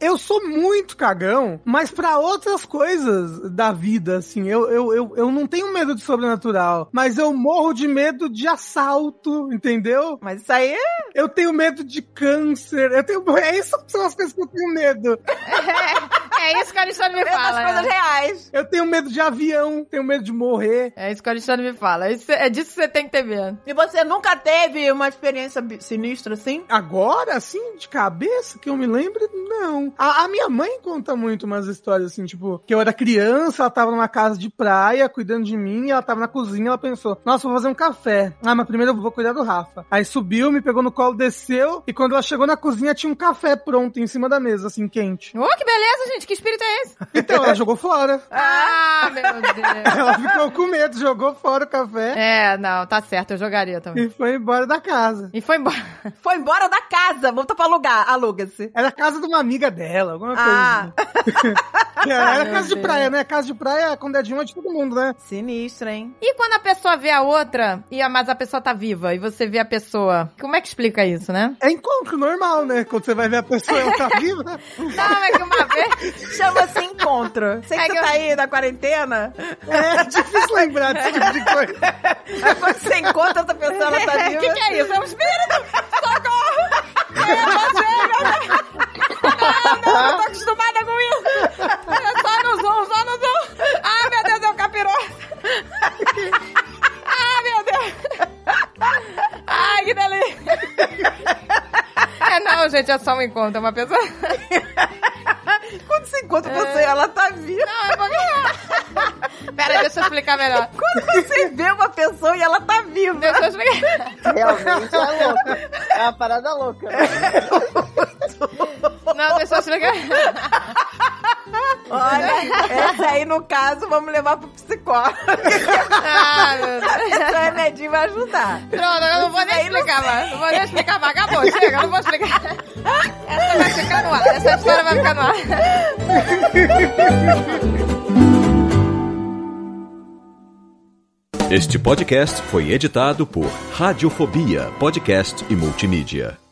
Speaker 4: Eu sou muito cagão, mas pra outras coisas da vida, assim, eu, eu, eu, eu não tenho medo de sobrenatural, mas eu morro de medo de assalto, entendeu?
Speaker 2: Mas isso aí é
Speaker 4: Eu tenho medo de câncer, eu tenho. É isso que são as coisas que eu tenho medo.
Speaker 1: É, é isso que o Alexandre me
Speaker 2: é das
Speaker 1: fala.
Speaker 2: coisas
Speaker 1: né?
Speaker 2: reais.
Speaker 4: Eu tenho medo de avião, tenho medo de morrer.
Speaker 1: É isso que o Alexandre me fala. Isso- é disso que você tem que ter medo.
Speaker 2: E você nunca teve uma experiência bi- sinistra assim?
Speaker 4: Agora, assim, de cabeça, que eu me lembro, não. A, a minha mãe conta muito umas histórias, assim, tipo, que eu era criança, ela tava numa casa de praia, cuidando de mim, ela tava na cozinha, ela pensou, nossa, vou fazer um café. Ah, mas primeiro eu vou cuidar do Rafa. Aí subiu, me pegou no colo, desceu, e quando ela chegou na cozinha, tinha um café pronto em cima da mesa, assim, quente.
Speaker 1: Ô, que beleza, gente. Que espírito é esse?
Speaker 4: Então, ela jogou fora.
Speaker 1: Ah, meu Deus.
Speaker 4: Ela ficou com medo, jogou fora o café
Speaker 1: É, não, tá certo. Eu jogaria também.
Speaker 4: e foi embora da casa.
Speaker 1: E foi embora.
Speaker 2: Foi embora da casa, voltou pra alugar, aluga-se.
Speaker 4: Era a casa de uma amiga dela, alguma
Speaker 2: Ah.
Speaker 4: coisa. assim. era
Speaker 1: Meu
Speaker 4: casa de
Speaker 1: Deus.
Speaker 4: praia, né? Casa de praia, quando é de uma, é de todo mundo, né?
Speaker 2: Sinistra, hein?
Speaker 1: E quando a pessoa vê a outra, e a, mas a pessoa tá viva, e você vê a pessoa. Como é que explica isso, né?
Speaker 4: É encontro normal, né? Quando você vai ver a pessoa, ela tá viva.
Speaker 1: Não, é que uma vez.
Speaker 2: Chama-se encontro. Sei
Speaker 1: É
Speaker 2: que
Speaker 1: que
Speaker 2: você
Speaker 1: eu-
Speaker 2: tá aí na quarentena,
Speaker 4: É difícil lembrar desse tipo de coisa.
Speaker 2: aí quando você encontra outra pessoa, ela tá
Speaker 1: O
Speaker 2: viva.
Speaker 1: que, que é isso? É um espírito! É, né? Socorro! Ah, Eu não chego! Não, não, eu tô acostumada com isso! É Só no zoom, só no zoom! Ah, meu Deus, é um capiroto! Ah, meu Deus! Ai, que delícia! É não, gente, é só um encontro, é uma pessoa...
Speaker 2: Quando você encontra
Speaker 1: É.
Speaker 2: você, ela tá viva.
Speaker 1: Não, é porque... Pera, deixa eu explicar melhor.
Speaker 2: Quando você vê uma pessoa e ela tá viva.
Speaker 1: Deixa eu explicar...
Speaker 3: Realmente é louco. É uma parada louca.
Speaker 1: Não, deixa eu explicar...
Speaker 2: Olha, essa aí, no caso, vamos levar pro psicólogo.
Speaker 1: Ah, meu Deus...
Speaker 2: Esse remedinho vai ajudar.
Speaker 1: Pronto, eu não vou nem explicar mais. Não vou nem explicar mais. Acabou, chega, eu não vou explicar. Essa vai ficar no ar. Essa história vai ficar no ar.
Speaker 7: Este podcast foi editado por Radiofobia, podcast e multimídia.